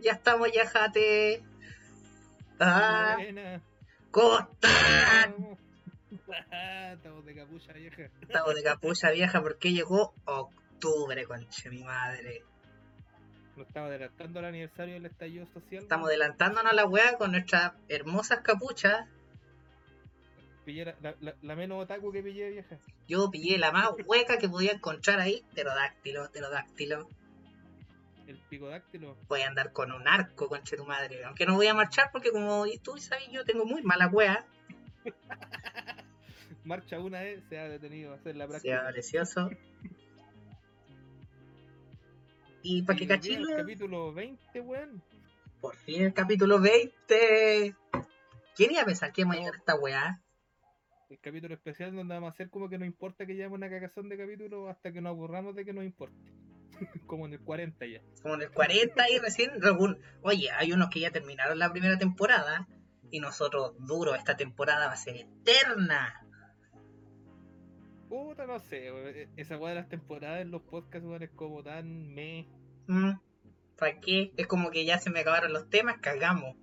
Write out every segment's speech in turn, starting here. Ya estamos, ya jate. Ah, Buena. ¿Cómo están? Ah, Estamos de capucha vieja. Estamos de capucha vieja porque llegó octubre, conche mi madre. Nos estamos adelantando al aniversario del estallido social. Estamos adelantándonos a la weá con nuestras hermosas capuchas. Pillé la, la- la- la menos otaku que pillé, vieja. Yo pillé la más hueca que podía encontrar ahí, pterodáctilo, pterodáctilo. El pico dáctilo. Voy a andar con un arco, conche tu madre. Aunque no voy a marchar porque como tú sabes, yo tengo muy mala wea. Marcha una vez, se ha detenido a hacer la Sea práctica. precioso. Y para Porque que cachilo, Capítulo 20, weón. por fin el capítulo 20. ¿Quién iba a pensar que iba a No. llegar esta weá? El capítulo especial donde vamos a hacer como que nos importa que llevemos una cagazón de capítulo hasta que nos aburramos de que nos importe. como en el 40 ya. Como en el 40 y recién algún- Oye, hay unos que ya terminaron la primera temporada. Y nosotros, duro, esta temporada va a ser eterna. Puta, no sé, weón. E- Esa weá de las temporadas en los podcasts, weón, es como tan meh. Mm, ¿Para qué? Es como que ya se me acabaron los temas, cagamos.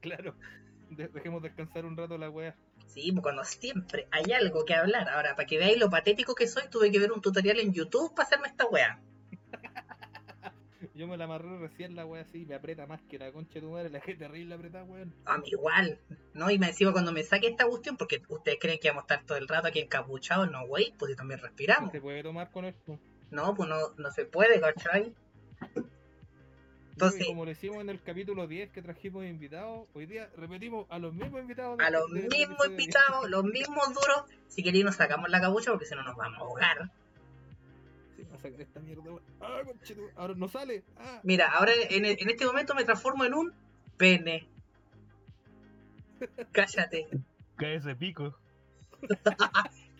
Claro, de- dejemos descansar un rato la wea. Sí, pues cuando siempre hay algo que hablar. Ahora, para que veáis lo patético que soy, tuve que ver un tutorial en YouTube para hacerme esta wea. Yo me la amarré recién la wea así, me aprieta más que la concha de tu madre, la gente terrible apretada, weón. A mí igual, ¿no? Y me encima cuando me saque esta cuestión, porque ustedes creen que vamos a estar todo el rato aquí encapuchados, no, wey, pues si también No respiramos. se puede tomar con esto. No, pues no, no se puede, ¿cachai? Entonces, Y como lo hicimos en el capítulo 10 que trajimos invitados, hoy día repetimos a los mismos invitados. a del- los del mismos episodio invitados, los mismos duros, si queréis nos sacamos la capucha porque si no nos vamos a ahogar. 10. Sí, va a sacar esta mierda, weón. Ah, concha de tu- Ahora no sale. Ah, Mira, ahora en, en este momento me transformo en un pene. Cállate. Cae ese pico.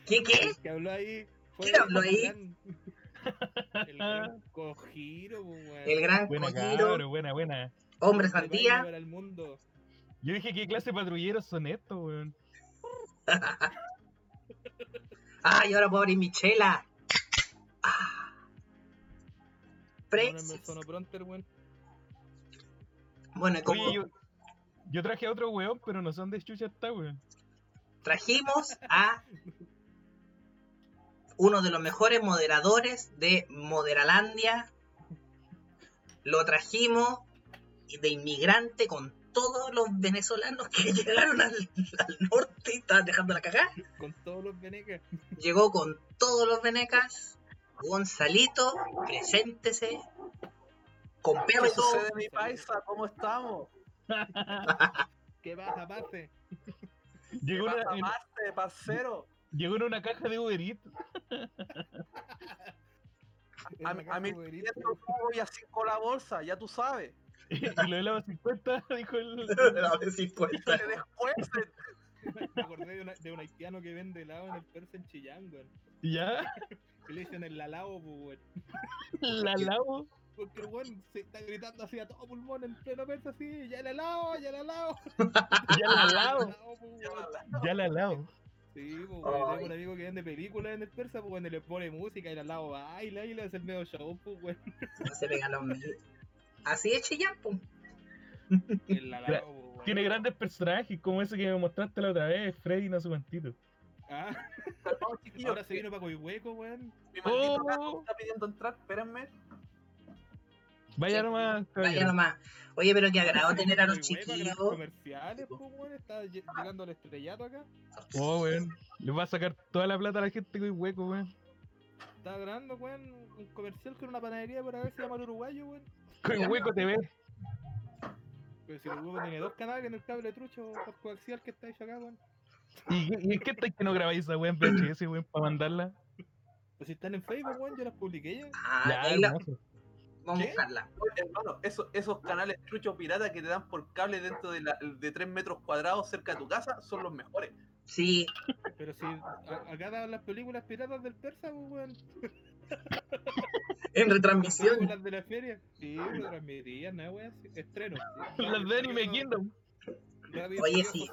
¿Qué qué? el que habló ahí. fue ¿Quién habló el ahí? gran- El gran cojiro, weón. El gran Buena, Kojiro, cabrón, buena, buena. hombre Que baila sandía. Para el mundo. Yo dije, ¿qué clase de patrulleros son estos, weón? Ay, ahora pobre Michela. Ah. Ahora me Precious. sonó pronto, weón. Bueno, y como Oye, yo, yo traje a otro weón, pero no son de chucha está, weón. trajimos a uno de los mejores moderadores de Moderalandia, lo trajimos de inmigrante con todos los venezolanos que llegaron al, al norte y estaban dejando la cagada. Con todos los venecas. Llegó con todos los venecas. Gonzalito, preséntese. Con perro ¿Qué y todo. sucede, Este, mi paisa? ¿Cómo estamos? ¿Qué pasa, parce? ¿Qué Llegó, una, pasa, en- Marte, parcero? llegó en una caja de Uber Eats. A, a mí voy a cinco la bolsa, ya tú sabes. y lo de la 50, dijo el. La de 50. Te descuenten. Me acordé de, una- de un haitiano que vende helado en el Persa en Chillán, weón. ¿Ya? Que le dicen el lalao, po, weón. La lavo. Porque el weón se está gritando así a todo pulmón en pleno Persa, así, ya el helado, ya el helado. Ya la lavo. Helado, po, weón. Ya la lavo. Sí, po, Ay. weón. Tengo un amigo que vende películas en el Persa, pues cuando le pone música y el helado baila y le hace el medio show, pues, weón. Se regaló un- Así es Chillán, pum. El lalao, po, weón. Tiene grandes personajes, como ese que me mostraste la otra vez, Freddy, no su mantito. Ah, Calmado, chiquillos, ahora se que vino Paco y Hueco, weón. Mi maldito ¡Oh! gato está pidiendo entrar, espérenme. Vaya nomás, Vaya caballero. nomás. Oye, pero que agrado tener a los Paco y Hueco, chiquillos. grandes comerciales, pues, weón. Está lle- llegando el estrellato acá. Oh, weón. Le va a sacar toda la plata a la gente con hueco, weón. Estaba grabando, weón, un comercial con una panadería por ver si llama el uruguayo, weón. Con hueco te ve. Pero si el huevo tiene dos canales en el cable trucho por coaxial que está hecho acá, weón. ¿Y, y es que estáis que no grabáis esa weón VHS, weón, para mandarla? Pues si están en Facebook, weón, yo las publiqué ya. Ah, Ya, ahí la- hermoso. vamos a ¿Qué? buscarla. Oye, hermano, esos, esos canales truchos piratas que te dan por cable dentro de, la, de 3 metros cuadrados cerca de tu casa son los mejores. Sí, Pero si a- acá daban las películas piratas del persa, pues, weón. en Luego retransmisión. Las de la feria. Sí, lo transmitían, ¿no, weón? Sí, Estreno. Las de Anime Kingdom. Oye, sí.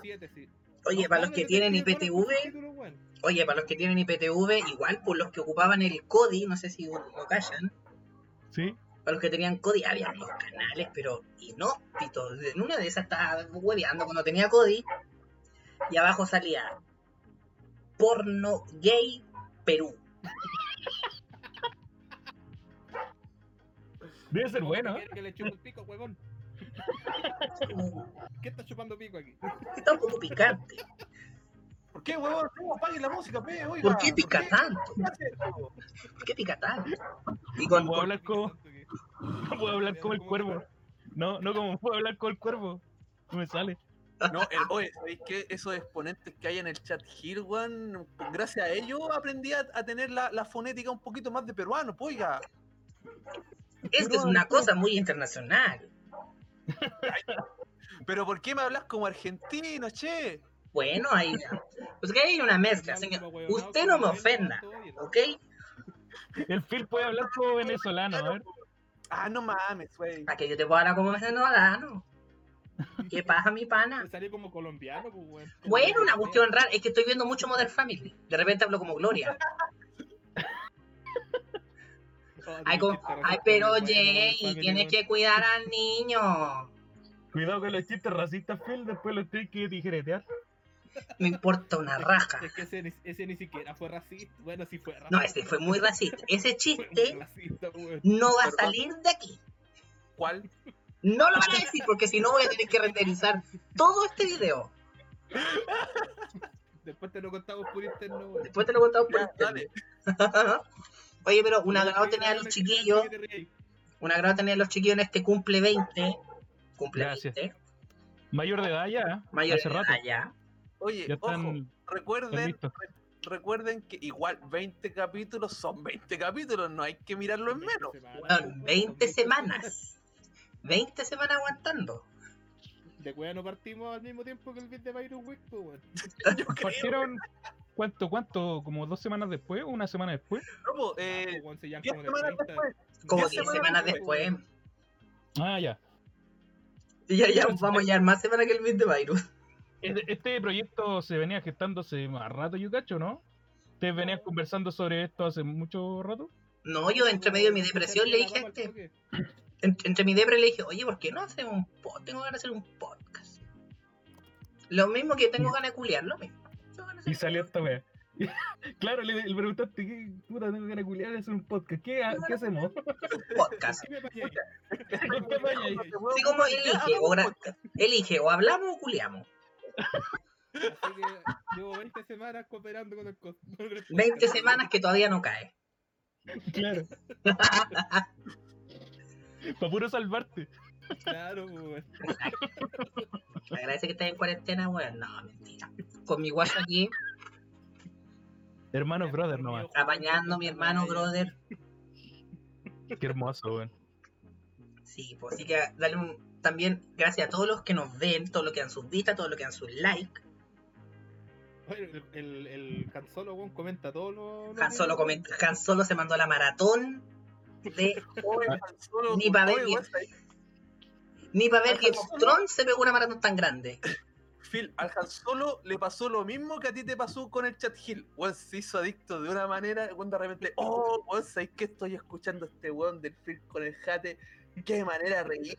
Oye, para los que tienen IPTV, IPTV. oye, para los que tienen IPTV, igual, pues los que ocupaban el CODI, no sé si lo callan, Sí. para los que tenían Cody, había unos canales, pero inhóspitos. En una de esas estaba hueveando cuando tenía Cody, y abajo salía porno gay Perú. Debe ser bueno, ¿eh? ¿Quiere que le chupe el pico, huevón? ¿Qué está chupando pico aquí? Está un poco picante. ¿Por qué, huevón? No, apaguen la música, pe, oiga. ¿Por qué pica tanto? qué hace eso? ¿Por qué pica tanto? Y No con, puedo con- hablar como, no puedo hablar como el cuervo. No, no como puedo hablar como el cuervo. No me sale. No, el- oye, ¿sabéis qué? Esos exponentes que hay en el chat Hill, weón, gracias a ellos aprendí a, a tener la, la fonética un poquito más de peruano, po, oiga. es que es una cosa muy internacional. Pero ¿por qué me hablas como argentino, che? Bueno, ahí. Pues que hay una mezcla, señor. Usted no me ofenda, ¿ok? El Phil puede hablar como venezolano, a ver. Ah, no mames, wey. Para que yo te pueda hablar como me no da, ¿no? ¿Qué pasa, mi pana? Te salió Pues como colombiano, pues, weón. Bueno, una cuestión rara, es que estoy viendo mucho Modern Family. De repente hablo como Gloria. Ay, como- ay pero oye, y tienes que cuidar al niño. Cuidado con los chistes racistas, Phil. Después los tienes que tijeretear. Me importa una raja. Es que ese, ni- ese ni siquiera fue racista. Bueno, sí fue racista. No, ese fue muy racista. Ese Fue muy chiste racista, weón. no va a salir de aquí. ¿Cuál? No lo van a decir porque si no voy a tener que renderizar todo este video. Después te lo contamos por interno, weón. Después te lo contamos por Ya, internet. dale. Oye, pero un Una agrado tener a los chiquillos, un agrado tener a los chiquillos en este cumple 20. Cumple Gracias. 20. Mayor de edad ya. ¿eh? Mayor hace rato. allá. Oye, Ya ojo, están están recuerden, listos. recuerden que igual 20 capítulos son 20 capítulos, no hay que mirarlo en menos. Son 20 semanas. 20 semanas aguantando. De weón no partimos al mismo tiempo que el beat de Byron Wick, pues, weón. Yo creo, Partieron. ¿Cuánto, cuánto? ¿Como dos semanas después? ¿Una semana después? no, po, Ah, eh, pues, weón, se llaman 10 como de semanas 30. después. Como Diez 10 semanas semanas después. después. Ah, ya. Y ya, ya vamos a llevar más semanas que el beat de Virus. Este este proyecto se venía gestando hace más rato, yo cacho, ¿no? Ustedes venían conversando sobre esto hace mucho rato. No, yo entre medio de mi depresión le dije a este. en- entre mi depre le dije, oye, ¿por qué no hacemos un podcast? Tengo ganas de hacer un podcast. Lo mismo que tengo ganas de culiar, lo mismo. Tengo ganas de Y hacer- salió esta wea. claro, le, le preguntaste qué puta tengo que reculear, es un podcast. ¿Qué, ha- qué hacemos? podcast. ¿Con qué vaya ahí? Este weón- Así como elige, Ah, o gra- elige, o hablamos o culiamos. Así que llevo 20 semanas cooperando con el co- con el 20 podcast. semanas que todavía no cae. Claro. Para puro salvarte. Claro, pues, weón. Me agradece que estés en cuarentena, weón. No, mentira. Con mi guaso aquí, Hermano, brother, nomás. apañando a mi hermano, brother. Qué hermoso, weón. Sí, pues así que dale un. También gracias a todos los que nos ven, todos los que dan sus vistas, todos los que dan sus likes. Oye, el, el, el Han Solo, weón, comenta todo lo. Han Solo, comen- Han Solo se mandó la maratón de oye, tan solo- Ni pa' ver oye, bien. weón, ahí- Ni para ver Al que Han Solo. Tron se pegó una maratón tan grande. Phil, al Han Solo le pasó lo mismo que a ti te pasó con el chat Hill. Weón se hizo adicto de una manera. Weón de repente, oh, weón, ¿sabes qué estoy escuchando a este weón del Phil con el jate? Qué manera de reírme,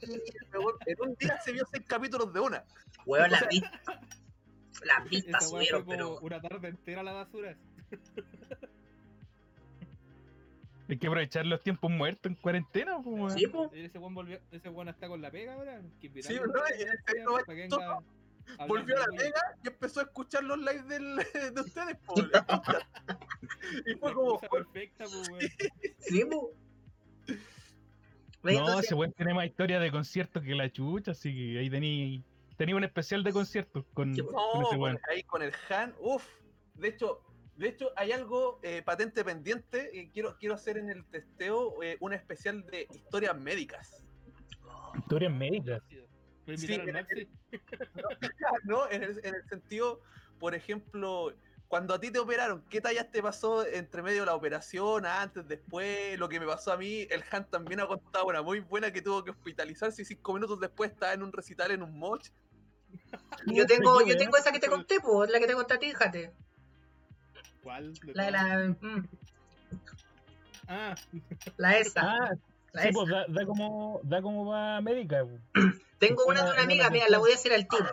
weón. En un día se vio seis capítulos de una. Weón, O sea, las vistas. Las Esa vistas weón fue subieron, como pero. una tarde entera a la basura. Hay que aprovechar los tiempos muertos en cuarentena, pues, weón. Sí, po. Ese weón volvió, ese weón está con la pega ahora. hay que Sí, invitarlo ¿verdad? a la En pega, efecto, para que venga todo. a hablar Volvió a la de Goya. pega y empezó a escuchar los lives del- de ustedes, po, weón. Y fue La como, excusa perfecta, pues, weón. Sí, po. ¿Veis? No, pues, Entonces, ese weón tiene más historia de conciertos que la chucha, así que ahí tení, tení un especial de conciertos con, Sí, con No, ese con, weón. ahí con el Han, uff. De hecho, de hecho, hay algo eh, patente pendiente. eh, quiero, quiero hacer en el testeo eh, un especial de historias médicas. Historias médicas. Me Sí, invitaron mira, Maxi. ¿no? En el, en el sentido, por ejemplo, cuando a ti te operaron, ¿qué tallas te pasó entre medio de la operación, antes, después? Lo que me pasó a mí, el Han también ha contado una muy buena que tuvo que hospitalizarse y cinco minutos después estaba en un recital en un moch. yo tengo, yo weón. tengo esa que te conté, po, la que te conté a ti, fíjate. ¿Cuál? La de la. mm, Ah, la esa. Ah, Sí, pues da, da como, da como va médica. Tengo una de una una- amiga, mira, una cuestión. la voy a decir al tiro.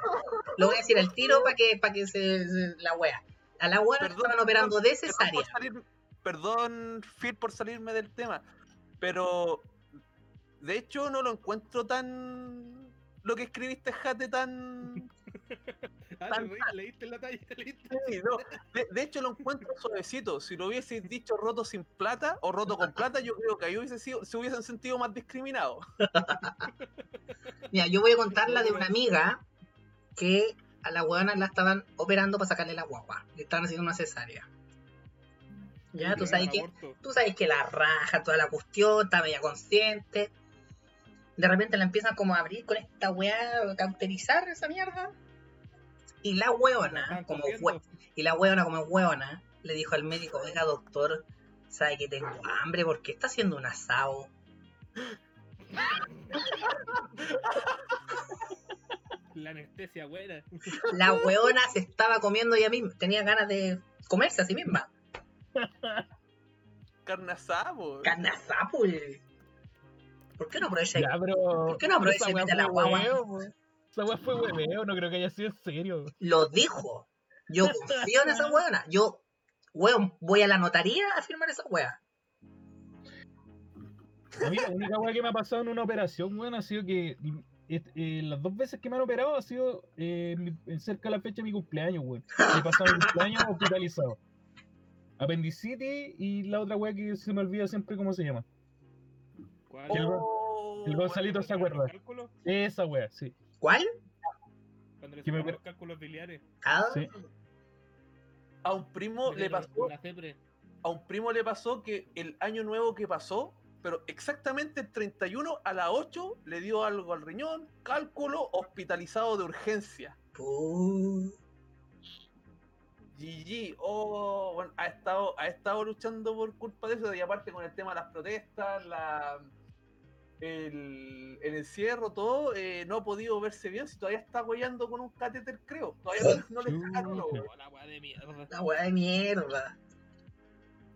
Lo voy a decir al tiro para que, para que se, se- la wea. A la wea la Perdón, estaban operando de cesárea. Perdón, por salir- perdón, Phil, por salirme del tema. Pero de hecho no lo encuentro tan. Lo que escribiste, Jate, tan. Ah, Tan- le, leíste la talla, leíste. Sí, no. De, de hecho lo encuentro suavecito. Si lo hubieses dicho roto sin plata o roto con plata, yo creo que ahí hubiese sido, se hubiesen sentido más discriminados. Mira, yo voy a contar la de una amiga que a la weona la estaban operando para sacarle la guagua. Le estaban haciendo una cesárea. Ya, tú sabes que Aborto. tú sabes que la raja, toda la cuestión, está media consciente. De repente la empiezan como a abrir con esta weá, a cauterizar esa mierda. Y la weona, Estaban como comiendo. hue- y la weona como weona, le dijo al médico, oiga doctor, sabe que tengo hambre porque está haciendo un asado. La anestesia buena. La weona se estaba comiendo ella misma, tenía ganas de comerse a sí misma. Carne asada, po. Canazapul. pues. ¿Por qué no aprovecha? Ya, pero. ¿Por qué no aprovecha y esa weá mete la fue guagua? hueveo, po. Esa weá fue hueveo, no creo que haya sido en serio. Lo dijo. Yo confío en esa weona. Yo, weón, voy a la notaría a firmar esa wea. A mí la única weá que me ha pasado en una operación, weón, ha sido que eh, eh, las dos veces que me han operado ha sido eh, en mi- en cerca de la fecha de mi cumpleaños, weón. He pasado mi cumpleaños hospitalizado. Apendicitis y la otra weá que se me olvida siempre cómo se llama. ¿Cuál? El Gon- Oh, el Gonzalito ¿Cuando se le sacaron acuerda. los cálculos? Esa weá, sí. ¿Cuál? Cuando le Que me sacaron per- los cálculos biliares. Ah, Sí. A un primo le Mira, la- pasó la cepre. a un primo le pasó que el año nuevo que pasó, pero exactamente el 31 a las 8 le dio algo al riñón, cálculo, hospitalizado de urgencia. pu- GG, oh, bueno, ha estado, ha estado luchando por culpa de eso, y aparte con el tema de las protestas, la, el, el encierro, todo, eh, no ha podido verse bien, si todavía está guayando con un catéter, creo. Todavía no, no le sacaron Chuta. weón. Oh, la weá de mierda. La wea de mierda.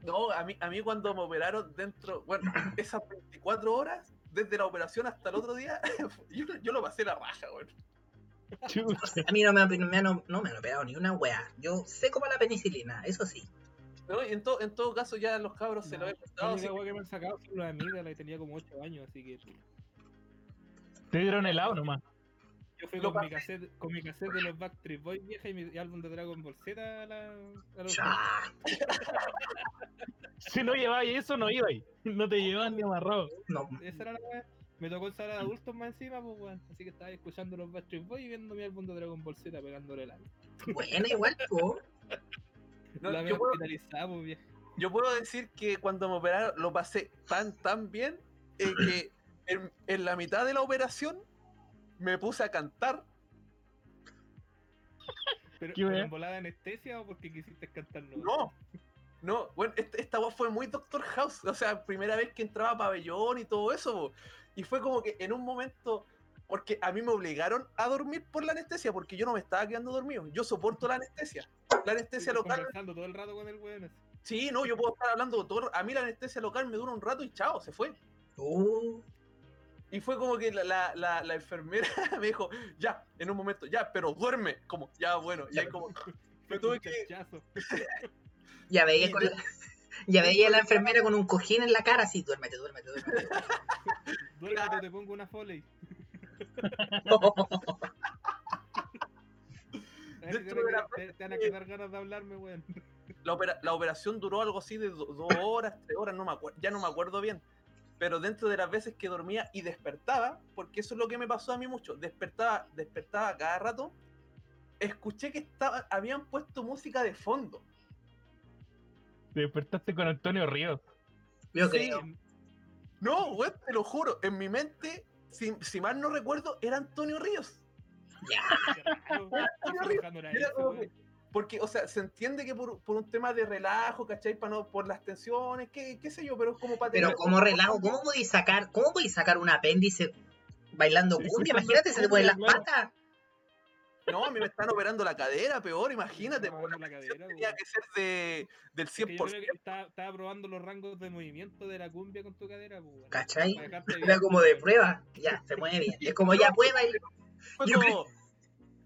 No, a mí, a mí cuando me operaron dentro, bueno, esas 24 horas, desde la operación hasta el otro día, yo, yo lo pasé la raja, güey. Chuta. A mí no me, ha- no me han- no me han operado ni una wea. Yo sé cómo la penicilina, eso sí. Pero en, to- en todo caso ya los cabros se lo he La contado. única weá que me han sacado fue una amiga, la que tenía como 8 años, así que. Te dieron helado nomás. Yo fui Lo con mi, cassette, con mi cassette de los Backstreet Boys vieja y mi álbum de Dragon Ball Z a la. a los- Cha, Si no lleváis eso, no ibais. No te llevaban ni amarrado. no, Esa era la weá. Me tocó el sala de adultos más encima, pues weón. Así que estaba escuchando los Backstreet Boys y viendo mi álbum de Dragon Ball Z pegándole la. buena igual, po. No, la yo, había puedo, hospitalizado, pues, vieja. yo puedo decir que cuando me operaron lo pasé tan, tan bien eh, que en, en la mitad de la operación me puse a cantar. ¿Pero, ¿Qué pero weá? en volada de anestesia o porque quisiste cantarlo? No, no, bueno, este- esta voz fue muy Doctor House, o sea, primera vez que entraba a pabellón y todo eso, po. y fue como que en un momento, porque a mí me obligaron a dormir por la anestesia, porque yo no me estaba quedando dormido, yo soporto la anestesia, la anestesia local, Conversando todo el rato con el weón. así. sí, no, yo puedo estar hablando, todo, a mí la anestesia local me dura un rato y chao, se fue. Uh, Y fue como que la, la, la- la enfermera me dijo, ya, en un momento, ya, pero duerme, como, ya, bueno, y ahí como, Fue Me tuve un que- chachazo. ya veía, Eh, Y con yo- la- ya veía a la enfermera con un cojín en la cara, así, duérmete, duérmete, duérmete. Duérmete, te pongo una foley. Ay, Yo te estuve van a la- quedar- Te te van a quedar ganas de hablarme, weón. la, opera- la operación duró algo así de do- dos horas, tres horas, no me acuerdo, ya no me acuerdo bien. Pero dentro de las veces que dormía y despertaba, porque eso es lo que me pasó a mí mucho, despertaba, despertaba cada rato, escuché que estaba, habían puesto música de fondo. Te despertaste con Antonio Ríos. Yo Sí. creo. No, güey, te lo juro, en mi mente, si, si mal no recuerdo, era Antonio Ríos. Qué raro. Estoy buscando la Era S, como weón. que- porque, o sea, se entiende que por, por un tema de relajo, ¿cachai? Para no, por las tensiones, qué, qué sé yo, pero es como para Pero como relajo, ¿cómo podéis sacar, cómo podéis sacar un apéndice bailando Sí, cumbia? escuchando Imagínate, se te ponen las cumbia, patas. No, a mí me están operando la cadera, peor, imagínate. Me po, la operando la operación cadera, tenía weón. que ser de, del Es que yo creo 100%. que estaba, estaba probando los rangos de movimiento de la cumbia con tu cadera, pues, weón. ¿Cachai? Para dejarte Era bien, como de weón. prueba. Ya, se mueve bien. Es como ya puede bailar. Fue yo como,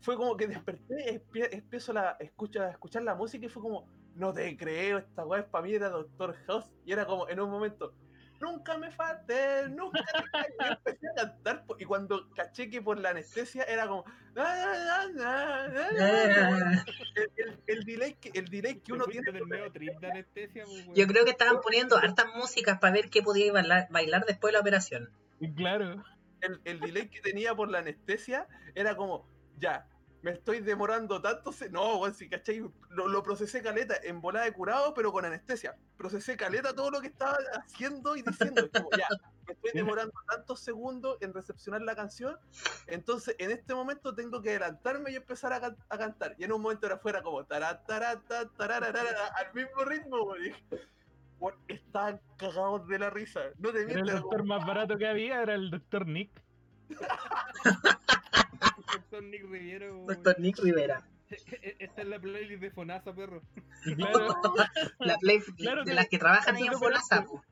fue como que desperté, empie- empiezo la, escucho, a escuchar la música y fue como, no te creo, esta weá es para mí, era Doctor House. Y era como, en un momento, nunca me falte, nunca te falte". Y empecé a cantar po, y cuando caché que por la anestesia era como, "Na, na, na, na, na, na, na". Ah. El, el- el delay que, el delay que Te uno fuiste tiene. del por la medio trip de anestesia, pues, Yo weón. creo que estaban poniendo hartas músicas para ver qué podía bailar, bailar después de la operación. Claro. el, el delay que tenía por la anestesia era como, ya, me estoy demorando tanto. se- No, weón, si cachai, lo, lo procesé caleta en volada de curado, pero con anestesia. Procesé caleta todo lo que estaba haciendo y diciendo. Es como, ya, me estoy demorando tantos segundos en recepcionar la canción. Entonces, en este momento tengo que adelantarme y empezar a, can- a cantar. Y en un momento era fuera como, tará, tará, ta, tarararara, al mismo ritmo, weón. Y dije, weón, Estaban cagados de la risa. No te Era el mientas. era como, doctor más barato que había, era el doctor Nick. Doctor Nick Riviero, weón. Doctor Nick Rivera. E- Esta es la playlist de Fonasa, perro. Y claro, La play Claro de que- las que trabajan ahí antes en de operarse. Fonasa. po.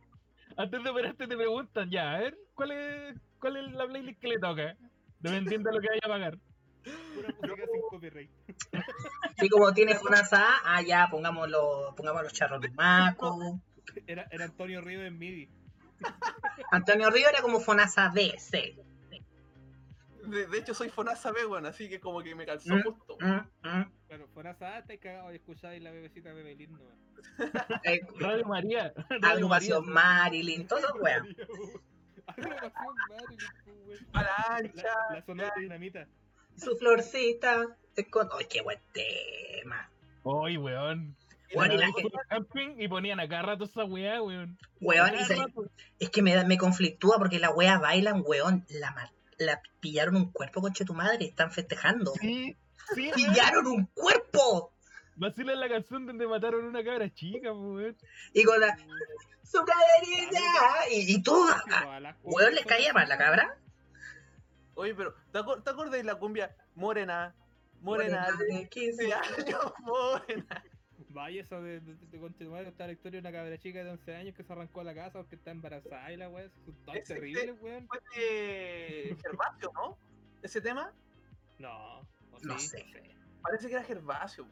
antes de operarte te preguntan, ya, a ver, ¿cuál es, cuál es la playlist que le toca? Dependiendo de lo que vaya a pagar. Pura música sin copyright. Así como tiene Fonasa A, ah, ya, pongámoslo, pongamos los charros de Maco. Era, era Antonio Río en MIDI. Antonio Río era como Fonasa B, C. De, de hecho, soy Fonasa B, weón, así que como que me calzó Mm, justo. Mm, mm. Claro, Fonasa A, estáis cagados y escucháis la bebecita Bebe Lindo, weón. Eh, Radio María. Radio María. agrupación Marilyn, todo eso, weón. Agrupación Marilyn, pues, weón. A la ancha. La, la sonora dinamita. Su florcita. se con- ¡Ay, qué buen tema! Oye, weón. Weón, y la Una vez gente- fui a camping y ponían acá rato esa weá, weón. Weón, Cada y se- rato. es que me, da- me conflictúa porque la wea bailan, weón. La, ma- la pillaron un cuerpo, conche tu madre. Están festejando. Sí, sí, weón. ¡Pillaron un cuerpo! Vacila en la canción donde mataron una cabra chica, po, weón. Y con la. ¡Su caderita! Y, y todo. Sí, pues, a las Weón, le cuatro caía mal la cabra. Oye, pero ¿te, acor- te acordáis la cumbia Morena? Morena, de de 15 15 años, Morena. Vaya, eso de, de, de continuar está la historia de una cabra chica de 11 años que se arrancó a la casa porque está embarazada y la weá, son tan Ese- terribles, weón. Fue de Gervasio, ¿no? Ese tema No, o No sí, sé. parece que era Gervasio.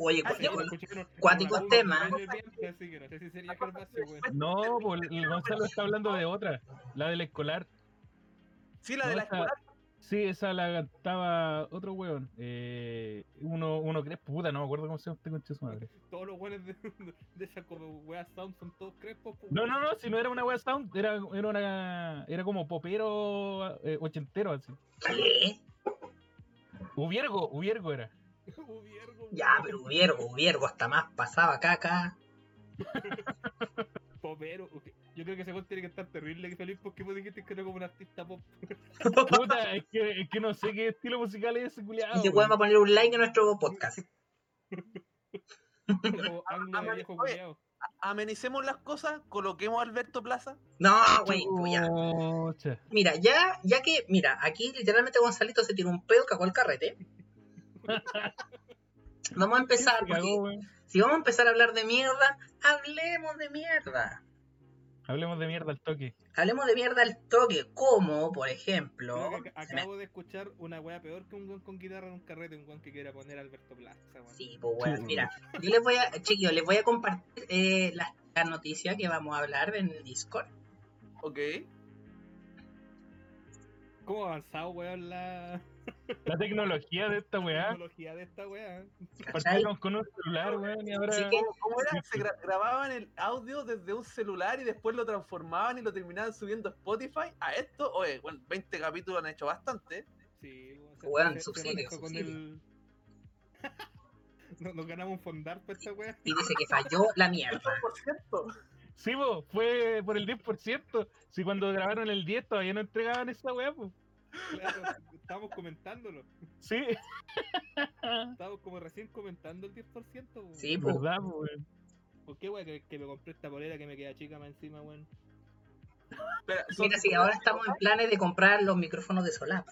Oye, Ah, Sí, cualquier- lo escuché en un- en cuáticos una cumbia temas. en el vientre, así que no sé si sería Gervasio, weón. No, po, el el Gonzalo está hablando de otra, la del escolar. Sí, la de No, la esa- escuela. Sí, esa la cantaba otro weón. Eh, uno, uno crees, puta, no me acuerdo cómo se llama este conche su madre. Todos los weones de, de esa como weá sound son todos crespos, pues, No, weón. no, no, si no era una wea sound, era, era una. Era como popero eh, ochentero así. ¿Qué? Ubiergo, Ubiergo era. Ubiergo, weón. Ya, pero Viergo, Viergo, hasta más pasaba caca. Popero, ok. Yo creo que ese weón tiene que estar terrible, que feliz, porque vos dijiste que era como un artista pop. Puta, es que, es que no sé qué estilo musical es ese Y culiado. se pueden poner un like a nuestro podcast. como Ah, ángulo de viejo culiao. Amenicemos las cosas, coloquemos a Alberto Plaza. No, güey, pues, ya. Mira, ya, ya que, mira, aquí literalmente Gonzalito se tiró un pedo, cagó el carrete. Vamos a empezar, porque si vamos a empezar a hablar de mierda, hablemos de mierda. Hablemos de mierda al toque. Hablemos de mierda al toque, como, por Creo ejemplo, que ac- acabo de escuchar una wea peor que un guan con guitarra en un carrete, un guan que quiera poner a Alberto Plaza, weón. Sí, pues bueno, Sí. mira, yo les voy a, chiquillos, les voy a compartir eh, las la noticias que vamos a hablar en el Discord. Ok. ¿Cómo ha avanzado, weón, la La tecnología de esta weá. tecnología de esta wea? eh? ¿Cachai? Partieron con un celular, weón, y ahora. Así que, ¿Cómo, cómo era? Se gra- grababan el audio desde un celular y después lo transformaban y lo terminaban subiendo a Spotify. A esto, oye, bueno, 20 capítulos han hecho bastante. Sí, weón. Weón, se- se subsidio, manejó con subsidio. el- No- Nos ganamos un fondar por esta wea. y dice que falló la mierda. 8%. Sí, po, fue por el 10%. Si cuando grabaron el 10 todavía no entregaban esa weá, po. Claro, estábamos comentándolo. Sí. Estábamos como recién comentando el 10%, weón. Sí, pues. ¿Verdad, po, weón? ¿Por qué, weón, que, que me compré esta polera que me queda chica más encima, weón? Espera, son- Mira, sí, ahora estamos en planes de comprar los micrófonos de solapa.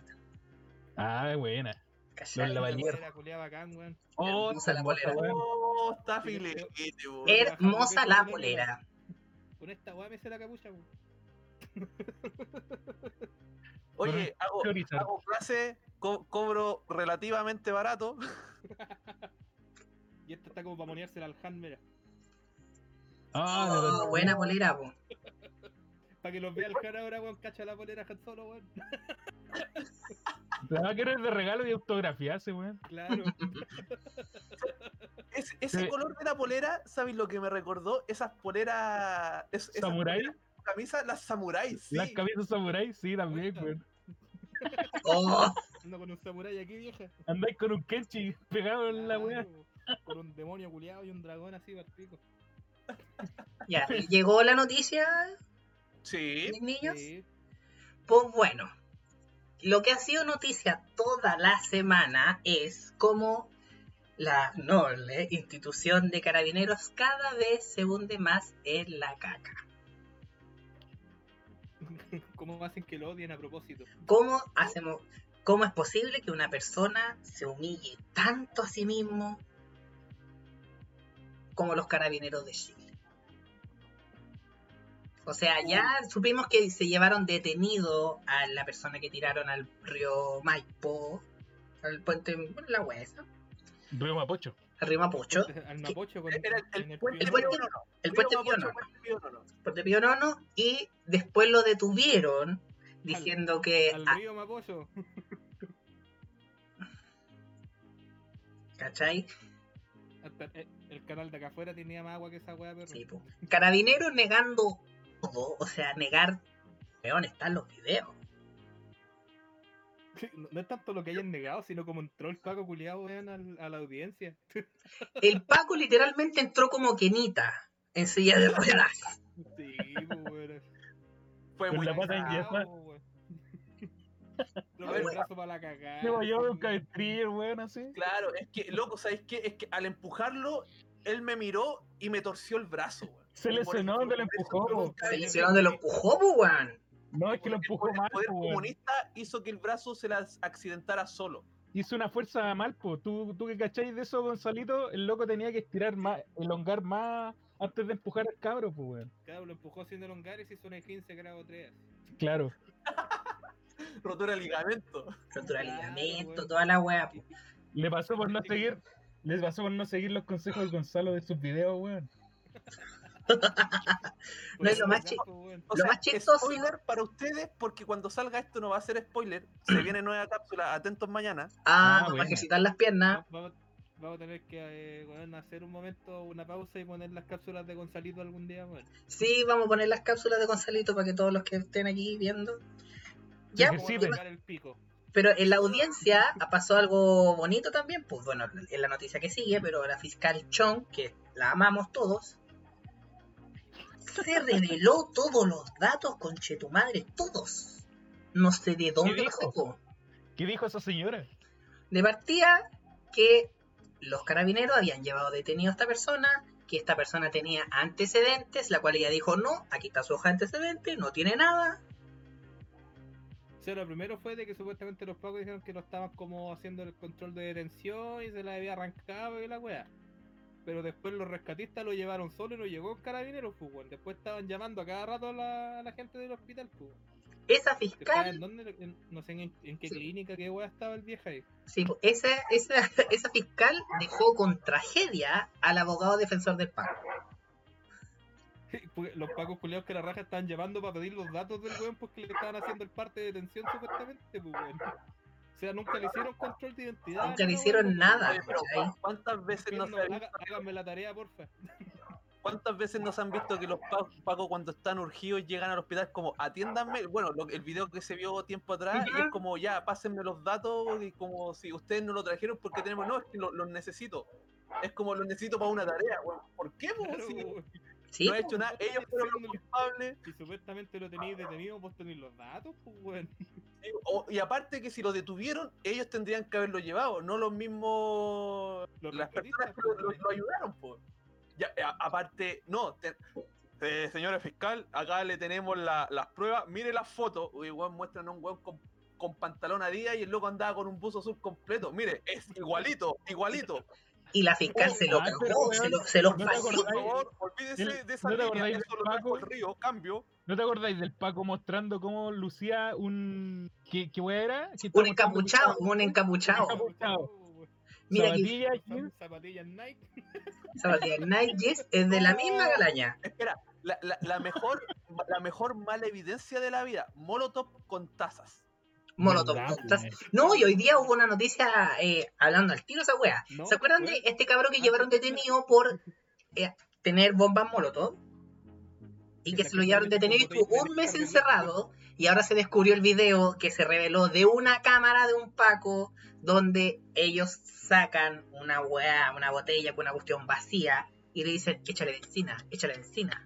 Ah, buena. ¿Cachai? Los lavalier. La culiá bacán, weón. Oh, Usa la está polera. hermosa, weón. Oh, está Sí, filete, weón. Eh. Hermosa la polera. Con esta weá me hice la capucha, weón. Oye, hago, Priorizar. hago clase, co- cobro relativamente barato. Y esta está como para moneársela al Han, mira. Ah, de Oh, verdad. buena polera, po. Para que los vea el Han ahora, weón. Cacha la polera Han Solo, weón. La va a querer de regalo y autografiarse, weón. Claro. Es- ese Sí. color de la polera, ¿sabes lo que me recordó? Esas poleras. es- esas Samurai. poleras con camisas, las samuráis, sí. Las camisas samurai, sí, también, Puta. weón. Oh, Ando con un samurái aquí, vieja. Andáis con un Kenchi pegado en Ah. la weá. Claro, Con un demonio culiado y un dragón así, para el pico. ya, llegó la noticia, Sí. mis niños. Sí. Pues bueno, lo que ha sido noticia toda la semana es cómo la noble institución de carabineros cada vez se hunde más en la caca. ¿Cómo hacen que lo odien a propósito? ¿Cómo hacemos, cómo es posible que una persona se humille tanto a sí mismo como los carabineros de Chile? O sea, ya supimos que se llevaron detenido a la persona que tiraron al río Maipo, al puente, bueno, la huesa, Río Mapocho. al río Mapucho, Al Mapocho con Era el, el en puente El piso. puente- Pío Nono, el Río puente Mapocho, Pionono, puente Pío Nono. puente Pionono, y después lo detuvieron diciendo que Al ah, río Mapocho. ¿cachai? Hasta el, el canal de acá afuera tenía más agua que esa weá, perro. Sí, po. Carabineros negando todo, o sea, negar. Weón, están los videos. No, no es tanto lo que hayan negado, sino como entró el Paco culiado, weón, al- a la audiencia. El Paco literalmente entró como Kenita en silla de ruedas. Sí, pues, weón. Fue Con muy la pata en cagado. yema. Cagao, weón. Lo del brazo para la cagada. Me voy a sí. un cabestriller, weón, así. Claro, es que, loco, ¿sabes qué? Es que al empujarlo, él me miró y me torció el brazo, weón. Se Y por lesionó eso- donde lo por eso empujó, yo weón. nunca Se vi- hicieron de los pujó, po, weón. No, es que lo el empujó poder- mal, El poder po, weón. comunista hizo que el brazo se las accidentara solo. Hizo una fuerza mal, po. Tú, tú que cacháis de eso, Gonzalito, el loco tenía que estirar más, elongar más antes de empujar al cabro, po, weón. Claro, lo empujó sin elongar y se hizo una 15 grado 3. Claro. Rotura de ligamento. Rotura de Claro, ligamento, weón. toda la weá. pues. po. Le pasó por no Sí. seguir, les pasó por no seguir los consejos de Gonzalo de sus videos, weón. No es lo más chi- Lo más chistoso- spoiler para ustedes, porque cuando salga esto no va a ser spoiler. Se viene nueva cápsula, atentos mañana. Ah, Ah, para buena. ejercitar las piernas. Vamos, vamos a tener que eh, weón, hacer un momento, una pausa y poner las cápsulas de Gonzalito algún día, weón. Sí, vamos a poner las cápsulas de Gonzalito para que todos los que estén aquí viendo. Ya, pues, po, Como Que sirven. bueno, tocar el pico. pero en la audiencia pasó algo bonito también, pues bueno, en la noticia que sigue, pero la fiscal Chong, que la amamos todos, se reveló todos los datos, conche tu madre, todos. No sé de dónde lo dijo? sacó. ¿Qué dijo esa señora? De partida que los carabineros habían llevado detenido a esta persona, que esta persona tenía antecedentes, la cual ella dijo, no, aquí está su hoja de antecedentes, no tiene nada. O sea, lo primero fue de que supuestamente los pacos dijeron que lo estaban como haciendo el control de detención y se la había arrancado y la weá. Pero después los rescatistas lo llevaron solo y no llegó el carabinero, pues, weón. Después estaban llamando a cada rato a la, a la gente del hospital, pues. Esa Que estaba fiscal en dónde, en- no sé en, en qué Sí. clínica, qué weá estaba el viejo ahí. Sí, po, esa, esa, esa fiscal dejó con tragedia al abogado defensor del PAN. Porque pues, Los pacos culiados que la raja estaban llevando para pedir los datos del weón porque le estaban haciendo el parte de detención supuestamente, pues, weón. O sea, nunca le hicieron control de identidad. Nunca le ni una hicieron weá, pues, nada. Oye, pero ¿cachai? ¿cu- ¿cuántas veces, weón. nos Gobierno, haga- háganme la tarea, porfa. ¿Cuántas veces nos han visto que los pa- pacos cuando están urgidos llegan al hospital como atiéndanme? Bueno, lo- el video que se vio tiempo atrás y es Ujú. como ya, pásenme los datos y como si ustedes no lo trajeron porque tenemos, no, es que lo- los necesito. Es como los necesito para una tarea. weón. ¿Por qué? po? Claro, Si weón. Sí, no ha po. hecho nada. Ellos fueron los culpables. Si supuestamente lo tenéis detenido, vos tenéis los datos, pues, weón. sí, o- y aparte que si lo detuvieron, ellos tendrían que haberlo llevado, no los mismos Los las rescatistas, personas que pues, lo, lo- lo ayudaron, po. Ya, eh, a- aparte, no, te- eh, señora fiscal, acá le tenemos la- las pruebas, mire las fotos, uy, weón, muestran a un weón con con pantalón a día y el loco andaba con un buzo azul completo. Mire, es igualito, igualito. Y la fiscal Oh, se lo ah, cagó, pero, se weón, lo, se lo no te pasó. Por acordás. favor, olvídese el- de esa ¿no te línea, acordáis eso del lo trajo Paco? el río, cambio. ¿No te acordáis del Paco mostrando cómo lucía un. ¿Qué, qué wea era? Que estaba Un encapuchado, mostrando- un encapuchado. Encapu- Chao. Mira aquí, Zapatilla, jeans. Zap- pues, Zapatillas Nike. zapatillas Nike Yes, es de la misma galaña. Espera, la, la- la mejor, la mejor mala evidencia de la vida, Molotov con tazas. Molotov. Verdad, Estás- weón. No, y hoy día hubo una noticia eh, hablando al tiro esa wea. No, Ah, ¿Se acuerdan de weón. este cabrón que llevaron detenido por eh, tener bombas molotov? Y que Sí, se lo la que llevaron sale detenido y como estuvo botella un de mes Nescafé. encerrado. Y ahora se descubrió el video que se reveló de una cámara de un Paco donde ellos sacan una weá, una botella con una cuestión vacía y le dicen, échale benzina, échale benzina.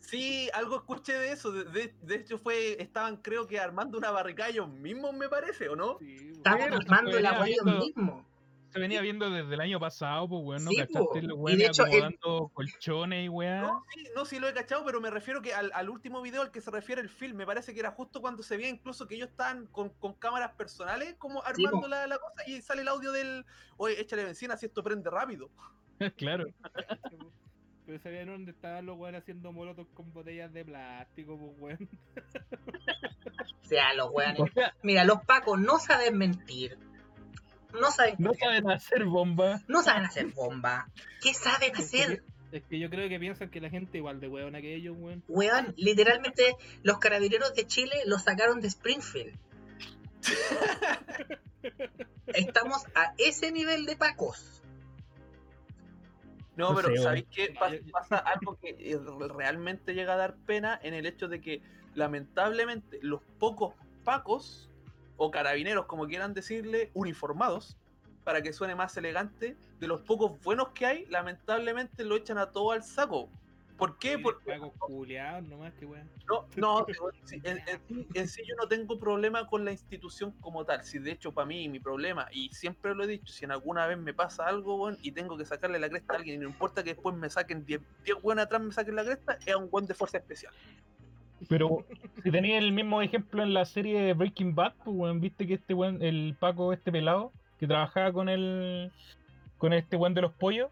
Sí, algo escuché de eso. De, de- de hecho, fue estaban creo que armando una barricada ellos mismos, me parece, ¿o no? Sí, weón. Estaban Pero, armando la weá, weá ellos viendo- mismos. Se venía viendo desde el año pasado, pues, weón. No Sí, cachaste pues. los Y weones de hecho, el- acomodando colchones y weá. No, sí, no, sí lo he cachado, pero me refiero que al, al último video al que se refiere el film, me parece que era justo cuando se veía incluso que ellos estaban con, con cámaras personales como armando po. la, la cosa y sale el audio del, oye, échale benzina si esto prende rápido. claro. Pero sabían dónde estaban los weones haciendo molotov con botellas de plástico, pues weón. O sea, los weones. O sea, Mira, los pacos no saben mentir. No saben, no saben hacer bomba. no saben hacer bomba. ¿Qué saben hacer? Es que yo creo que piensan que la gente igual de weón que ellos, weón. Weón, literalmente los carabineros de Chile los sacaron de Springfield. Estamos a ese nivel de pacos. No, No pero sé, ¿sabéis qué? Ya, Pas- ya, ya. Pasa algo que eh, realmente llega a dar pena en el hecho de que lamentablemente los pocos pacos o carabineros, como quieran decirle, uniformados, para que suene más elegante, de los pocos buenos que hay, lamentablemente lo echan a todo al saco. ¿Por qué? Sí, Porque pagos culiados nomás, que weón. no, no, te voy a decir, en, en sí- en sí yo no tengo problema con la institución como tal. Si de hecho para mí mi problema, y siempre lo he dicho, si en alguna vez me pasa algo, weón, y tengo que sacarle la cresta a alguien, y no importa que después me saquen 10 10 weón atrás, me saquen la cresta, es a un weón de fuerza especial. Pero si tenías el mismo ejemplo en la serie de Breaking Bad, pues, weón, viste que este weón, el Paco, este pelado, que trabajaba con el. con este weón de los pollos.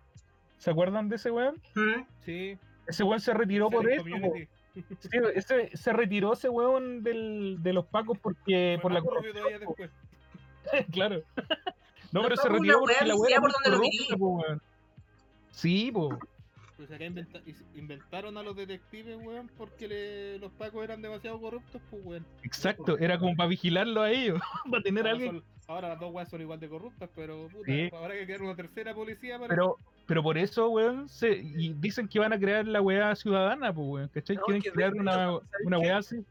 ¿Se acuerdan de ese weón? ¿Mm? Sí. Ese weón se retiró sale por en eso. po. eh, Community. Sí, ese- se retiró ese weón del, de los Pacos porque. Fue por la más corrupción. turbio todavía después. claro. No, Pero pero se todo una weá retiró porque la viciada weá era por muy donde lo corrupta, mirí. po, weón. Sí, po. Pues acá inventa- is- inventaron a los detectives, weón, porque le- los pacos eran demasiado corruptos, pues weón. Exacto. Era como para vigilarlo a ellos. para tener a Ahora, alguien son- ahora las dos weas son igual de corruptas, pero puta, Sí. habrá que crear una tercera policía para. Pero, pero por eso, weón, se, y dicen que van a crear la weá ciudadana, pues, weón, ¿cachai? No, Quieren que de crear hecho, una, ¿sabes una qué? weá así.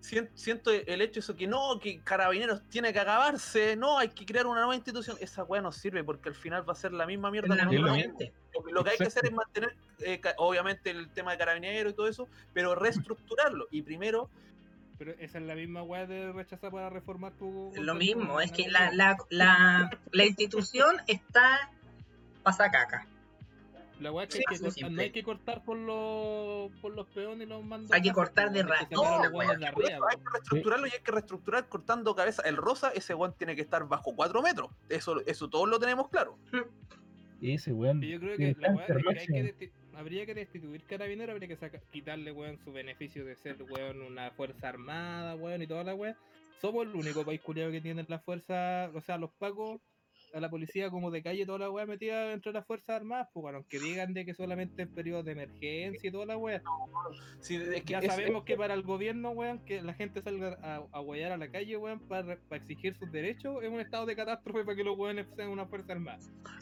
Sien- Siento el hecho eso que no, que carabineros tiene que acabarse, no, hay que crear una nueva institución. Esa weá no sirve porque al final va a ser la misma mierda. La con misma otro mierda. gente. Lo que, lo que hay que hacer es Exacto. mantener, eh, ca- obviamente, el tema de carabineros y todo eso, pero reestructurarlo. Y primero, Pero esa es la misma wea de rechazar para reformar tu. Lo mismo, es que la, la, la, la institución está pasacaca. La wea Sí, que, hay que sí, cortar- simple. no hay que cortar por los, por los peones y los mandos. Hay que cortar de ratón, weón. Por eso hay que reestructurarlo y hay que reestructurar cortando cabeza. El rosa, ese guan tiene que estar bajo 4 metros. Eso, eso todos lo tenemos claro. Ese weón. Yo creo tiene que la wea cáncer, es que hay que máximo. desti- habría que destituir carabinero, habría que saca- quitarle, weón, su beneficio de ser, weón, una fuerza armada, weón, y toda la wea. Somos el único país culiado que tiene la fuerza, o sea, los pacos, a la policía como de calle, toda la wea metida dentro de las fuerzas armadas, pues, weón, aunque digan de que solamente en periodos de emergencia y toda la wea. Sí, es que Ya es- sabemos que para el gobierno, weón, que la gente salga a, a huellar a la calle, weón, para, para exigir sus derechos, es un estado de catástrofe para que los weones sean una fuerza armada.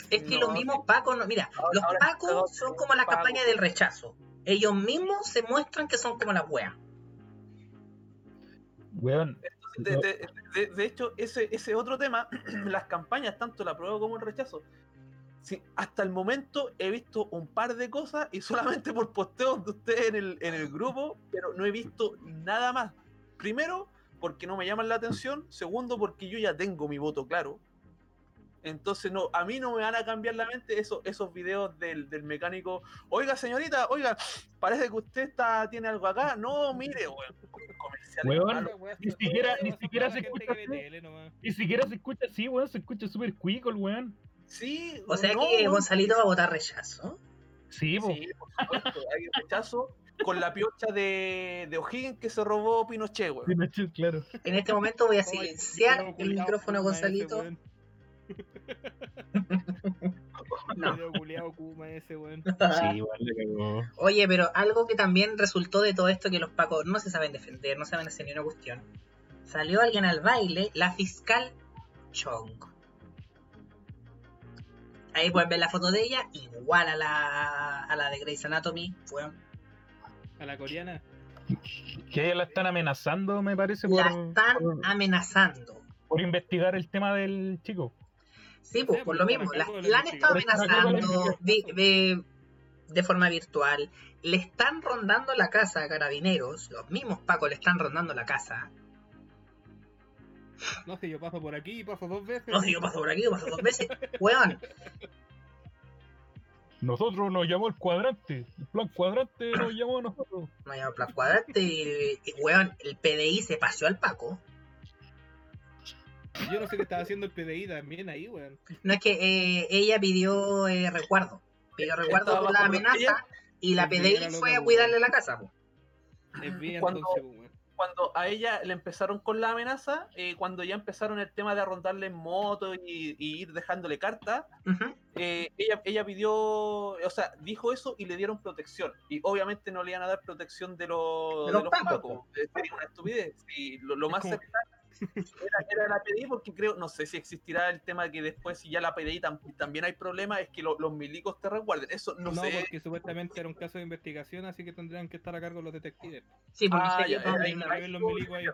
Es que No, los mismos pacos, no, mira, ahora- los ahora está pacos otro son como la pago. campaña del rechazo. Ellos mismos se muestran que son como la wea. Weón, De, de- de- de hecho, ese, ese otro tema, las campañas, tanto la prueba como el rechazo. Sí, hasta el momento he visto un par de cosas y solamente por posteos de ustedes en el, en el grupo, pero no he visto nada más. Primero, porque no me llaman la atención. Segundo, porque yo ya tengo mi voto claro. Entonces, no, a mí no me van a cambiar la mente eso, esos videos del, del mecánico. Oiga, señorita, oiga, parece que usted está, tiene algo acá. No, mire, weón. comercial Weón, malo. ni siquiera- ni siquiera se escucha así. Ni siquiera se escucha así, weón. Se escucha súper cuico el weón. Sí, O sea no, que weón, Gonzalito va a votar rechazo. Sí, po. Sí, por supuesto, hay un rechazo con la piocha de, de O'Higgins que se robó Pinochet, weón. Pinochet, claro. En este momento voy a silenciar el micrófono a Gonzalito. No. No. culiado Kuma ese, weón. Sí, igual le cagó. Oye, pero algo que también resultó de todo esto que los pacos no se saben defender, no saben hacer ni una cuestión. Salió alguien al baile, la fiscal Chong. Ahí pueden ver la foto de ella, igual a la, a la de Grey's Anatomy. Fue A la coreana. Que ella la están amenazando, me parece, por, la están por- amenazando. por investigar el tema del chico. Sí, pues Sí, por pues, lo por mismo. acá, La, por la han la estado investigación. amenazando de, de- de forma virtual. Le están rondando la casa a carabineros. Los mismos pacos le están rondando la casa. No sé, yo paso por aquí y paso dos veces. No sé, yo paso por aquí, yo paso dos veces. Weón, Nosotros nos llamó el cuadrante. El plan cuadrante nos llamó a nosotros. no hay plan cuadrante. Y, y, weón, el PDI se paseó al paco. Yo no sé qué estaba haciendo el PDI también ahí, weón. No es que eh, ella pidió eh, recuerdo. Pidió recuerdo Estaba por la bajo amenaza. Y la Sí, PDI era loca, fue a weón. cuidarle la casa. po. Es bien, Cuando- entonces, weón. Cuando a ella le empezaron con la amenaza, eh, cuando ya empezaron el tema de arrondarle en moto y, y ir dejándole cartas, Ujú. eh, ella, ella pidió, o sea, dijo eso y le dieron protección. Y obviamente no le iban a dar protección de, los De de los los pacos, pacos. Eh, Sería una estupidez. Y lo, lo pues. Es más como- cercano era, era la PDI, porque creo, no sé si existirá el tema que después, si ya la PDI tam- también hay problema, es que lo- los milicos te resguarden. Eso no, No, sé. porque supuestamente era un caso de investigación, así que tendrían que estar a cargo los detectives. Sí, porque Ah, sé que ya, no- ya, Ahí ya. no- me ven los milicos ahí.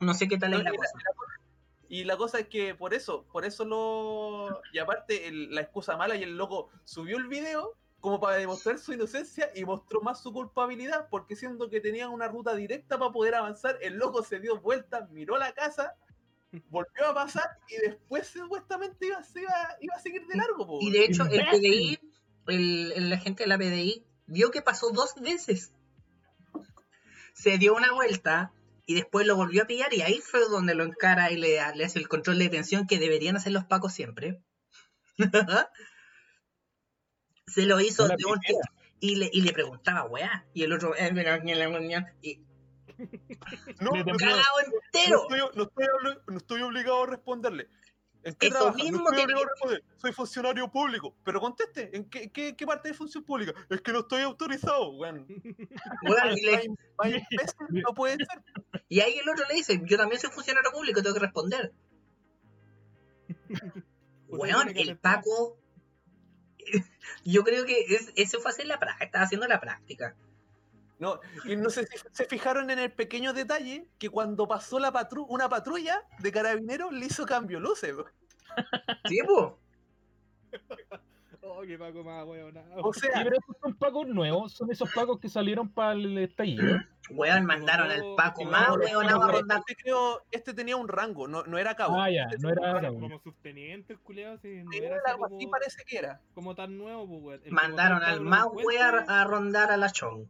no sé qué tal No, es y, la, la cosa. y la cosa- y la cosa es que por eso, por eso lo. Y aparte, el- la excusa mala y el loco subió el video como para demostrar su inocencia y mostró más su culpabilidad, porque siendo que tenían una ruta directa para poder avanzar, el loco se dio vuelta, miró la casa, volvió a pasar y después supuestamente iba, se iba, iba a seguir de largo. po. Y de hecho, el PDI, Imbécil. el, el agente de la PDI, vio que pasó dos veces. Se dio una vuelta y después lo volvió a pillar y ahí fue donde lo encara y le, le hace el control de detención que deberían hacer los pacos siempre. Se lo hizo No la de un primera. y le, y le preguntaba, weá, y el otro, eh, mira, mira, mira, mira, y Le No, no, tembló. no, cagado no entero. estoy, no estoy obli- no estoy obligado a responderle. ¿En qué Eso trabaja? mismo no estoy te obligado a responder. Soy funcionario público. Pero conteste, ¿en qué, qué, qué parte de función pública? Es que no estoy autorizado, weón. Weón, y, le- Más im- más imbécil No puede ser. y ahí el otro le dice, yo también soy funcionario público, tengo que responder. Usted Weón, tiene que el aceptar. Paco. Yo creo que es- eso fue hacer la práctica, estaba haciendo la práctica. No, y no sé si se fijaron en el pequeño detalle que cuando pasó la patru una patrulla de carabineros le hizo cambio luces. weón. Sí, po. Oh, qué Paco más, weón. O Sí, sea, pero esos son pacos nuevos. Son esos pacos que salieron para el estallido. Weón, mandaron al Paco No, más no, Ah, weón no, a no, rondar. este, creo, este tenía un rango, no, no era cabo. Ah, ya. No era ahora, weón. Como subtenientes, culiados, sí, no Era era así algo así como, parece que era. como tan nuevo, pues, weón. El que Mandaron votó al más cabro del weón puente, a rondar a la chong.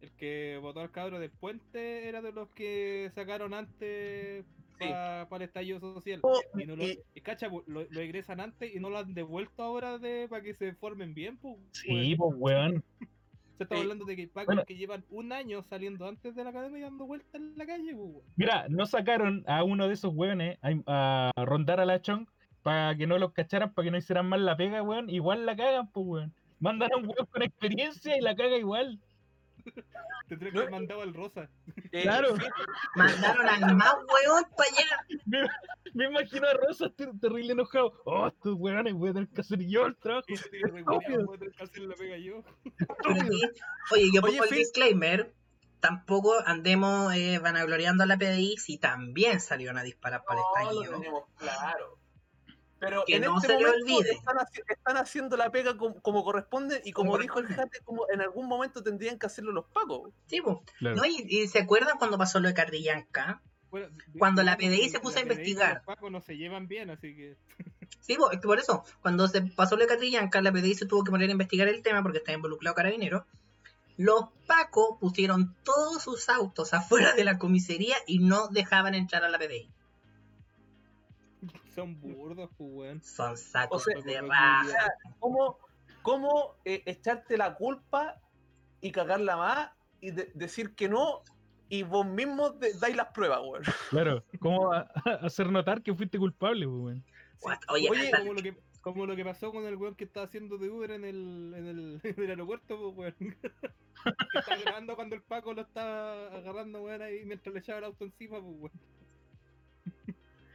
El que votó al cabro del puente era de los que sacaron antes para el estallido social. Oh, Y no lo, eh, y- y cacha, po, lo, lo egresan antes y no lo han devuelto ahora de para que se formen bien, pues. Sí, pues, weón. pues, Se está eh, Sí. hablando de que hay pacos Bueno. que llevan un año saliendo antes de la academia y dando vueltas en la calle, pues, weón. Mira, no sacaron a uno de esos weones a, a rondar a la chong para que no los cacharan, para que no hicieran mal la pega, weón. Igual la cagan, pues, weón. Mandan a un weón con experiencia y la caga igual. Tendría que No, haber mandado al Rosa. Eh, Claro. Mandaron al más weón para allá. Me, me imagino a Rosa ter- terrible enojado. Oh, estos weones voy a tener que hacer yo el trabajo. Y se tiene que Estúpido. recuperar, pues, voy a tener que hacer la pega yo. Pero aquí- Oye, yo Oye, pongo el Phil. disclaimer. Tampoco andemos eh, vanagloriando a la PDI si también salieron a disparar Oh, para el No, Oh, lo estallido. tenemos claro. Pero Que en no este se le momento olvide. Están, haci- están haciendo la pega com- como, corresponde y como Como dijo el Jate, como en algún momento tendrían que hacerlo los pacos. Sí, po. Claro. No, y, y se acuerdan cuando pasó lo de Carrillanca? Bueno, Cuando digamos la PDI que se puso la a PDI con investigar. los pacos no se llevan bien, así que. Sí, po, es que por eso, cuando se pasó lo de Catrillanca, la PDI se tuvo que poner a investigar el tema porque estaba involucrado Carabinero. Los Paco pusieron todos sus autos afuera de la comisaría y no dejaban entrar a la PDI. Son burdos, pues, weón. Son sacos O sea, de Pues, como- raja. ¿Cómo, cómo eh, echarte la culpa y cagarla más y de- decir que no y vos mismos de- dais las pruebas, weón? Claro, ¿cómo a- a- hacer notar que fuiste culpable, pues, weón? What? Oye, Oye, hasta- Como lo que, como lo que pasó con el weón que estaba haciendo de Uber en el, en el, en el aeropuerto, pues, weón. que estaba grabando cuando el Paco lo estaba agarrando, weón, ahí mientras le echaba el auto encima, pues, weón.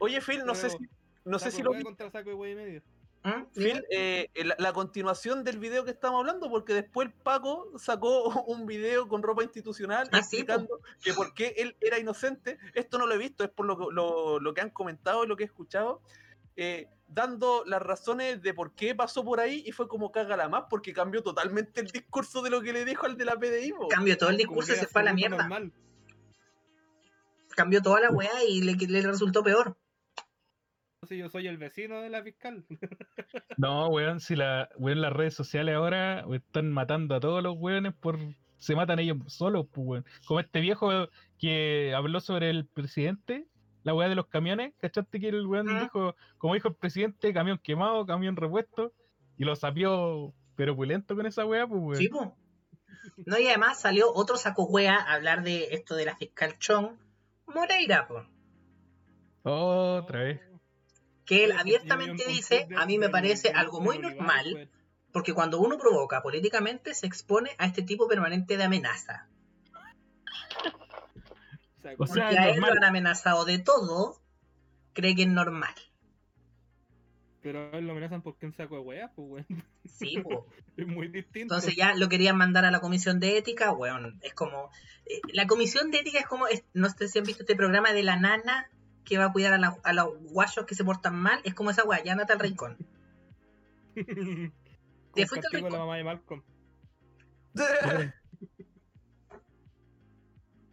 Oye, Phil, no Pero, sé si, no sé Saco si de lo wea viste. contra saco de wea y medio. ¿Mm? Phil, eh, la, la continuación del video que estamos hablando, porque después el Paco sacó un video con ropa institucional Ah, sí, po. explicando que por qué él era inocente. Esto no lo he visto, es por lo, que- lo- lo que han comentado y lo que he escuchado. eh, dando las razones de por qué pasó por ahí y fue como cágala más, porque cambió totalmente el discurso de lo que le dijo al de la PDI. po. Cambió todo el Como que discurso y era se fue a la absoluto mierda. normal. Cambió toda la weá y le, le resultó peor. Entonces yo soy el vecino de la fiscal. No, weón, si la, weón, las redes sociales ahora weón, están matando a todos los weones por. Se matan ellos solos, pues, weón. Como este viejo que habló sobre el presidente, la weá de los camiones, ¿cachaste que el weón Ah. dijo, como dijo el presidente, camión quemado, camión repuesto, y lo sapió, pero pulento con esa weá, pues, weón. Sí, po. No, y además salió otro saco wea a hablar de esto de la fiscal Chong Moreira, po, Otra vez. que él Oye, abiertamente yo vi un dice, concepto a mí me del- parece del algo muy Bolívar, normal pues". weón. Porque cuando uno provoca políticamente se expone a este tipo permanente de amenaza. Saco O Porque sea, de- es a él normal. lo han amenazado de todo, cree que es normal. Pero a él lo amenazan porque un saco de weas, pues, weón. Sí, po. Es muy distinto. Entonces ya lo querían mandar a la comisión de ética, weón. Es como. eh, la comisión de ética es como. es- no sé si han visto este programa de la nana que va a cuidar a, la- a los guayos que se portan mal. Es como esa weá, ya andate al rincón. Te fuiste al la rincón. mamá de Malcolm.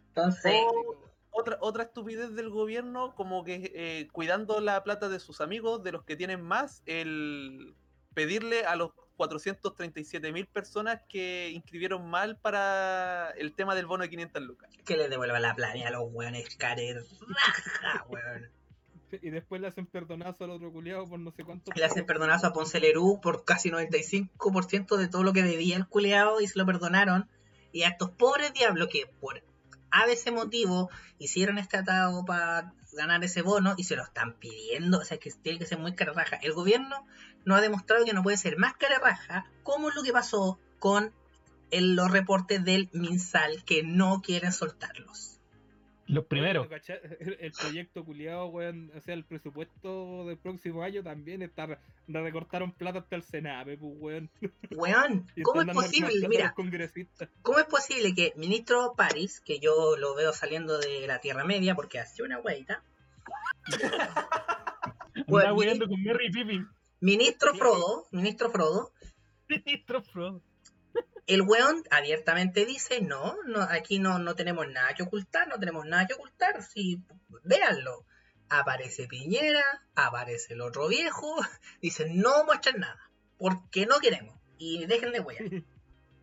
Entonces, pues. otra, otra estupidez del gobierno, como que eh, cuidando la plata de sus amigos, de los que tienen más, el pedirle a los 437 mil personas que inscribieron mal para el tema del bono de 500 lucas. que le devuelva la playa a los weones care raja, weón. Y después le hacen perdonazo al otro culiado por no sé cuánto. Le hacen perdonazo a Ponce Lerú por casi 95% de todo lo que debía el culeado y se lo perdonaron. Y a estos pobres diablos que por ABC motivo hicieron este atado para ganar ese bono y se lo están pidiendo. O sea, que tiene que ser muy cara raja. El gobierno no ha demostrado que no puede ser más cara raja, como es lo que pasó con el- los reportes del MinSal, que no quieren soltarlos. Los primeros. Oye, ¿cachai? El el proyecto culiado, weón. O sea, el presupuesto del próximo año también está. re- Le recortaron plata hasta el Sename, pues, weón. Weón, Y ¿cómo están es dando más plata posible? a Mira, los congresistas. ¿Cómo es posible que ministro París, que yo lo veo saliendo de la Tierra Media porque hacía una hueita, Bueno, Andaba mire- weando con Merry y Pippin. ministro Frodo, ministro Frodo, Ministro Frodo. el weón abiertamente dice, no, no aquí no, no tenemos nada que ocultar, no tenemos nada que ocultar, sí, véanlo. Aparece Piñera, aparece el otro viejo, dicen, no muestren nada, porque no queremos, y dejen de huear.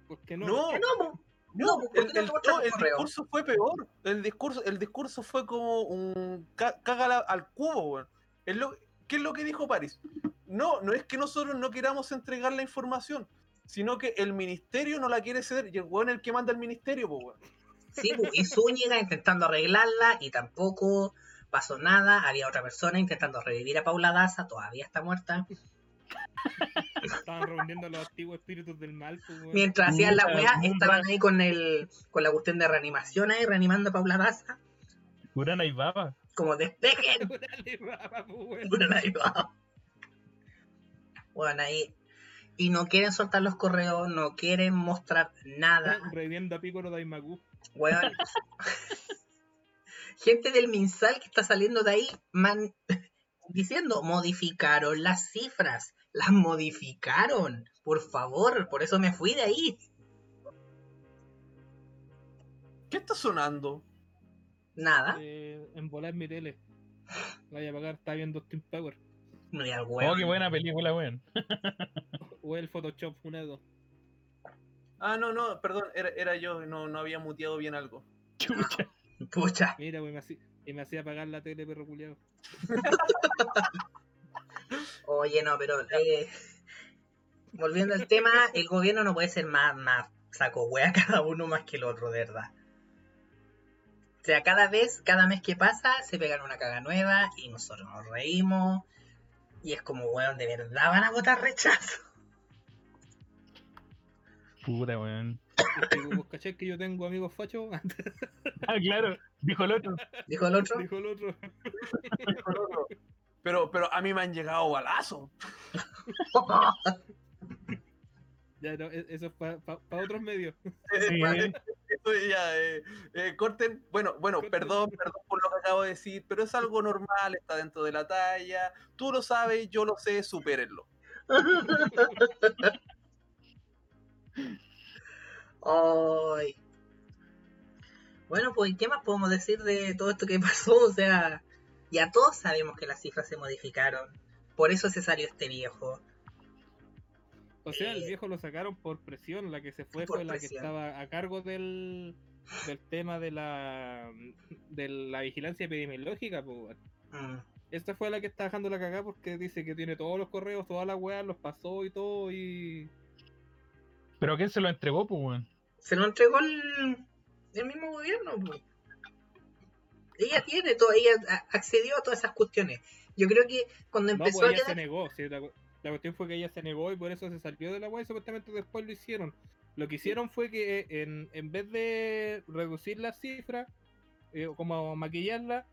Porque no. No, Que No, po, no, pues, ¿por qué el, no te muestran el- no, el el correo? discurso fue peor. El discurso, el discurso fue como un ca- cágala al cubo, weón. Es lo- ¿Qué es lo que dijo París? No, no es que nosotros no queramos entregar la información, sino que el ministerio no la quiere ceder. Y el weón es el que manda el ministerio, po, weón. Sí, pu, y Zúñiga intentando arreglarla y tampoco pasó nada. Había otra persona intentando revivir a Paula Daza, todavía está muerta. Estaban reuniendo a los antiguos espíritus del mal, pues, weón. Mientras hacían la Puta, weá, puta. estaban ahí con el con la cuestión de reanimación ahí, reanimando a Paula Daza. Urana y Baba. Como despejen. Dale, baba, pues, weón. Bueno, ahí va. Bueno, ahí. Y no quieren soltar los correos, no quieren mostrar nada. Reviendo a Pícoro Daimaku. Weón. Gente del Minsal que está saliendo de ahí man, diciendo, modificaron las cifras, las modificaron, por favor, por eso me fui de ahí. ¿Qué está sonando? Nada. eh, en volar mi tele. La voy a pagar, está viendo Steam Power. No hay al Oh, huevo. qué buena película, weón. O el Photoshop, una de dos. Ah, no, no, perdón, era, era yo, no, no había muteado bien algo. Chucha. Pucha. Mira, güey, me hacía, y me hacía pagar la tele, perro culiado. Oye, no, pero eh, volviendo al tema, el gobierno no puede ser más, más saco wea cada uno más que el otro, de verdad. O sea, cada vez, cada mes que pasa, se pegan una caga nueva y nosotros nos reímos. Y es como, weón, de verdad van a votar rechazo. Pura, weón. ¿Vos caché que yo tengo amigos fachos? Antes Ah, claro, dijo el otro. Dijo el otro. dijo el otro. Pero, pero a mí me han llegado balazos. Ya, no, e- eso es para otros medios. Sí. Esto ya, eh, eh, corten. Bueno, bueno, Corten. perdón, perdón por lo que acabo de decir, pero es algo normal, está dentro de la talla. Tú lo sabes, yo lo sé, supérenlo. Ay. Bueno, pues ¿qué más podemos decir de todo esto que pasó? O sea, ya todos sabemos que las cifras se modificaron. Por eso se salió este viejo. O sea, el Eh. viejo lo sacaron por presión. La que se fue Por fue la que presión. estaba a cargo del, del tema de la, de la vigilancia epidemiológica. Pues, güey. Mm. Esta fue la que está dejando la cagada porque dice que tiene todos los correos, todas las weas, los pasó y todo. Y Pero ¿quién se lo entregó, pues, weón? Se lo entregó el, el mismo gobierno. po. Ella tiene todo, ella a- accedió a todas esas cuestiones. Yo creo que cuando no, empezó pues, a ella quedar- se negó. sí, la, cu- la cuestión fue que ella se negó y por eso se salió de la wea y supuestamente después lo hicieron. Lo que hicieron fue que eh, en, en vez de reducir las cifras, eh, como maquillarla,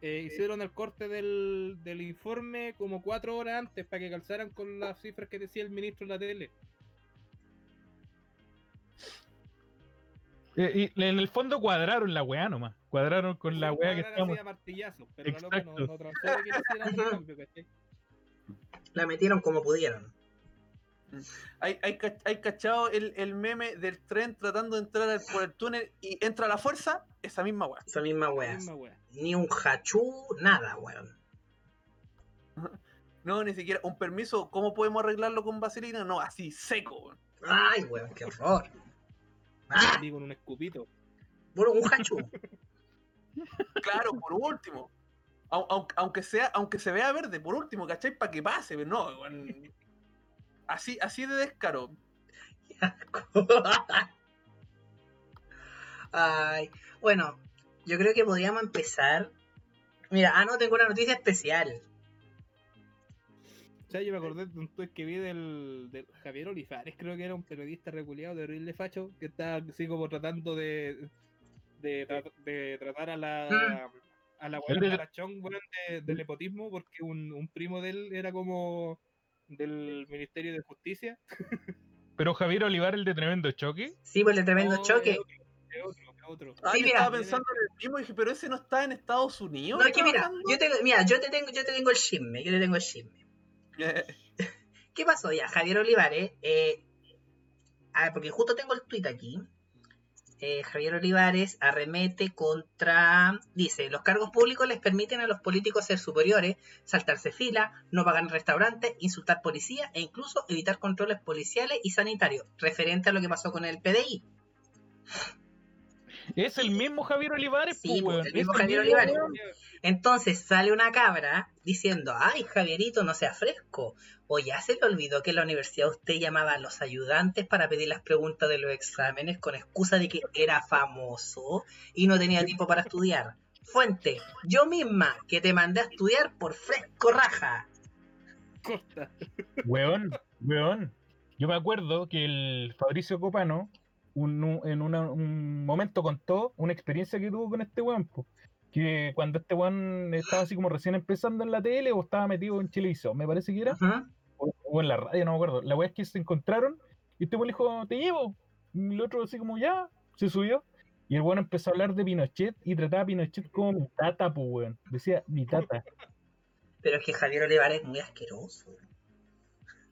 eh, hicieron el corte del, del informe como cuatro horas antes para que calzaran con las cifras que decía el ministro en la tele. Eh, y en el fondo cuadraron la weá nomás. Cuadraron con la weá que Cuadrar así estamos. a martillazos, pero la loca no, no transó de que hicieran el cambio, ¿cachai? la metieron como pudieron. Hay, hay, ca- hay cachado el, el meme del tren tratando de entrar al- por el túnel y entra a la fuerza, esa misma weá. Esa misma La wea. misma wea. Ni un hachú, nada, weón. No, ni siquiera un permiso, ¿cómo podemos arreglarlo con vaselina? No, así seco. weón. Ay, weón, qué horror. Ah, Digo, en un escupito. bueno, un hachú. Claro, por último. Au- au- aunque sea, aunque se vea verde, por último, ¿cachai? Para que pase, pero no, weón. Así, así de descaro. Ay, bueno, yo creo que podríamos empezar. Mira, ah, no, tengo una noticia especial. O sea, yo me acordé de un tweet que vi del, del Javier Olivares, creo que era un periodista reculeado de horrible facho, que está así como tratando de, de, tra- de tratar a la Mm. a la El buena de- Parachón, weón, de- del nepotismo, porque un, un primo de él era como del Ministerio de Justicia. Pero Javier Olivar, el de tremendo choque. Sí, por el tremendo No, choque. Oh, es otro, es otro, es otro. Ah, Sí, yo mira. estaba pensando en el mismo y dije, pero ese no está en Estados Unidos. No, es que mira, trabajando. yo te, mira, yo te tengo, yo te tengo el chisme, yo te tengo el chisme. ¿Qué pasó ya? Javier Olivares, eh, ah, porque justo tengo el tweet aquí. Eh, Javier Olivares arremete contra. Dice: Los cargos públicos les permiten a los políticos ser superiores, saltarse fila, no pagar en restaurantes, insultar policía e incluso evitar controles policiales y sanitarios, referente a lo que pasó con el PDI. Es el mismo Javier Olivares, Sí, pues, pues, weón. el mismo Es Javier Olivares. weón. Entonces sale una cabra diciendo, ay, Javierito, no sea fresco. O ya se le olvidó que en la universidad usted llamaba a los ayudantes para pedir las preguntas de los exámenes con excusa de que era famoso y no tenía tiempo para estudiar. Fuente, yo misma que te mandé a estudiar por fresco raja. Costa. Weón, weón. Yo me acuerdo que el Fabricio Copano un- un- en una- un momento contó una experiencia que tuvo con este weón. po. Que cuando este weón estaba así como recién empezando en la tele o estaba metido en Chilevisión, me parece que era, Ujú. o, o en la radio, no me acuerdo. La weá es que se encontraron y este weón le dijo, te llevo. Y el otro así como, ya, se subió. Y el weón empezó a hablar de Pinochet y trataba a Pinochet como mi tata, pues weón. Decía, mi tata. Pero es que Javier Olivares es muy asqueroso.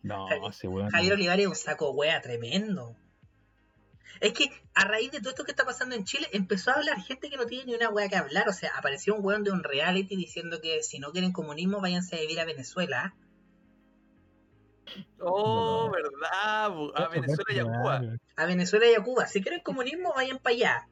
No, Javier- ese weón. Javier Olivares es un saco wea tremendo. Es que a raíz de todo esto que está pasando en Chile, empezó a hablar gente que no tiene ni una weá que hablar. O sea, apareció un weón de un reality diciendo que si no quieren comunismo, váyanse a vivir a Venezuela. Oh, verdad. bu- A Ah, Venezuela y a Cuba. A Venezuela y a Cuba. Si quieren comunismo, vayan para allá.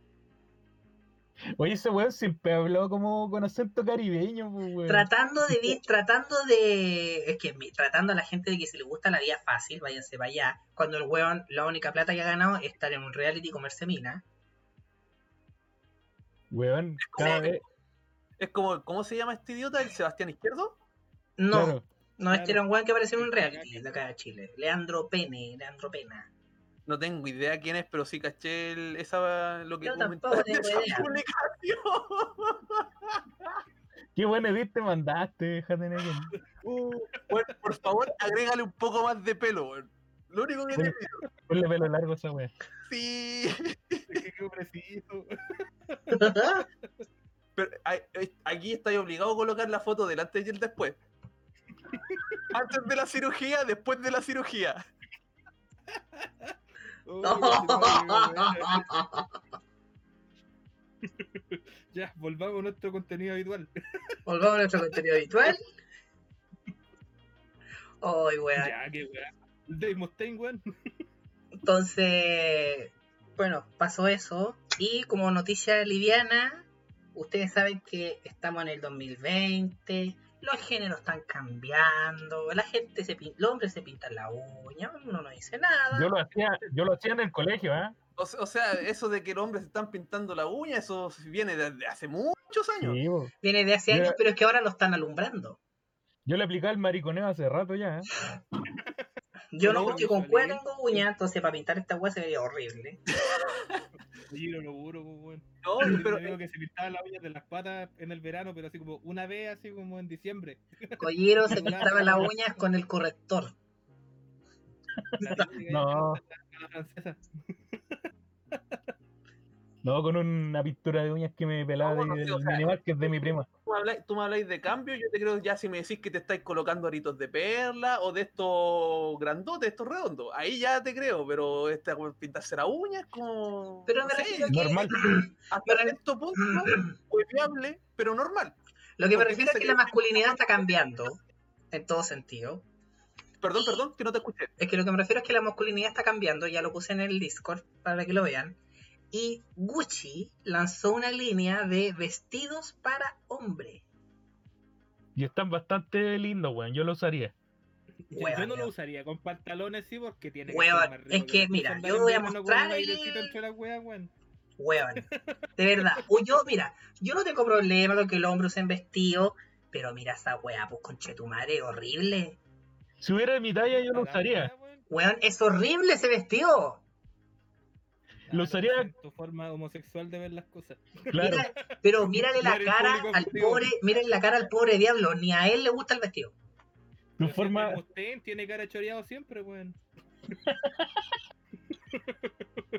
Oye, ese weón siempre habló como con acento caribeño, pues, weón. Tratando de vi- tratando de. Es que mi- tratando a la gente de que si le gusta la vida fácil, váyanse para allá. Cuando el weón, la única plata que ha ganado es estar en un reality y comerse mina. Weón, cada vez. Es como, ¿cómo se llama este idiota? ¿El Sebastián Izquierdo? No, Claro. no, este claro. era un weón que apareció en un reality Caca. de acá de Chile. Leandro Pene, Leandro Pena. No tengo idea quién es, pero sí caché el- esa, lo que Yo comentaste tampoco tengo de esa idea. publicación. Qué buen edit te mandaste, Jateneguen. Uh, bueno, por favor, agrégale un poco más de pelo, weón. Lo único que te Bueno. pido. Ponle pelo largo a esa weón. Sí. Qué qué preciso. Pero ay, ay, aquí estáis obligado a colocar la foto del antes y el después. Antes de la cirugía, después de la cirugía. Oh, conchetumare, ya, volvamos a nuestro contenido habitual. Volvamos a nuestro contenido habitual. Ay, weón. ya, qué weá. Dave Mustaine, weón. Entonces, bueno, pasó eso. Y como noticia liviana, ustedes saben que estamos en el 2020, los géneros están cambiando, la gente se pin- los hombres se pintan la uña, uno no dice nada. Yo lo hacía, yo lo hacía en el colegio, ¿ah? O, se- o sea, eso de que los hombres se están pintando la uña, eso viene desde hace muchos años. Sí, po. Viene de hace Mira. años, pero es que ahora lo están alumbrando. Yo le aplicaba el mariconeo hace rato ya, ¿eh? Yo no, No, porque con visualiz- cueva tengo uña, entonces para pintar esta hueá se veía horrible. Oye, no lo juro, pues, weón. No, Yo pero eh, digo que se pintaba las uñas de las patas en el verano, pero así como una vez, así como en diciembre. Collero se Claro. pintaba las uñas con el corrector. La típica, No. a la francesa. No, con una pintura de uñas que me pelaba No, de, no sé, del o sea, minibar, que es de mi prima. tú me habláis, tú me habláis de cambio, yo te creo ya si me decís que te estáis colocando aritos de perla o de estos grandotes, estos redondos. Ahí ya te creo, pero esta weón, pintarse la uña es como. Pero no me sé, refiero a que- Normal. hasta cierto punto, viable, pero normal. Lo que me Porque refiero es piensa que que- la masculinidad está cambiando en todo sentido. Perdón, perdón, que no te escuché. Es que lo que me refiero es que la masculinidad está cambiando, ya lo puse en el Discord para que lo vean. Y Gucci lanzó una línea de vestidos para hombre. Y están bastante lindos, weón. Yo lo usaría. Yo- Weón, yo no yo- lo usaría con pantalones, sí, porque tiene Weón, ser más rico es que, mira, andar yo en voy a verano con mostrar un airecito el- entre las weas, weón. Weón, de verdad. O yo, mira, yo no tengo problema con que el hombre use vestido, pero mira esa weá, pues conchetumare, horrible. Si hubiera de mi talla, yo Para lo la usaría. wea, weón. Weón, es horrible ese vestido. Lo usaría- en Tu forma homosexual de ver las cosas. Claro. Mira- pero mírale la Mira el cara público al frío. pobre, mírale la cara al pobre diablo, ni a él le gusta el vestido. Tu Pero forma. siempre Mustaine tiene cara de choreado siempre, weón.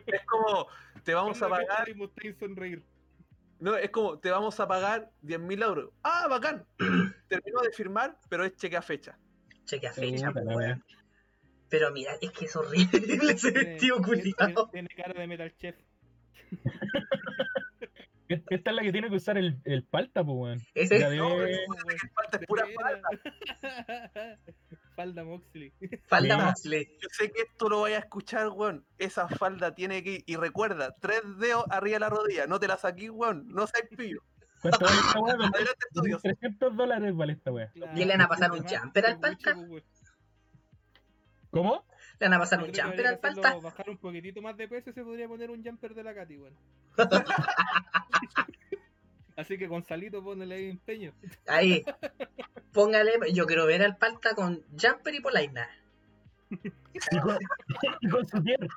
Es como, te vamos a ¿Cuándo vio pagar, Dave Mustaine sonreír. no, es como, te vamos a pagar 10.000 euros. Ah, bacán. Terminó de firmar, pero es cheque a fecha. Chequea Puta fecha, la pues, wea. weón. Pero mira, es que es horrible ese Tiene- vestido tiene- culiado. Tiene cara de Metal Chef. E-, Esta es la que tiene que usar el, el palta, pues, weón. Ese La es No, de... weón. Falta es pura Falda. falta. falda Moxley. falda Mira. Moxley. Yo sé que esto lo vaya a escuchar, weón. Esa falda tiene que ir. Y recuerda, tres dedos arriba de la rodilla. No te la saquís, weón. No seas pillo. ¿Cuánto vale esta weón? Adelante, estudios. 300 dólares vale esta weón. ¿Y le van a pasar un jumper al palta? pues, ¿Cómo? Le van a pasar un Yo creo que jumper habría al que hacerlo palta. Bajar un poquitito más de peso y se podría poner un jumper de la Katy, weón. Así que Gonzalito, ponele ahí empeño. Ahí. Póngale, yo quiero ver al palta con jumper y polaina. Y con, y con su tierra.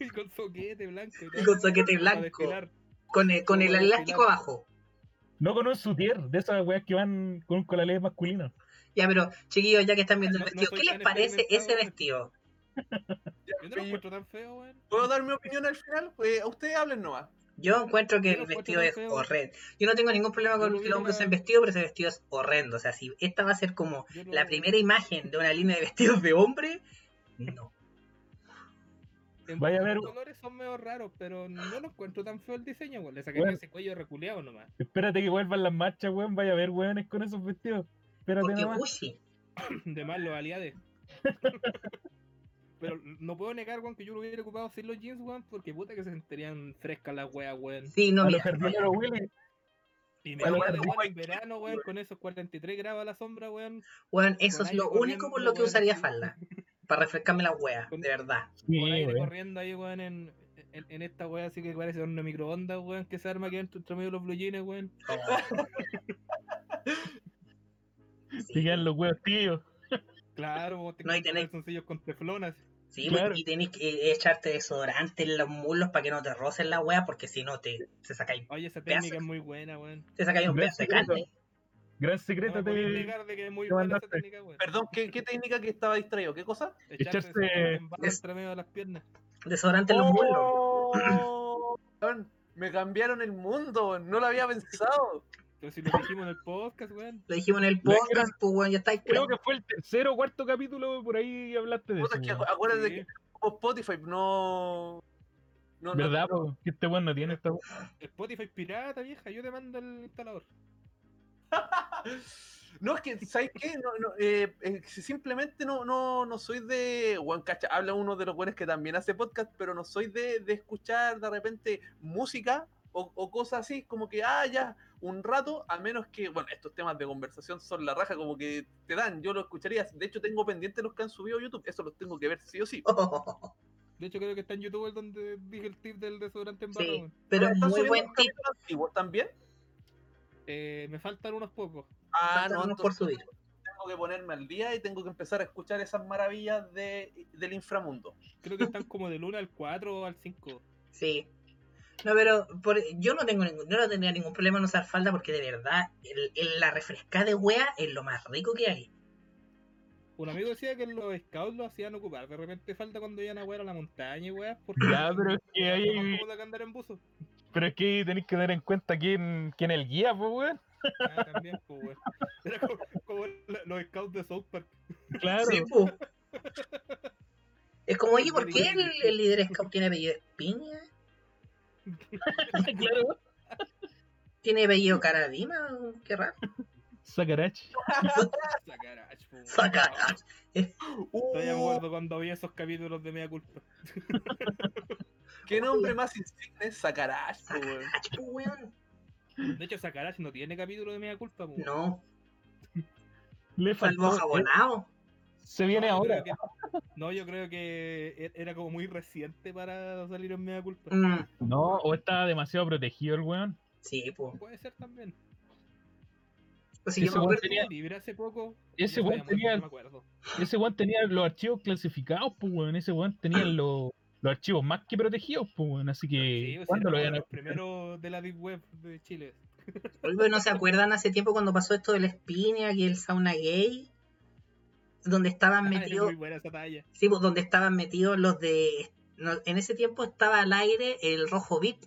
Y con soquete blanco. Y todo, con soquete para blanco. desfilar. Con el, con el Como el elástico final. abajo. No con un sutier, de esas weas que van con un colale masculino. Ya, pero chiquillos, ya que están viendo el No- no vestido, soy ¿qué les tan parece ese experimentado, weón. vestido? Yo no lo encuentro tan feo, weón. ¿Puedo dar mi opinión al final? Pues, a ustedes hablen nomás. Yo encuentro que Yo el lo vestido encuentro tan es feo. horrendo. Yo no tengo ningún problema Yo con lo que vi los en hombres la- usen vestido, pero ese vestido es horrendo. O sea, si esta va a ser como Yo no- la primera imagen de una línea de vestidos de hombre, no. En Vaya a verdad ver- Los colores son medio raros, pero no lo encuentro tan feo el diseño, weón. Le sacaría Bueno. ese cuello reculeado nomás. Espérate que vuelvan las marchas, weón. Vaya a ver, weones, con esos vestidos. Espérate Porque nomás. Bushi, De más los aliades. Pero no puedo negar, weón, que yo lo hubiera ocupado sin los jeans, weón, porque puta que se sentirían frescas las weas, weón. sí, no, A los mira, hermanos Willy. Y me Bueno, acuerdo, bueno, weón, en igual que- verano, weón, con esos 43 grados a la sombra, weón. weón, eso es aire lo único por lo que corriendo, usaría weón. falda. Para refrescarme las weas, de verdad. Sí, Por ahí weón. corriendo ahí, weón, en, en, en esta wea así que parece horno de microondas, weón, que se arma aquí entre entre medio de los blue jeans, weón. Te Sí, quedan los huevos, tío. Claro, vos te No, y compras tenés- calzoncillos con teflonas. sí, claro. porque tenés que eh, echarte desodorante en los muslos para que no te rocen las weas, porque si no te, te sacáis Oye, esa Pedazos. técnica es muy buena, weón. te sacáis un Gran pedazo de secreto. carne. Gran No secreto me podéis de negar de que es muy te buena esa mandaste. técnica, weón. Perdón, ¿qué, qué técnica que estaba distraído? ¿Qué cosa? Echarse Echarse- esa en barro es- entre medio de las piernas. Desodorante en los muslos. ¡Oh! Weón, Me cambiaron el mundo, no lo había pensado. Pero si lo dijimos en el podcast, weón. Lo dijimos en el La podcast, pues weón, ya estáis Creo que fue el tercero o cuarto capítulo, por ahí hablaste de eso. Puta, es que weón. acu- acuérdate Sí. que Spotify no. no- no- ¿Verdad, po? Que este weón no tiene esta weón. Spotify pirata, vieja, yo te mando el instalador. No, es que, ¿sabes qué? No, no, eh, eh, si simplemente no, no, no soy de. Juan Cacha, habla uno de los buenos que también hace podcast, pero no soy de, de escuchar de repente música o, o cosas así, como que, ah, ya, un rato, a menos que, bueno, estos temas de conversación son la raja, como que te dan, yo lo escucharía. De hecho, tengo pendientes los que han subido a YouTube, eso los tengo que ver sí o sí. Oh, De hecho, creo que está en YouTube el donde dije el tip del desodorante en barro, Sí, weón. pero es ¿Están muy subiendo buen los tip. capítulos antiguos también? Eh, me faltan unos pocos. Ah, faltan no, unos por entonces subir. tengo que ponerme al día y tengo que empezar a escuchar esas maravillas de, del inframundo. Creo que están como del 1 al 4 o al 5. Sí. No, pero por- yo no tengo ningún, yo no tendría ningún problema en usar falda porque de verdad el, el- la refrescada de wea es lo más rico que hay. Un amigo decía que los scouts lo hacían ocupar. De repente falta cuando iban a wear a la montaña y weas. Porque Ya, pero es que ahí- Es más cómodo que andar en buzo. Pero es que tenéis que tener en cuenta quién, quién es el guía, pues, weón. Ah, también, pues, weón. Era como, como la- los scouts de South Park. Claro. Sí, po. Es como, oye, ¿por qué el, el líder scout tiene apellido Piña? claro. ¿Tiene apellido Caradima? Qué raro. Sacarach. Sacarach, pues, weón. Sacarach. Todavía me Uh, acuerdo cuando había esos capítulos de Media Culpa. ¿Qué nombre más insigne es Sakarash, po, weón? Sacarach, po, pues, weón. De hecho, Sacarach no tiene capítulo de Media Culpa, pues. weón. No, Le salvo faltó. jabonado. Se viene No, yo ahora. creo que- no, yo creo que e- era como muy reciente para salir en Media Culpa. Mm, No, o está demasiado protegido el weón. sí, pues. Puede ser también. O sea, yo me Ese weón acuerdo- Tenía- Libre hace poco. Ese ya sabía weón muerto, tenía- No me acuerdo. Ese weón tenía los archivos clasificados, pues, weón. Ese weón tenía los, los archivos más que protegidos, pues, weón. Así Sí, que, pues, era ¿cuándo uno lo de iban a los primeros de la Deep Web de Chile. Oye, ¿No se acuerdan hace tiempo cuando pasó esto del Spinia y el sauna gay? Donde estaban Ah, era metidos, muy buena esa talla. sí, pues, donde estaban metidos los de. no, en ese tiempo estaba al aire el Rojo Beat,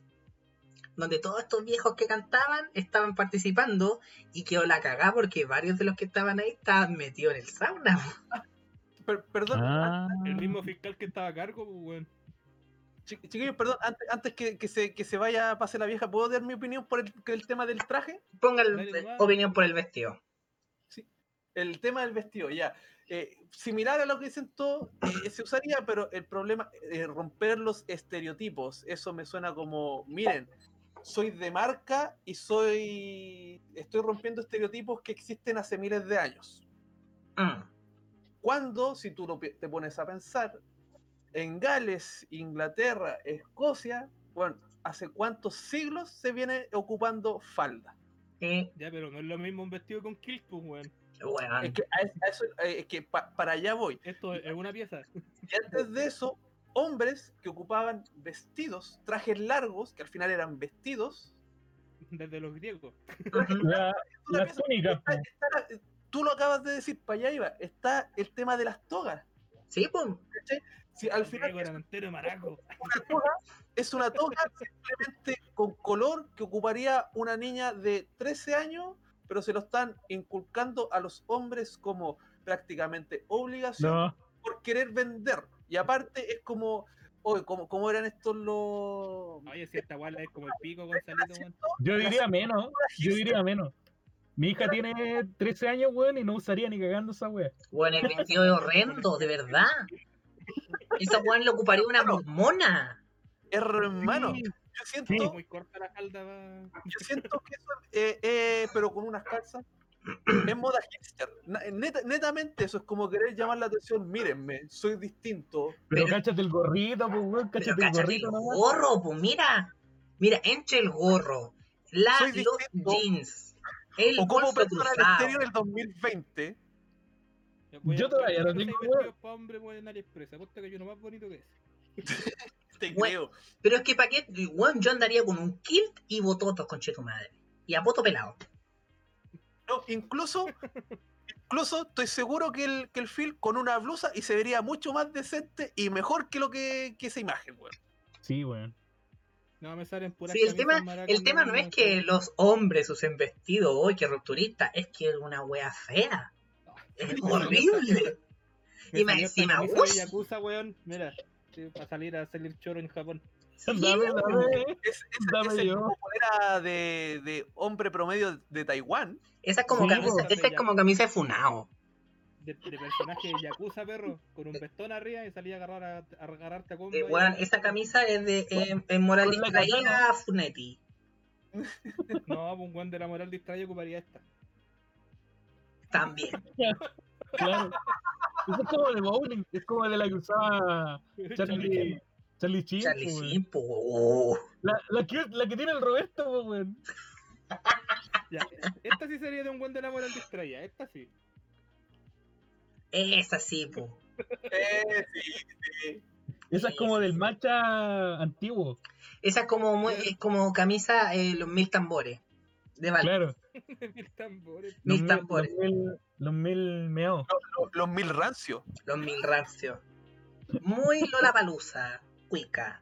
donde todos estos viejos que cantaban estaban participando y quedó la cagada porque varios de los que estaban ahí estaban metidos en el sauna. Per- perdón, Ah, El mismo fiscal que estaba a cargo, pues, weón. an- chi- chiquillos, perdón, antes, antes que, que se, que se vaya, pase la vieja, ¿puedo dar mi opinión por el, el tema del traje? Pongan Dale nomás. opinión por el vestido. El tema del vestido, ya. Eh, similar a lo que dicen todos, eh, se usaría, pero el problema es romper los estereotipos. Eso me suena como, miren, soy de marca y soy estoy rompiendo estereotipos que existen hace miles de años. Mm, Cuando, si tú lo pi- te pones a pensar, en Gales, Inglaterra, Escocia, bueno, hace cuántos siglos se viene ocupando falda. sí, Ya, pero no es lo mismo un vestido con kilt, pues, weón. weón. Es que, a es- a eso- eh, es que pa- para allá voy. Esto es es una pieza. Y antes de eso, hombres que ocupaban vestidos, trajes largos, que al final eran vestidos. Desde los griegos. Ujú. la, Tú la la piensas, túnica, está- pues. está- tú lo acabas de decir, para allá iba. Está el tema de las togas. Sí, pues. Si al Los final griegos eran enteros de maraco. una toga, es una toga simplemente con color que ocuparía una niña de 13 años, pero se lo están inculcando a los hombres como prácticamente obligación No, por querer vender. Y aparte es como, Oye, ¿cómo, cómo eran estos los. Oye, si esta guala es como el pico, Gonzalito, weón. Yo diría menos, yo diría menos. Mi hija tiene 13 años, weón, y no usaría ni cagando esa wea. Bueno, el vestido es horrendo, de verdad. Esa weón le ocuparía una mormona. Hermano, Sí. yo siento, Sí. Muy corta la falda, va. yo siento que eso. eh, eh, pero con unas calzas. Es moda hipster. Na- neta- netamente eso es como querer llamar la atención. Mírenme, soy distinto. Pero, Pero- cáchate el gorrito, pues, weón, Pero cáchate el cáchate el gorrito, nomás. gorro, pues mira. Mira, entre el gorro, la, Soy los distinto. jeans, el O como bolso persona del cruzado. exterior del 2020. voy a Yo todavía buscar no seis tengo vestidos idea. pa' hombre, weón, en AliExpress. Apuesto que hay uno más bonito que ese. Te Bueno. creo. Pero es que para qué, weón, yo andaría con un kilt y bototos, conche tu madre. Y a boto pelado. No, incluso, incluso estoy seguro que el, que el Phil con una blusa y se vería mucho más decente y mejor que lo que, que esa imagen, weón. Sí, weón. No, me salen puras Sí, el camisas tema- maracas, El tema no es que los hombres usen vestidos hoy, que rupturista, es que es una wea fea. Es horrible. Me y más salió esta encima, camisa ¡ush! de Yakuza, weón. Mira, sí, para salir a salir choro en Japón. Sí, Dame, dame. Es, es- Dame es el yo. tipo polera de, de hombre promedio de Taiwán. Esa es como Sí, camisa, pues. esa es como camisa de funao. De, de personaje de Yakuza, perro. Con un vestón arriba y salía a agarrar a, a agarrarte a combo. Eh, ahí. weón, esa camisa es de eh, en moral Con la distraída katana. Funetti. No, pues, un weón de la moral distraído ocuparía esta. También. Claro. Eso es como de bowling, es como de la que usaba Charlie, Charlie Chin, Charlie po, weón. Sheen, po, oh. La, la que, la que tiene el Roberto, po, weón. Ya, esta sí sería de un weón de la moral distraída. Esta sí. Esa sí, po. Eh, sí. Esa es como del matcha antiguo, Esa es como, muy- es como camisa eh, los mil tambores. De Val. claro. Mil tambores. Mil Los tambores. Los mil, los mil meados. Los, los mil rancios. Los mil rancios. Muy Lola Palusa. Cuica.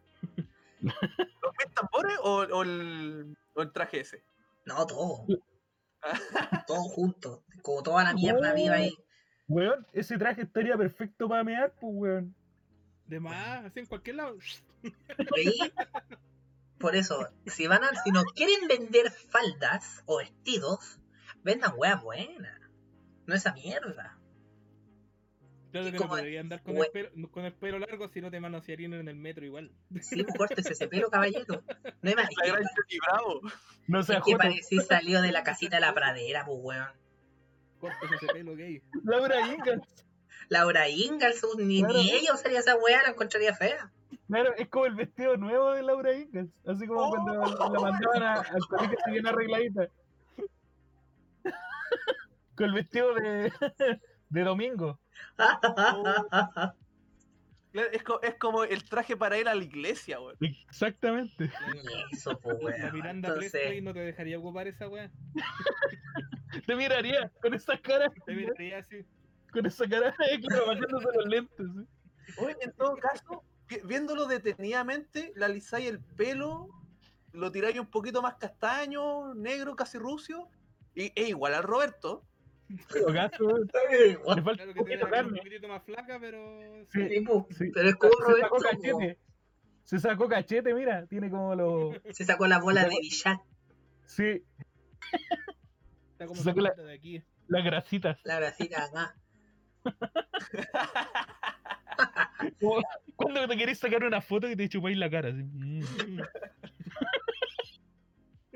¿Los mil tambores o, o el, o el traje ese? No, todo. todo junto. Como toda la mierda Oh. viva ahí. Weón, ese traje estaría perfecto para mear, pues, weón. De más, así en cualquier lado. ¿Veí? Por eso, si van a, si no quieren vender faldas o vestidos, vendan weas buenas. No esa mierda. Claro que no como- podría andar con we- el, pelo, con el pelo largo si no te manosearían en el metro igual. Sí, pues, córtese ese pelo, caballero. No hay más. La Es gran que, Johnny Bravo. No se es que joto. parecí salido de la casita de la pradera, pues weón. Cortes ese pelo gay. Laura Ingalls. Laura Ingalls, ni, Claro. ni ella usaría esa wea, la encontraría fea. Claro, es como el vestido nuevo de Laura Ingalls. Así como Oh. cuando la mandaban a- al colegio así bien arregladita. Con el vestido de, de domingo. Oh. Claro, Es, co- es como el traje para ir a la iglesia, weón. Exactamente. Ni eso, pues La weón. Miranda Entonces, Presley no te dejaría ocupar esa weá. Te miraría con esa cara, Te miraría así. con esa cara de claro, bajándose los lentes. ¿sí? Oye, en todo caso, vi- viéndolo detenidamente, la alisáis el pelo, lo tiráis un poquito más castaño, negro, casi rucio, y es igual al Roberto. Pero gato, le falta Oh, Claro que un te poquito de dejaría un carne. poquitito más flaca, pero. Sí. Sí, pues, Sí. Pero es como Se sacó Roberto. cachete. Se sacó cachete, mira, tiene como los. pues. Se sacó la bola de Villar. Sí, Está como Se sacó la- solita de aquí. las grasitas. La grasita acá. Como Cuando te querés sacar una foto que te chupáis la cara. así. Mm.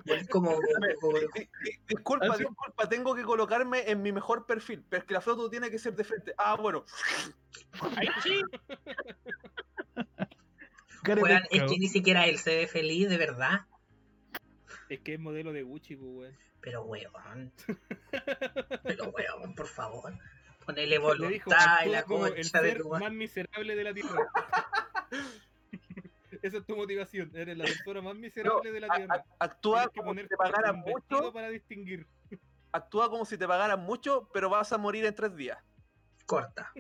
Es como, como- Di- di- Disculpa, Ah, sí. disculpa, tengo que colocarme en mi mejor perfil, pero es que la foto tiene que ser de frente. Ah, bueno, ¡Ay, sí! Cara de weón, es pescado. que ni siquiera él se ve feliz, de verdad. Es que es modelo de Gucci, pues, weón. Pero weón. Pero weón, por favor. Ponele Le dijo voluntad y actúa la como el concha de ser tu madre. más miserable de la tierra. Esa es tu motivación. Eres la persona más miserable de la a- tierra. a- actúa Tienes que como si ponerte te pagaran un vestido mucho, para distinguir. actúa como si te pagaran mucho, pero vas a morir en tres días. Corta.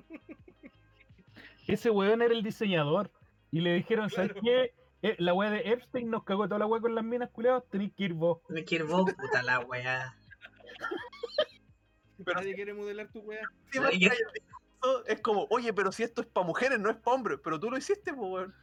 Ese weón era el diseñador. Y le dijeron, ¿sabes Claro. qué? Eh, la weá de Epstein nos cagó toda la weá con las minas culeadas, tenéis que ir vos. Me quiero vos, puta la weá. Pero Nadie quiere modelar tu weá. si Oye. vas a ir al discurso, es como, oye, pero si esto es para mujeres, no es para hombres, pero tú lo hiciste, pues, weón.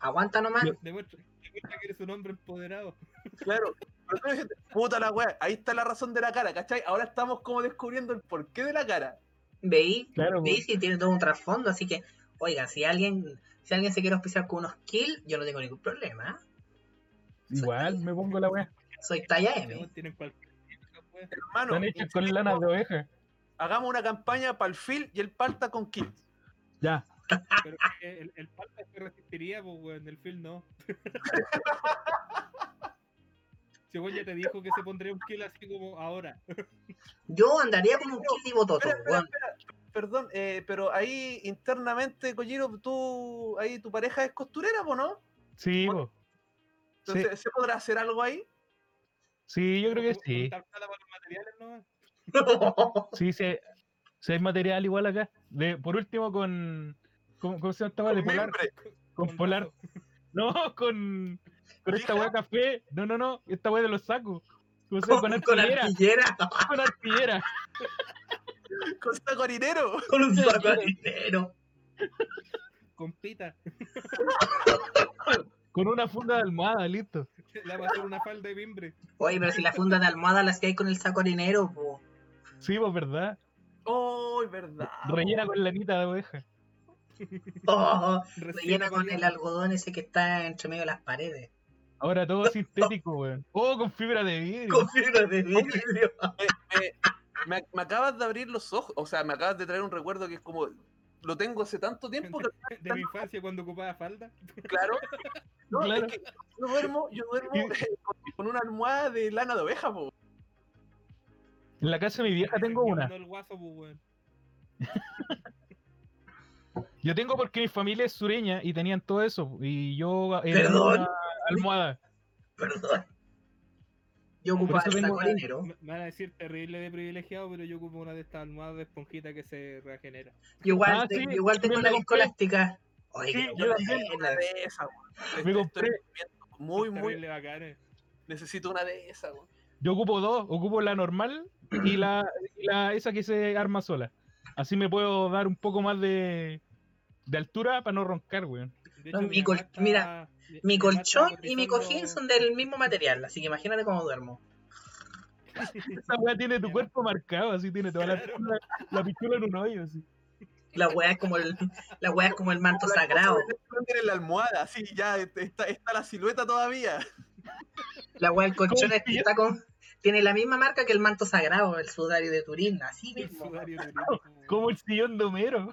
Aguanta nomás. Demuestra, demuestra que eres un hombre empoderado. Claro. Pero tú dijiste, puta la weá, ahí está la razón de la cara, ¿cachai? Ahora estamos como descubriendo el porqué de la cara. Veí, Claro, veí weón. si tiene todo un trasfondo, así que, oiga, si alguien, si alguien se quiere auspiciar con unos kills, yo no tengo ningún problema. ¿eh? Igual me pongo la weá. Soy talla Weón, M. Tienen cualquier cosa, weón. Hermano, Están hechas con lana de oveja. hagamos una campaña para el Phil y el Palta con Kit. Ya. Pero que el, el palta se resistiría, pues, weón, el Phil no. Si weón ya te dijo que se pondría un kill así como ahora. Yo andaría con un kill de bototo, Espera, espera, weón. espera. Perdón, eh, pero ahí internamente, Colliro, tú, ahí tu pareja es costurera, ¿po ¿no? Sí, Bueno. po. Entonces, ¿se podrá hacer algo ahí? sí, yo creo que Con- con sí. tal plata para los materiales, ¿no? Sí, sí. hay- sí hay material igual acá. De, por último, con. ¿Cómo, cómo se llama esta weá? De Con polar. mimbre. Con polar. No, con. Con esta weá café. No, no, no. Esta weá de los sacos. ¿Cómo se llama? con, con artillera. artillera, Con artillera. Con sacorinero. con un saco de dinero. Con pita. Con una funda de almohada, listo. Le va a hacer una falda de mimbre. Oye, pero si la funda de almohada la hacía con el saco de dinero, po. Sí, pues, ¿verdad? ¡Oh, es verdad! Rellena con lanita de oveja. Oh, rellena Recién con el colgado. algodón ese que está entre medio de las paredes. Ahora todo sintético, weón. Oh, con fibra de vidrio. Con fibra de vidrio. Me, me acabas de abrir los ojos, o sea, me acabas de traer un recuerdo que es como, lo tengo hace tanto tiempo que, De mi infancia cuando ocupaba falda. claro, no, es Claro. que yo duermo, yo duermo con, con una almohada de lana de oveja, po. En la casa de mi vieja Me tengo terminó una. el guaso, pues, weón. Yo tengo porque mi familia es sureña y tenían todo eso. Y yo era Perdón. una almohada. Perdón. Yo ocupaba Por eso el saco vengo- de dinero. Me me van a decir terrible de privilegiado, pero yo ocupo una de estas almohadas de esponjita que se regenera. Yo igual, Ah, te- sí, yo igual tengo también la la disco compré. elástica. Oye, Sí, qué yo buena. también. Una de esas, po. Este, Me Estoy compré. viviendo Muy, muy, Terrible bacán, eh. Necesito una de esas, weón. Yo ocupo dos. Ocupo la normal y la, y la- esa que se arma sola. Así me puedo dar un poco más de, de altura para no roncar, weón. De No, hecho, mi mamá col- mira, Mi mamá estaba colchón y mi cojín son del mismo material, así que imagínate cómo duermo. Esa weá tiene tu Ya. cuerpo marcado, así tiene toda la, Claro. la, la pichula en un hoyo. Así. La weá es como el, la weá es como el manto sagrado. Tiene la almohada, así ya este, está, está la silueta todavía. La weá del colchón ¿Cómo es- está con. Tiene la misma marca que el manto sagrado, el sudario de Turín, así El mismo. sudario de Turín, Como el sillón de Homero.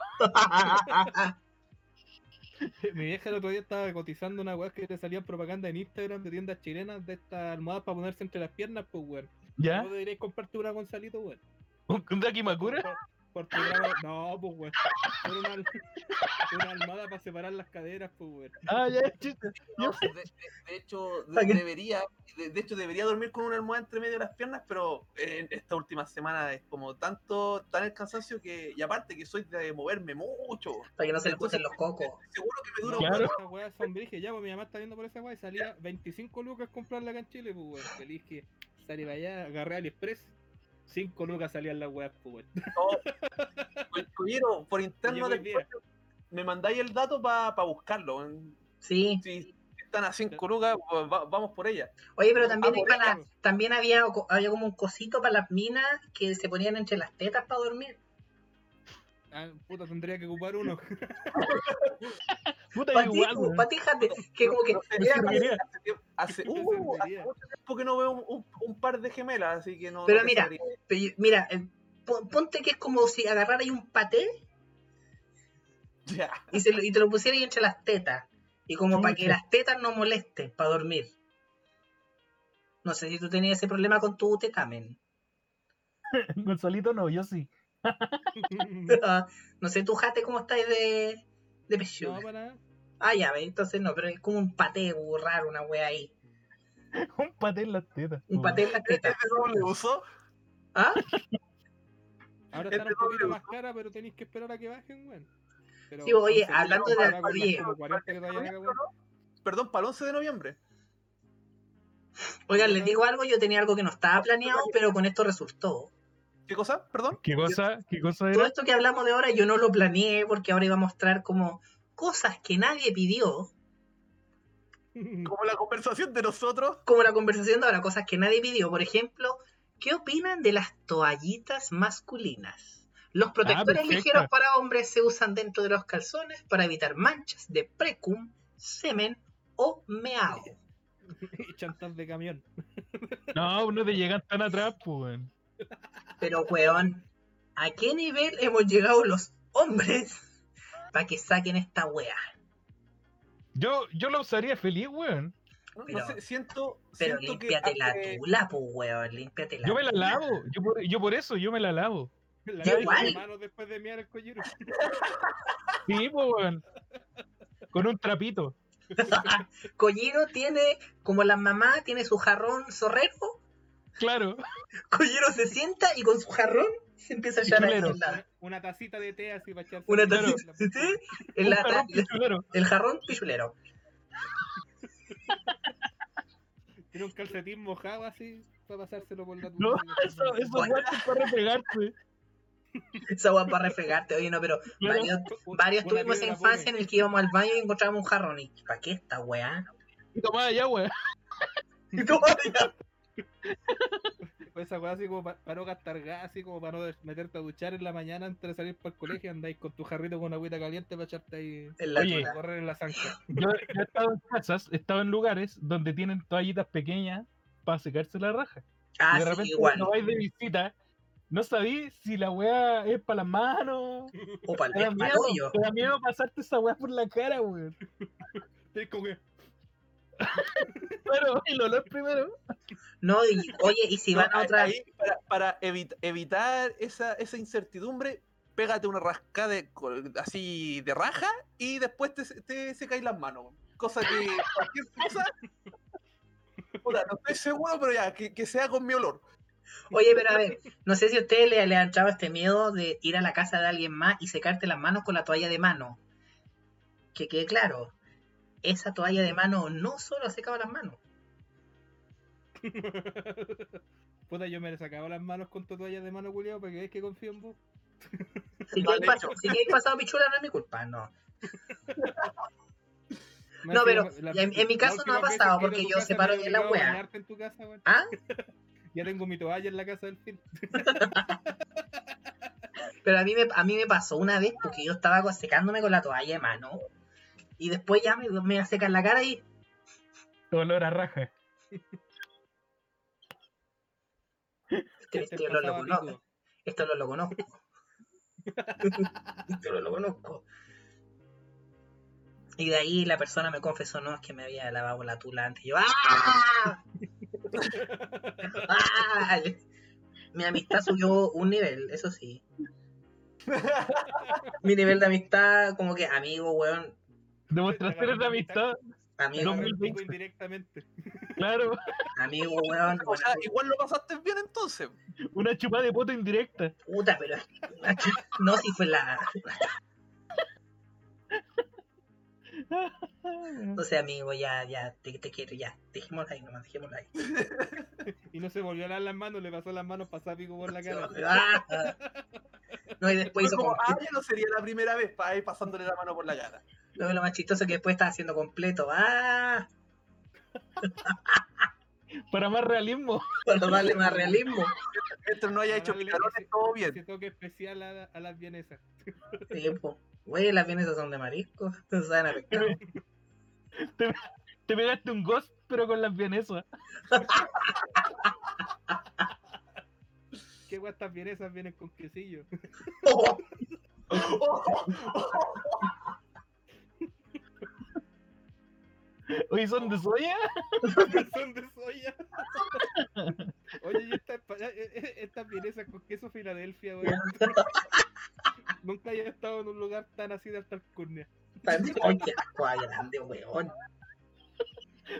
weón. Mi vieja el otro día estaba cotizando una weá que te salía propaganda en Instagram de tiendas chilenas de estas almohadas para ponerse entre las piernas, pues weón. ¿Ya? ¿No deberíais comprarte una Gonzalito, weón? ¿Con con Daki Makura? Por- por tu grado- No, pues weón. Era una, al- una almohada para separar las caderas, pues weón. Ah, ya, chiste. No, de, de- de hecho, de- ¿Para qué? debería, de, de hecho, debería dormir con una almohada entre medio de las piernas, pero en esta última semana es como tanto, tan el cansancio que, y aparte que soy de moverme mucho. Para que no se le puten los cocos. Seguro que me No, dura un Claro. Esas weas son brigias. Ya, pues mi mamá está viendo por esa wea y salía 25 lucas comprarla acá en Chile, pues weón. Feliz que salí para allá, agarré al Express. 5 lucas salían las weas, pues weón. rato. Cuyero, por Llegó interno el después me mandáis el dato para buscarlo. weón. Sí. Si están a 5 lucas, pues, va- vamos por ella. Oye, pero también, Ah, hay por para- ejemplo. también había, co- había como un cosito para las minas que se ponían entre las tetas para dormir. Ah, puta, tendría que ocupar uno. Puta, Para ti, igual, weón. fíjate, que como que No sé, era sí, como- Mira, mira, hace tiempo- hace- Eso uh, hace serviría. mucho tiempo que no veo un, un- un par de gemelas, así que no. Pero no te mira, sabría. pe- mira, eh, pon- ponte que es como si agarrarais un paté Ya. y, se lo- y te lo pusierais entre las tetas. Y como pues. para que Chuta. las tetas no molesten para dormir. No sé si tú tenías ese problema con tu tetamen. Gonzalito no, yo sí. Mm. Ah, no sé, tú jate cómo estáis de, de pechuga. no, para nada. Ah, ya, ve, entonces no, pero es como un paté uh, raro, una wea ahí. Un paté en las tetas. Un weón. paté en las tetas. ¿Este doble uso? ¿Ah? Ahora Este están un poquito doble más cara, pero tenéis que esperar a que bajen, weón. Pero Sí, oye, con hablando seguro de- van a cobrar oye. como 40 que todavía acá, weón. Perdón, para el 11 de noviembre. Oigan, les digo algo, yo tenía algo que no estaba planeado, pero con esto resultó. ¿Qué cosa? Perdón. ¿Qué cosa? ¿Qué cosa Todo era? esto que hablamos de ahora yo no lo planeé porque ahora iba a mostrar como cosas que nadie pidió Como la conversación de nosotros. Como la conversación de ahora, cosas que nadie pidió. Por ejemplo, ¿qué opinan de las toallitas masculinas? Los protectores perfecto. ligeros para hombres se usan dentro de los calzones para evitar manchas de precum, semen o meao. y chantas de camión. No, no te llegan tan atrás, pues, weón. Pero, weón, ¿a qué nivel hemos llegado los hombres para que saquen esta wea? Yo, yo lo usaría feliz, weón. No, no Pero- sé, siento, Pero siento que límpiate la hace- tula, pues, weón, límpiate la Yo me la tula. lavo. Yo por, yo por eso, yo me la lavo. Yo La cara de igual. las manos después de mirar el collero. Sí, pues, weón. Con un trapito. Collero tiene, como la mamá tiene su jarrón zorrero, Claro. Collero se sienta y con su jarrón se empieza a echar ahí Pichulero. en la, Una tacita de té así para echarse. una en la- tacita, en ¿sí? la- En un la- jarrón pichulero. el jarrón pichulero. Tiene un calcetín mojado así para pasárselo por la No, eso, esos Bueno. guantes para repegarte. Esa weá para refregarte, oye, no, pero Claro. varios, varios tuvimos esa infancia en el que íbamos al baño y encontrábamos un jarrón. ¿Y para qué esta weá? Y tomaba ya, weón. Y tú, oiga, Pues Esa weá así como pa- para no gastar gas, así como para no des- meterte a duchar en la mañana antes de salir para el colegio, andáis con tu jarrito con agüita caliente para echarte ahí en la Oye. a tula. correr en la zanja. Yo, yo he estado en casas, he estado en lugares donde tienen toallitas pequeñas para secarse la raja. Ah, y de sí, repente igual. cuando vais de visita, no sabís si la weá es para las manos. O para Te da el miedo, palollo. te da miedo pasarte esa weá por la cara, weón. Es como que, Pero el olor primero. No, y, oye, y si No, van a ahí- otra. ahí para para evit- evitar esa, esa incertidumbre, pégate una rascada de col- así de raja y después te, te secáis las manos. weón. Cosa que cualquier cosa. Puta, no estoy seguro, pero ya, que, que sea con mi olor. Oye, pero a ver, no sé si a ustedes le, le ha entrado este miedo de ir a la casa de alguien más y secarte las manos con la toalla de mano. Que quede claro, esa toalla de mano no solo secaba las manos. puta, yo me sacaba las manos con tu toalla de mano, culiao, para que veas que confío en vos. Si Mal que hecho. pasado, si que hay pasado pichula, no es mi culpa, no. Más No, encima, pero la- en- en mi la caso no última ha vez que pasado, fui a porque tu yo casa, separo me bien la obligaba a wea. bañarte en tu casa, weón. ¿Ah? Ya tengo mi toalla en la casa del fin. Pero a mí me, a mí me pasó una vez porque yo estaba co- secándome con la toalla de mano y después ya me, me iba a secar la cara y Olor a raja. este, Te este olor lo pasaba conozco. pico. Esto lo, lo conozco. Esto lo, lo conozco. Y de ahí la persona me confesó, no, es que me había lavado la tula antes. Y yo, ¡ah! ¡Ah! Mi amistad subió un nivel, eso sí. Mi nivel de amistad, como que amigo, weón, Demostraciones de amistad, Te amigo, agarré el 2020. pico indirectamente. claro. amigo, weón, O sea, buena igual lo pasaste bien entonces. Una chupada de poto indirecta. puta, pero no si fue la. No sé, amigo, ya, ya, te, te quiero, ya. Dejémoslo ahí nomás, dejémoslo ahí. Y no se volvió a lavar las manos, le pasó las manos pasaba pico por la cara. Ah. No, y después hizo Fue como, completo. ah, ya no sería la primera vez para ir pasándole la mano por la cara. Lo lo más chistoso que después estaba haciendo completo. ¡Ah! Para más realismo. Cuando vale más realismo. Mientras no haya Ah, hecho dile que picarones, sí. todo bien. Ese toque especial a, la- a las vienesas. Sí, pues, po. Güey, las vienesas son de marisco. No saben a pescado. Te pegaste un ghost, pero con las vienesas. Qué guay estas vienesas vienen con quesillo. Oh, Hoy son de soya. Son de soya. Oye, y estas pa- eh, eh, estas vienesas con queso Filadelfia, weón. Nunca había estado en un lugar tan así de alcurnia. Tan- ¡Ay, qué asco ay, grande, weón!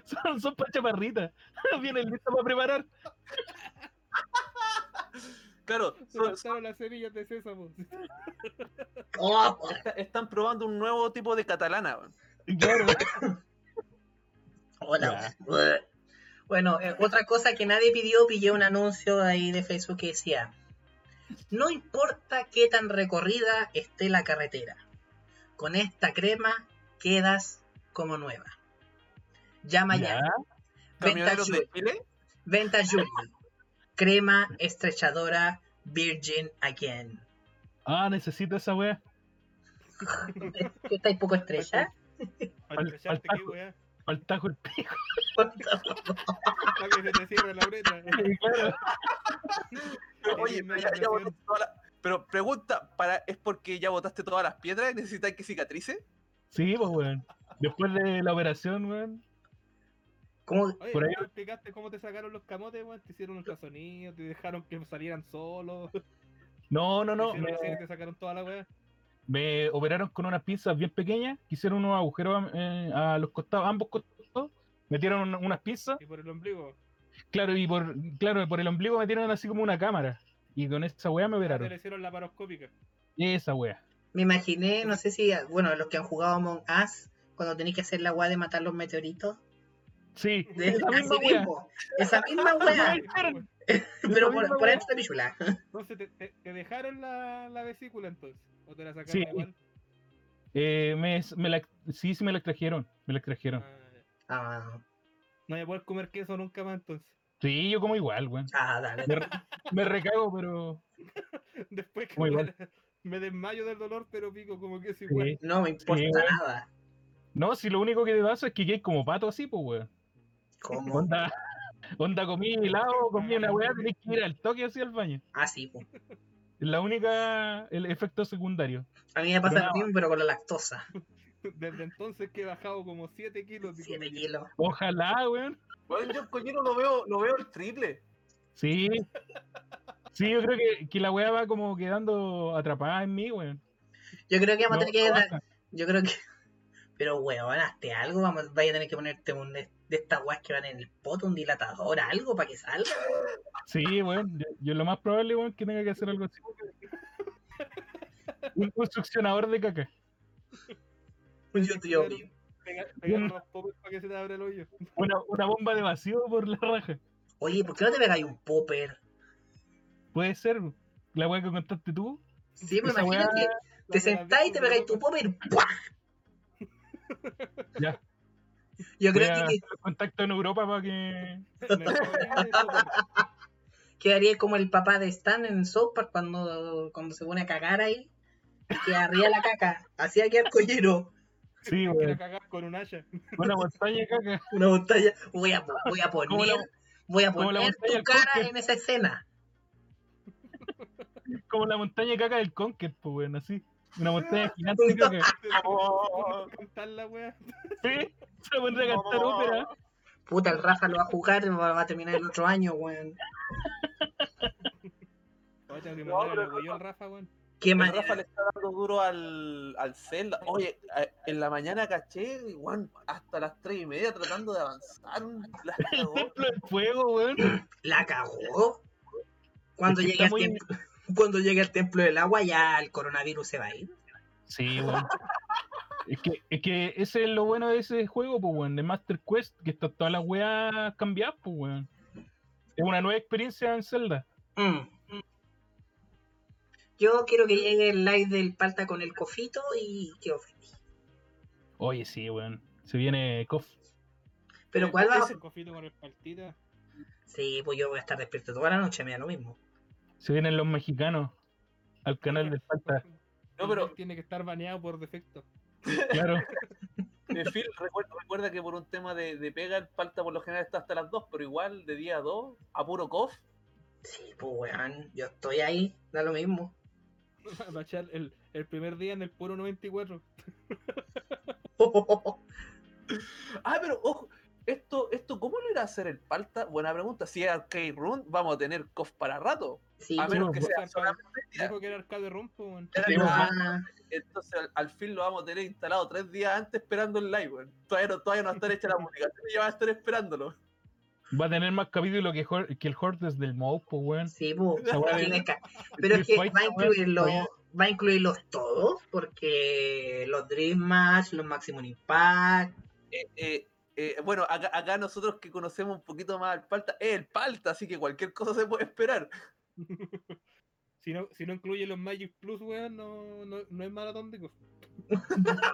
Son, son pa' chaparritas. Vienen listas para preparar. Claro, Se son- lanzaron las semillas de sésamo. ¡Oh! Está- Están probando un nuevo tipo de catalana. weón. Claro. Hola. weón. Bueno, eh, otra cosa que nadie pidió, pillé un anuncio ahí de Facebook que decía, no importa qué tan recorrida esté la carretera, con esta crema quedas como nueva. Llama ya. Venta Camioneros de Jules. Chile. Venta Jules. Crema estrechadora Virgin Again. Ah, necesito esa weá. ¿Tú estás poco estrecha? Para Al- estrecharte al aquí, weá. Para el tajo el pico. Para que se te cierre la breta. claro. Pero, Sí, oye, me pero, da ya- ya impresión. botaste todas las- pero pregunta, para, ¿es porque ya botaste todas las piedras y necesitas que cicatrice? Sí, pues weón. Después de la operación, weón. ¿Cómo? Oye, Por ahí- ¿tú explicaste cómo te sacaron los camotes, weón? Te hicieron ultrasonido, te dejaron que salieran solos. No, no, no. te, hicieron me- así, te sacaron toda la weá. me operaron con unas pinzas bien pequeñas, que hicieron unos agujeros eh, a los costados, ambos costados, metieron un- unas pinzas, Y por el ombligo. claro, y por, claro, por el ombligo metieron así como una cámara. Y con esa weá Te me operaron. le hicieron la paroscópica. Esa weá. Me imaginé, no sé si, bueno, los que han jugado Among Us, cuando tenéis que hacer la weá de matar los meteoritos. Sí. De- esa así misma weá. mismo. Esa misma weá. weá. hicieron. Pero por, misma por weá. antes de pichula. Entonces, ¿te, te, te dejaron la, la vesícula entonces? ¿O te la sacaron Sí. igual? Eh, me, me la, sí, sí me la extrajeron, me la extrajeron. Ah, ya. Ah, no voy a poder comer queso nunca más entonces. Sí, yo como igual, weón. ah, dale. Me, re- me recago, pero... Después que Muy me- bueno. me desmayo del dolor, pero pico como queso sí. igual. No me importa Sí, weá. nada. eh, No, si lo único que te pasa es que quedé como pato así, pues, weón. ¿Cómo? Onda, onda comí helado, comí una weá, tenés que ir al toque así al baño. Ah, sí, po. Es La única, el efecto secundario. A mí me pasa lo Bravo. mismo, pero con la lactosa. Desde entonces que he bajado como 7 kilos. digo, 7 oye, kilos. Ojalá, weón. Bueno, yo coñero lo veo, lo veo el triple. Sí. Sí, yo creo que, que la weá va como quedando atrapada en mí, weón. Yo creo que vamos a No, tener que. no dar- baja. Yo creo que. Pero weón, hazte algo, vamos, vaya a tener que ponerte un de, de estas weas que van en el poto, un dilatador, algo para que salga. Sí, weón. Yo, yo lo más probable, weón, que tenga que hacer algo así. Un, un succionador de caca. Un YouTube. Claro. pega- pegar unos popes para que se te abra el hoyo. Una, una bomba de vacío por la raja. Oye, ¿por qué no te pegáis un popper? Puede ser. La weá que contaste tú. Sí, pero Esa weá- imagínate, te Cuando la sentás y vieja te pegáis tu loca- popper. ¡pua! Ya. Yo Voy creo a que hacer contacto en Europa para que. me acabo de tocar. quedaría como el papá de Stan en South Park cuando, cuando se pone a cagar ahí. Que arriba la caca. Así aquí al collero. Sí, Quiero weón. cagar con un haya. Una montaña de caca. Una montaña. Voy a, po- voy a Como la- poner, voy a como la poner montaña tu del cara Conker. en esa escena. Como la montaña de caca del Conker, pues, weón, así. Una montaña gigante de caca. Cantar la wea. Sí, se pondría a cantar ópera. Puta, el Rafa lo va a jugar, va va a terminar el otro año, weón. Oye, tengo que No, mandar pero- el orgullo al Rafa, weón. Qué El manera. Rafa le está dando duro al, al Zelda. Oye, a- en la mañana caché, igual, hasta las 3 y media tratando de avanzar. La cagó. Templo del fuego, weón. La cagó. Cuando Es que llegue, está al muy- templo, cuando llegue al templo del agua, ya el coronavirus se va a ir. Sí, weón. Es que, es que ese es lo bueno de ese juego, pues, weón, de Master Quest, que está todas las weas cambiadas, pues, weón. Es una nueva experiencia en Zelda. Mm. Yo quiero que llegue el live del palta con el cofito y quedo feliz. Oye, sí, weón. Se viene KOF. Pero Eh, ¿cuál va? ese- Cofito con el partita. Sí, pues yo voy a estar despierto toda la noche, me da lo mismo. Se vienen los mexicanos al canal de Falta. No, pero- Él Tiene que estar baneado por defecto. Claro. Eh, Phil, recuerda, recuerda que por un tema de, de pega, el palta por lo general está hasta las 2, pero igual de día a 2, a puro cof. Sí, pues weón, yo estoy ahí, da lo mismo. Va a echar el, el primer día en el puro 94. Ah, pero ojo, esto, esto ¿cómo lo irá a hacer el palta? Buena pregunta. Si es arcade run, vamos a tener cof para rato. Sí, A pues, sí, menos que pues, sea pues, solamente día. Dijo que era arcade rompo, weón. sí, pues, ah, Entonces al, al fin lo vamos a tener instalado tres días antes esperando el live, weón. Todavía no, todavía no va a estar hecha la publicación y ya va a estar esperándolo. Va a tener más capítulo que, Hor- que el Hordes del Mouse, pues, weón. sí, pues, Esa weá tiene viene- ca- Pero es que Fighter, va a weón, incluirlos, todavía- va a incluirlos todos, porque los Dream Match, los Maximum Impact, Eh, eh, eh, bueno, acá, acá nosotros que conocemos un poquito más al palta, es el palta, así que cualquier cosa se puede esperar. Si no, si no incluye los Magic Plus, weón, no, no, no es maratón de cosas.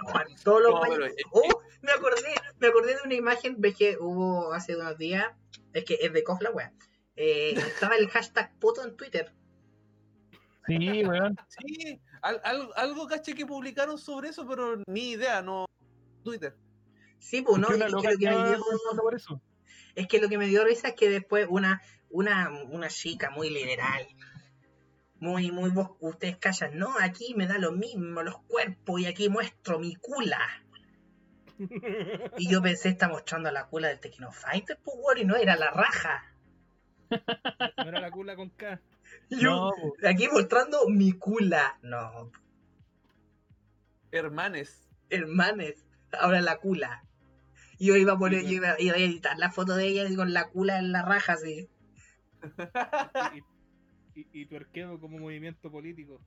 Juan, todos los No, Magic- pero, eh, ¡Oh! Me acordé, me acordé de una imagen ve que hubo hace unos días. Es que es de Kof la wea. Eh, estaba el hashtag puto en Twitter. Sí, weón. Sí, al- al- algo caché que publicaron sobre eso, pero ni idea, no. Twitter. Sí, pues, ¿no? Es que Y una creo loca que me estaba dio- preguntando por eso. Es que lo que me dio risa es que después una, una, una chica muy liberal, muy, muy vos, ustedes callan, no, aquí me da lo mismo los cuerpos y aquí muestro mi cula. Y yo pensé, está mostrando la cula del Tequino Fighter, pues weón, y no era la raja. No era la cula con K. Yo, No, po. aquí mostrando mi cula. No, Hermanes. hermanes, ahora la cula. Yo iba a poner, Sí, yo iba, iba a editar la foto de ella con la cula en la raja, así. Y, y, y tuerqueo como movimiento político.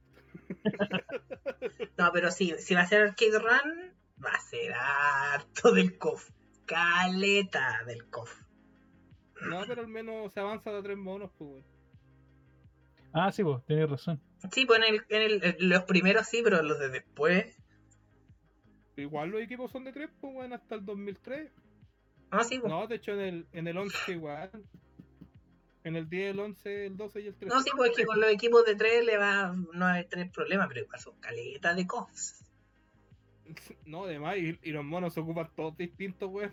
No, pero sí, si va a ser Arcade Run, va a ser harto del COF. Caleta del COF. No, pero al menos se avanza de tres monos, pues, weón. Ah, sí, vos, tenés razón. Sí, pues en, el- en el- en los primeros sí, pero los de después. Igual los equipos son de tres, pues, weón, hasta el 2003. No, sí, pues. No, No, de hecho en el, en el 11 igual. En el 10, el 11, el 12 y el 13. sí, pues es que con los equipos de tres le va, no hay tres problemas, pero igual son caletas de COFs. No, además, y, y los monos se ocupan todos distintos, weón.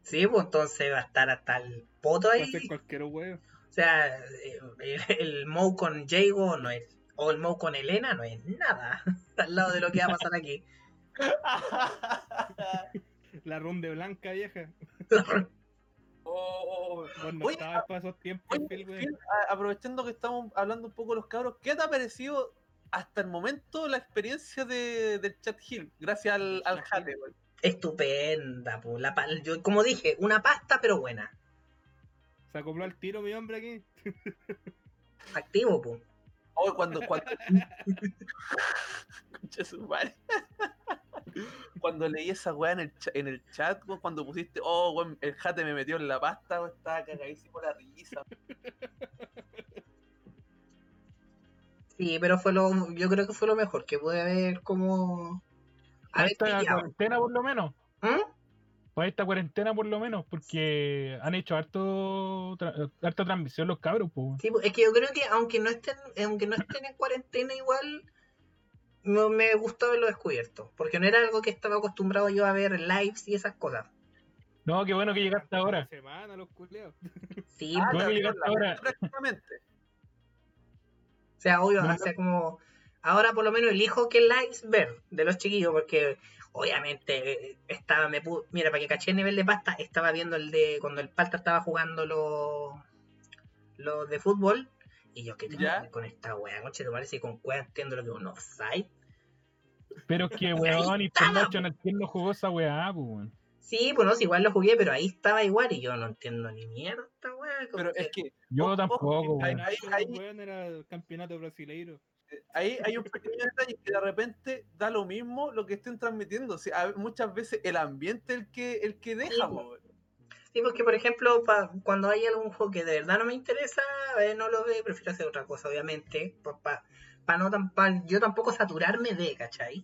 Sí, pues entonces va a estar hasta el poto Va a ahí. ser cualquier weón. O sea, eh, el, el Mou con Jago no es. O el Mou con Elena no es nada. Al lado de lo que va a pasar aquí. La ronda blanca vieja. Oh, Vos no Oye, estabas para esos tiempos, oye, Phil, weón. Phil, a- aprovechando que estamos hablando un poco de los cabros, ¿qué te ha parecido hasta el momento la experiencia de, del Chat Hill? Gracias al, al Jate, weón. Estupenda, pues. La, pa- yo, como dije, una pasta, pero buena. Se acopló al tiro mi hombre aquí. Activo, pues. Oh, cuando, cuando... Concha su madre. cuando leí esa weá en el, cha- en el chat, weón, cuando pusiste, oh, weón, el Jate me metió en la pasta, weón, estaba cagadísimo la risa. Sí, pero fue lo, yo creo que fue lo mejor que pude haber como Para haber esta pillado. cuarentena, por lo menos. ¿Mm? Para esta cuarentena, por lo menos, porque han hecho harto, tra- harta transmisión los cabros, pues. weón. Sí, pues, es que yo creo que aunque no estén, aunque no estén en cuarentena igual, no me gustó haberlo descubierto, porque no era algo que estaba acostumbrado yo a ver lives y esas cosas. No, qué bueno que llegaste ahora. Semana, los culeados. Sí, Ah, pues, bueno, la- llegaste la- ahora. prácticamente. o sea, obvio, no, o sea, como ahora por lo menos elijo qué lives ver de los chiquillos, porque obviamente eh, estaba, me pu- mira, para que caché el nivel de pasta, estaba viendo el de cuando el Palta estaba jugando los los de fútbol. Y yo, ¿qué tengo que ¿Ya? ver con esta wea? Conche, te parece con cueva entiendo lo que es un offside. Pero es que, Ahí weón, estaba, International, ¿quién no jugó esa weá, pues, weón? Sí, pues no, sí, igual lo jugué, pero ahí estaba igual y yo no entiendo ni mierda, esta wea. Pero es que Yo Ojo, tampoco, Ahí, weón. ahí- ahí- weón, era el campeonato brasileiro. ahí hay un pequeño detalle que de repente da lo mismo lo que estén transmitiendo. O sea, a- muchas veces el ambiente el que el que deja, Sí, po, weón. Sí, porque por ejemplo, pa- cuando hay algún juego que de verdad no me interesa, eh, no lo veo, prefiero hacer otra cosa, obviamente. Para no tan, pa- yo tampoco saturarme de, ¿cachai?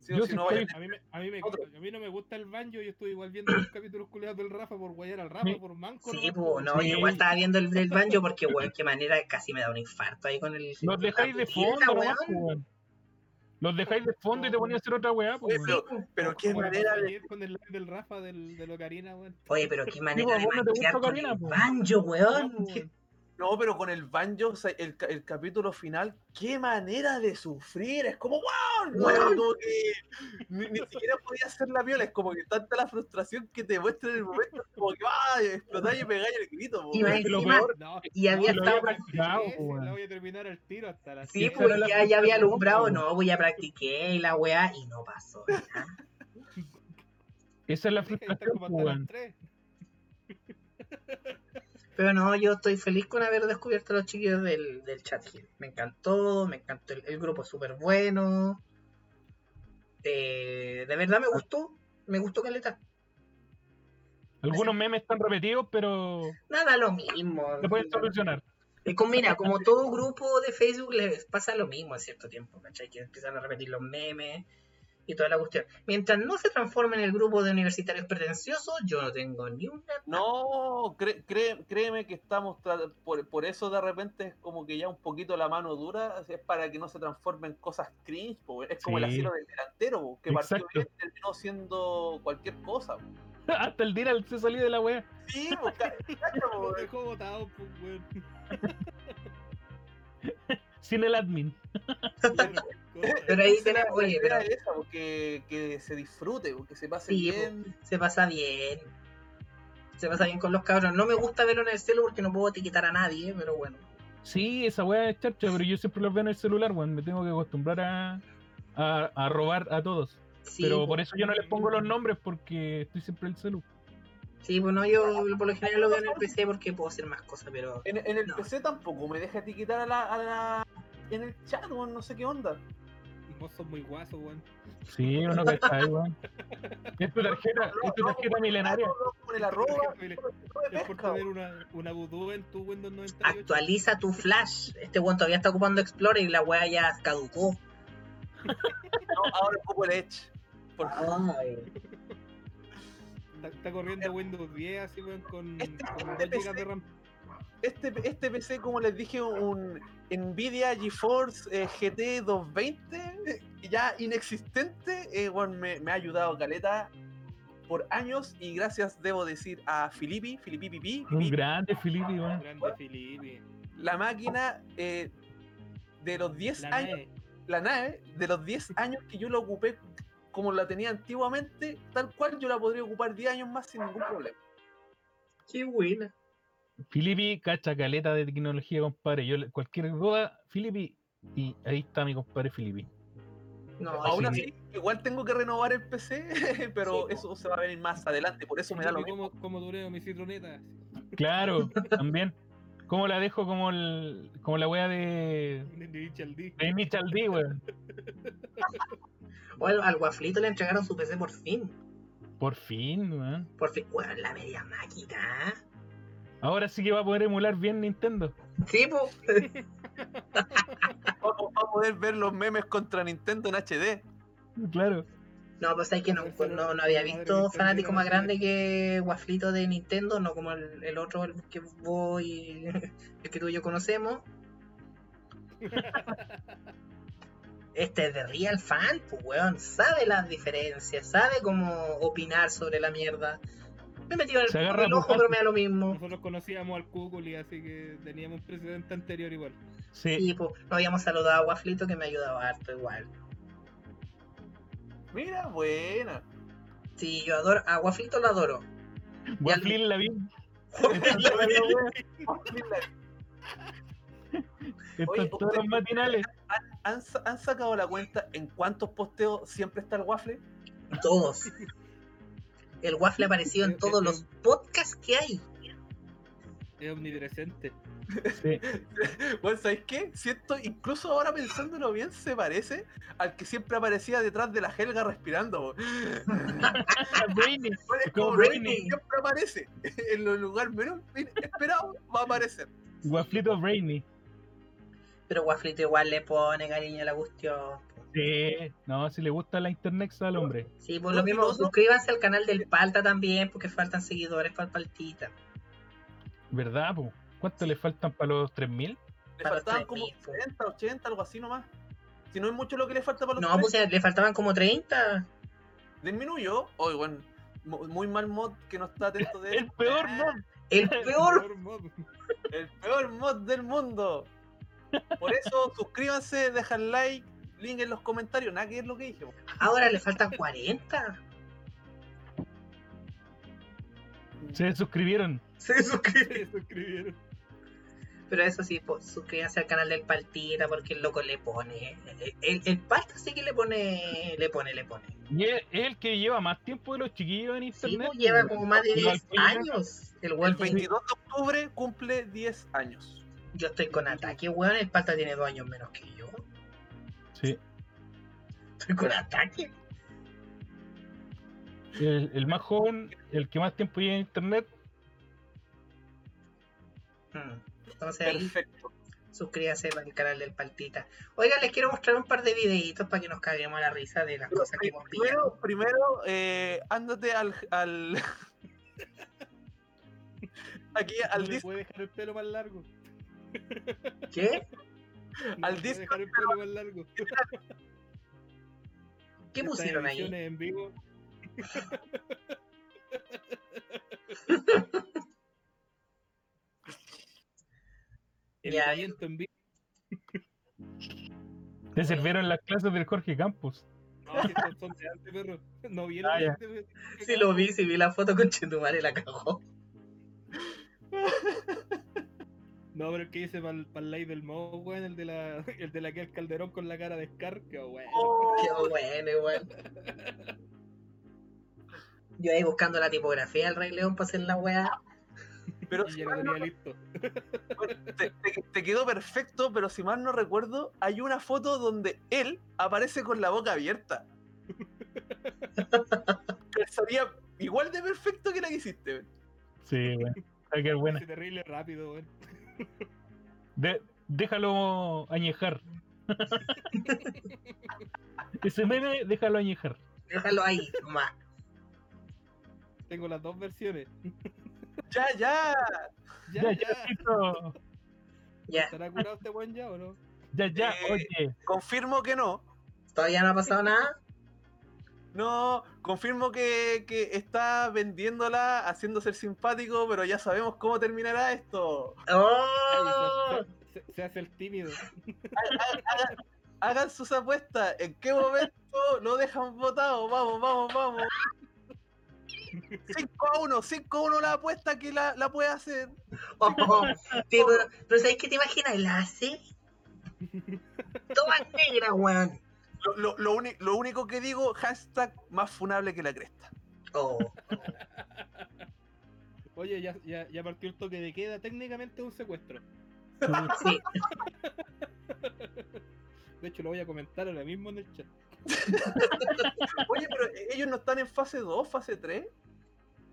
Sí, o Yo si sí no vaya- A mí, me- a, mí me- Otro. a mí no me gusta el banjo, yo estuve igual viendo los capítulos culiados del Rafa por guayar al Rafa, Sí. por manco. Sí, nomás, po, pues, no, Sí. yo igual estaba viendo el del banjo porque, weón, qué manera, casi me da un infarto ahí con el. Los dejáis de la botija, fondo, nomás, weón. pues, weón. Los dejáis de fondo y te ponías a hacer otra weá, Oye, pues, pero, weón. pero qué como le pasó manera de. ayer Con el live del Rafa, del, del Ocarina, weón. Oye, pero qué manera pues, de vos no te gusta manquear con Ocarina, el pues. banjo, No, weón. po, weón. No, pero con el banjo, o sea, el, ca- el capítulo final, qué manera de sufrir. Es como, wow, Weón. como que ni, ni siquiera podía hacer la viola. Es como que tanta la frustración que te muestra en el momento, es como que va, explotar y pegar el grito. po, Y weón. me- Lo encima- peor, No, Y había lo estado. había practicado, ese, po, weón. La voy a terminar al tiro hasta la Sí, esa pues era la ya, ya había pregunta, alumbrado, weón. no, pues ya practiqué y la weá, y no pasó nada. Esa es la Deja de estar frustración, como pues, hasta las weón. tres. Pero no, yo estoy feliz con haber descubierto a los chiquillos del, del chat Hill. Me encantó, me encantó el, el grupo es súper bueno. Eh, de verdad me gustó, me gustó Caleta. Algunos memes están repetidos, pero Nada, lo mismo. se pueden solucionar. Eh, como- mira, como todo grupo de Facebook les pasa lo mismo a cierto tiempo, ¿cachai? Que empiezan a repetir los memes, y toda la cuestión. Mientras no se transforme en el grupo de universitarios pretenciosos, yo no tengo ni una. No, cre- cre- créeme que estamos tra- por, por eso de repente es como que ya un poquito la mano dura, así es para que no se transformen en cosas cringe, po, es como el Sí. asilo del delantero, po, que partió Exacto. bien, terminó siendo cualquier cosa. po. Hasta el día se salió de la wea. Sí, po, ca- cacha, po, Lo dejó botado, pues, weón. Sin el admin. Pero ahí Esa es la- tenemos, la oye, idea pero- es esa, po, que, que se disfrute, po, que se pase Sí, po. bien. Se pasa bien. Se pasa bien con los cabros. No me gusta verlo en el celo porque no puedo etiquetar a nadie, pero bueno. Sí, esa wea es charcha, pero yo siempre los veo en el celular, weón. Me tengo que acostumbrar a, a, a robar a todos. Sí, pero po. por eso yo no les pongo los nombres porque estoy siempre en el celu. Sí, bueno, yo por lo general lo veo en el PC porque puedo hacer más cosas, pero En, en el No. PC tampoco me deja etiquetar a la, a la- en el chat, weón, no sé qué onda. Vos sos muy guaso, weón. Sí, uno que está ahí, weón. Es tu tarjeta, es tu tarjeta milenaria. Con el arroba, Es no me por pesca. tener una, una vudú en tu Windows 98. actualiza tu flash. Este weón todavía está ocupando Explorer y la weá ya caducó. No, ahora ocupo el Edge. Por favor. Está, está corriendo Windows 10 así, weón, con, Este- con este 2 GB PC. de RAM. Este, este PC, como les dije, un Nvidia GeForce eh, GT 220, eh, ya inexistente, eh, weón, me, me ha ayudado Caleta por años y gracias, debo decir, a Filippi, Filippi Pipi, Un grande Filipe, weón. Grande Filipe. la máquina eh, de los 10 La años. nave. la nave de los 10 años que yo la ocupé como la tenía antiguamente, tal cual yo la podría ocupar 10 años más sin ningún problema. Qué buena. Filipe, cacha caleta de tecnología, compadre. Yo, le- cualquier duda, Filipe, y ahí está mi compadre Filipe. No, Aún sí. así, igual tengo que renovar el PC, pero Sí, po. eso se va a venir más adelante, por eso me da lo Filipe, mismo. ¿Cómo, cómo dureo mi citroneta? Claro, también. ¿Cómo la dejo como, el, como la wea de, De Mitchell D. de Mitchell D, weón? O al, al Guaflito le entregaron su PC por fin. Por fin, weón. Por fin. Weón, la media máquina. ¿eh? Ahora sí que va a poder emular bien Nintendo. Sí, po. Vamos a poder ver los memes contra Nintendo en HD. Claro. No, pues es que no, no, no había visto fanático más grande que Guaflito de Nintendo, no como el, el otro, el que vos y el que tú y yo conocemos. Este es de Real Fan, pues weón, sabe las diferencias, sabe cómo opinar sobre la mierda. Me he metido en el, Se agarra en el ojo, putazo. pero me da lo mismo. Nosotros conocíamos al Cúculi, así que teníamos un precedente anterior igual. Sí. Y pues, no habíamos saludado a Guaflito que me ha ayudado harto igual. Mira, buena. Sí, yo adoro, a Guaflito lo adoro. Waffle la vi. Oye, Están todos los usted- matinales. ¿Han, sa- han sacado la cuenta en cuántos posteos siempre está el waffle? Todos. El waffle ha aparecido en todos los podcasts que hay. Es omnipresente. Sí. Bueno, ¿sabéis qué? Siento, incluso ahora pensándolo bien, se parece al que siempre aparecía detrás de la Helga respirando. po. Ah, Brainy. Bueno, es Como como Raimi, Raimi. siempre aparece. En los lugares menos esperados va a aparecer. Wafflito Brainy. Pero Guaflito igual le pone cariño a la cuestión. Sí. No, si le gusta la internet al hombre. Sí, por No, lo y mismo, lo otro- suscríbanse al canal del Palta también, porque faltan seguidores para el Paltita. ¿Verdad, po? ¿Cuánto le faltan para los 3000? Le Para faltaban los como 3.000, po. 70, 80, algo así nomás. Si no es mucho lo que le falta para los No, tres, pues eh, le faltaban como 30. disminuyó. Oye, bueno, mu- muy mal mod que no está atento de El peor Ah. mod. El peor. mob. El peor mod del mundo. Por eso, suscríbanse, dejan like, link en los comentarios. Nada que es lo que dije. po. Ahora le faltan 40. Se suscribieron. Se suscriben. Se suscribieron. Pero eso sí, po, suscríbanse al canal del Paltita, porque el loco le pone. El, el- el Palta sí que le pone, le pone, le pone. Y es es el que lleva más tiempo de los chiquillos en Sí, internet. pues, lleva po. como más de Y no 10 alcanza. años. El El weón tiene 22 de octubre cumple 10 años. Yo estoy con ataque, weón. El pata tiene dos años menos que yo. Sí. Estoy con ataque. El, el más joven, el que más tiempo lleva en internet, Mm. Entonces ahí Perfecto. Suscríbase al canal del Paltita. Oigan, les quiero mostrar un par de videitos para que nos caguemos a la risa de las cosas que hemos pillado. Primero, primero eh, ándate al. al... Aquí al, ¿No le dis- puede dejar el pelo más largo. ¿Qué? No le Al puede Discord, dejar el pelo más largo. ¿Qué Estas pusieron ahí? ediciones en vivo. El Ya, talento en vivo. Te sirvieron las clases del Jorge Campos. No, si estos son de antes, perro. No vieron Ah, ya. antes, perro. Sí lo vi, sí vi la foto con Chetumare la cagó. No, pero el que hice para el live del Mo, weón, el de la el de la que el Calderón con la cara de Scar, que weón. Oh, Qué bueno, igual. Yo ahí buscando la tipografía del Rey León para hacer la weá. pero Y si ya lo mal no- tenía listo. te, te- te quedó perfecto, pero si mal no recuerdo, hay una foto donde él aparece con la boca abierta. Que Sería igual de perfecto que la que hiciste. weón. Sí, bueno. Ah, qué buena. Ese terrible rápido, weón. De- déjalo añejar. Ese meme, déjalo añejar. Déjalo ahí, nomás. Tengo las dos versiones. Ya, ya. Ya, Ya, ya. ya, Tito. Ya, ¿Estará curado este weón ya o no? ya, ya, Eh. oye. Confirmo que no. todavía no ha pasado nada. No, confirmo que, que está vendiéndola, haciendo ser simpático, pero ya sabemos cómo terminará esto. ¡Oh! Ay, se, se- se hace el tímido. Hagan sus apuestas. ¿En qué momento lo dejan votado? Vamos, vamos, vamos. 5 a 1, 5 a 1 la apuesta que la, la puede hacer. Oh, sí, pero, pero ¿sabes qué te imaginas? ¿La hace? Toma negra, weón. Lo, lo- lo uni- lo único que digo, hashtag más funable que la cresta. Oh, Oye, ya, ya, ya partió el toque de queda, técnicamente es un secuestro. sí. De hecho, lo voy a comentar ahora mismo en el chat. Oye, pero e-, ellos no están en fase 2, fase 3.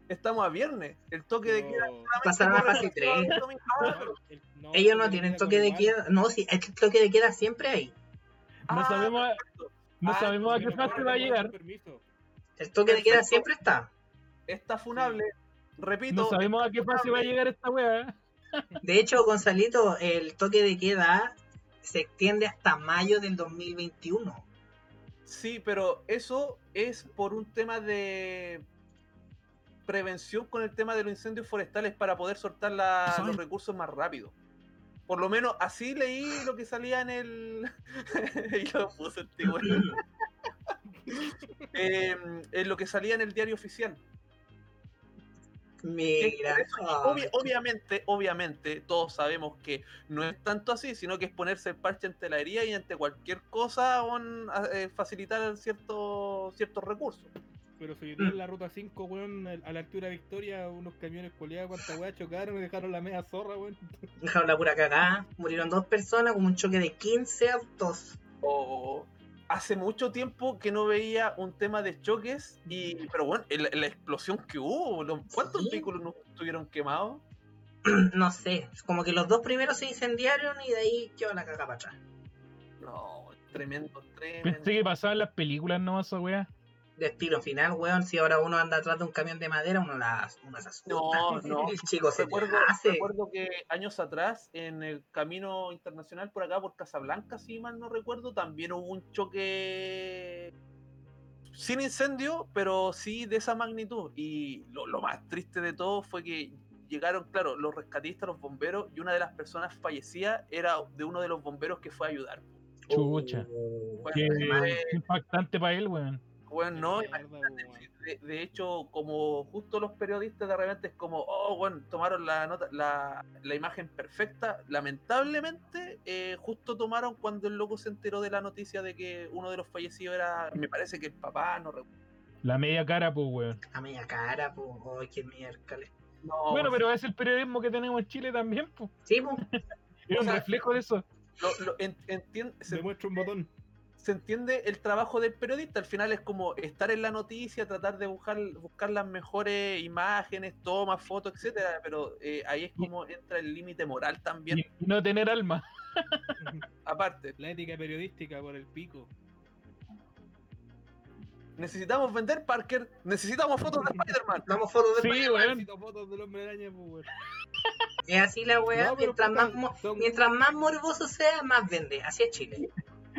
Estamos a viernes. El toque de No, queda. Pasaron a fase tres. no, el- no, Ellos no el tienen queda toque de con queda. No, sí, el toque de queda siempre hay. No Ah, sabemos, a- no Ah, sabemos a Igual, qué porque no fase pueden va a tomar llegar. permiso. El toque de queda Perfecto. siempre está. Está funable. Repito. No sabemos a qué fase va a llegar esta weá. De hecho, Gonzalito, el toque de queda se extiende hasta mayo del 2021. Sí, pero eso es por un tema de prevención con el tema de los incendios forestales para poder soltar la- los recursos más rápido. Por lo menos así leí lo que salía en el. y lo puse este el tío, bueno. Eh, en lo que salía en el diario oficial. Mira, oh, Obvi- obviamente, obviamente, todos sabemos que no es tanto así, sino que es ponerse el parche ante la herida y ante cualquier cosa on- a- eh, facilitar ciertos ciertos recursos. Pero si en la ruta 5, weón, al- a la altura de Victoria, unos camiones coleados, cuánta weá chocaron y dejaron la media zorra, weón. dejaron la pura cagada. Murieron dos personas con un choque de 15 autos. o- hace mucho tiempo que no veía un tema de choques y pero bueno el- la explosión que hubo lo- cuántos Sí. vehículos no estuvieron quemados No sé, como que los dos primeros se incendiaron y de ahí quedó la caca para atrás. no tremendo tremendo Pensé que pasaban las películas nomás esa weá. Destino final, weón. Si ahora uno anda atrás de un camión de madera, uno, la, uno se asusta. No, no. El chico se recuerdo, hace. recuerdo que años atrás en el camino internacional por acá por Casablanca si mal no recuerdo también hubo un choque sin incendio pero sí de esa magnitud y lo, lo más triste de todo fue que llegaron claro los rescatistas los bomberos y una de las personas fallecidas era de uno de los bomberos que fue a ayudar Chucha. Oh, Bueno, eh, Qué madre. impactante para él, weón. bueno no Mierda, weón. De, de hecho, como justo los periodistas de repente es como, oh, bueno, tomaron la nota, la, la imagen perfecta. Lamentablemente, eh, justo tomaron cuando el loco se enteró de la noticia de que uno de los fallecidos era, me parece que el papá, no recuerdo. La media cara, pues, weón. A media cara, pues. Ay, qué miércoles. No, Bueno, pero es el periodismo que tenemos en Chile también, pues. Sí, pues. Es O un sea, reflejo de eso. lo- lo en- entien- se- Me muestra un botón. se entiende el trabajo del periodista. Al final es como estar en la noticia, tratar de buscar, buscar las mejores imágenes, tomas, fotos, etcétera. Pero eh, ahí es como entra el límite moral también. Y no tener alma. Aparte, La ética periodística por el pico. necesitamos vender Parker, necesitamos fotos de Spider-Man. Damos fotos de Sí, weón. Necesito fotos del hombre araña, pues, weón. Es así la weá, No, pero mientras, puta, más, mo- son- mientras más morboso sea, más vende. Así es Chile.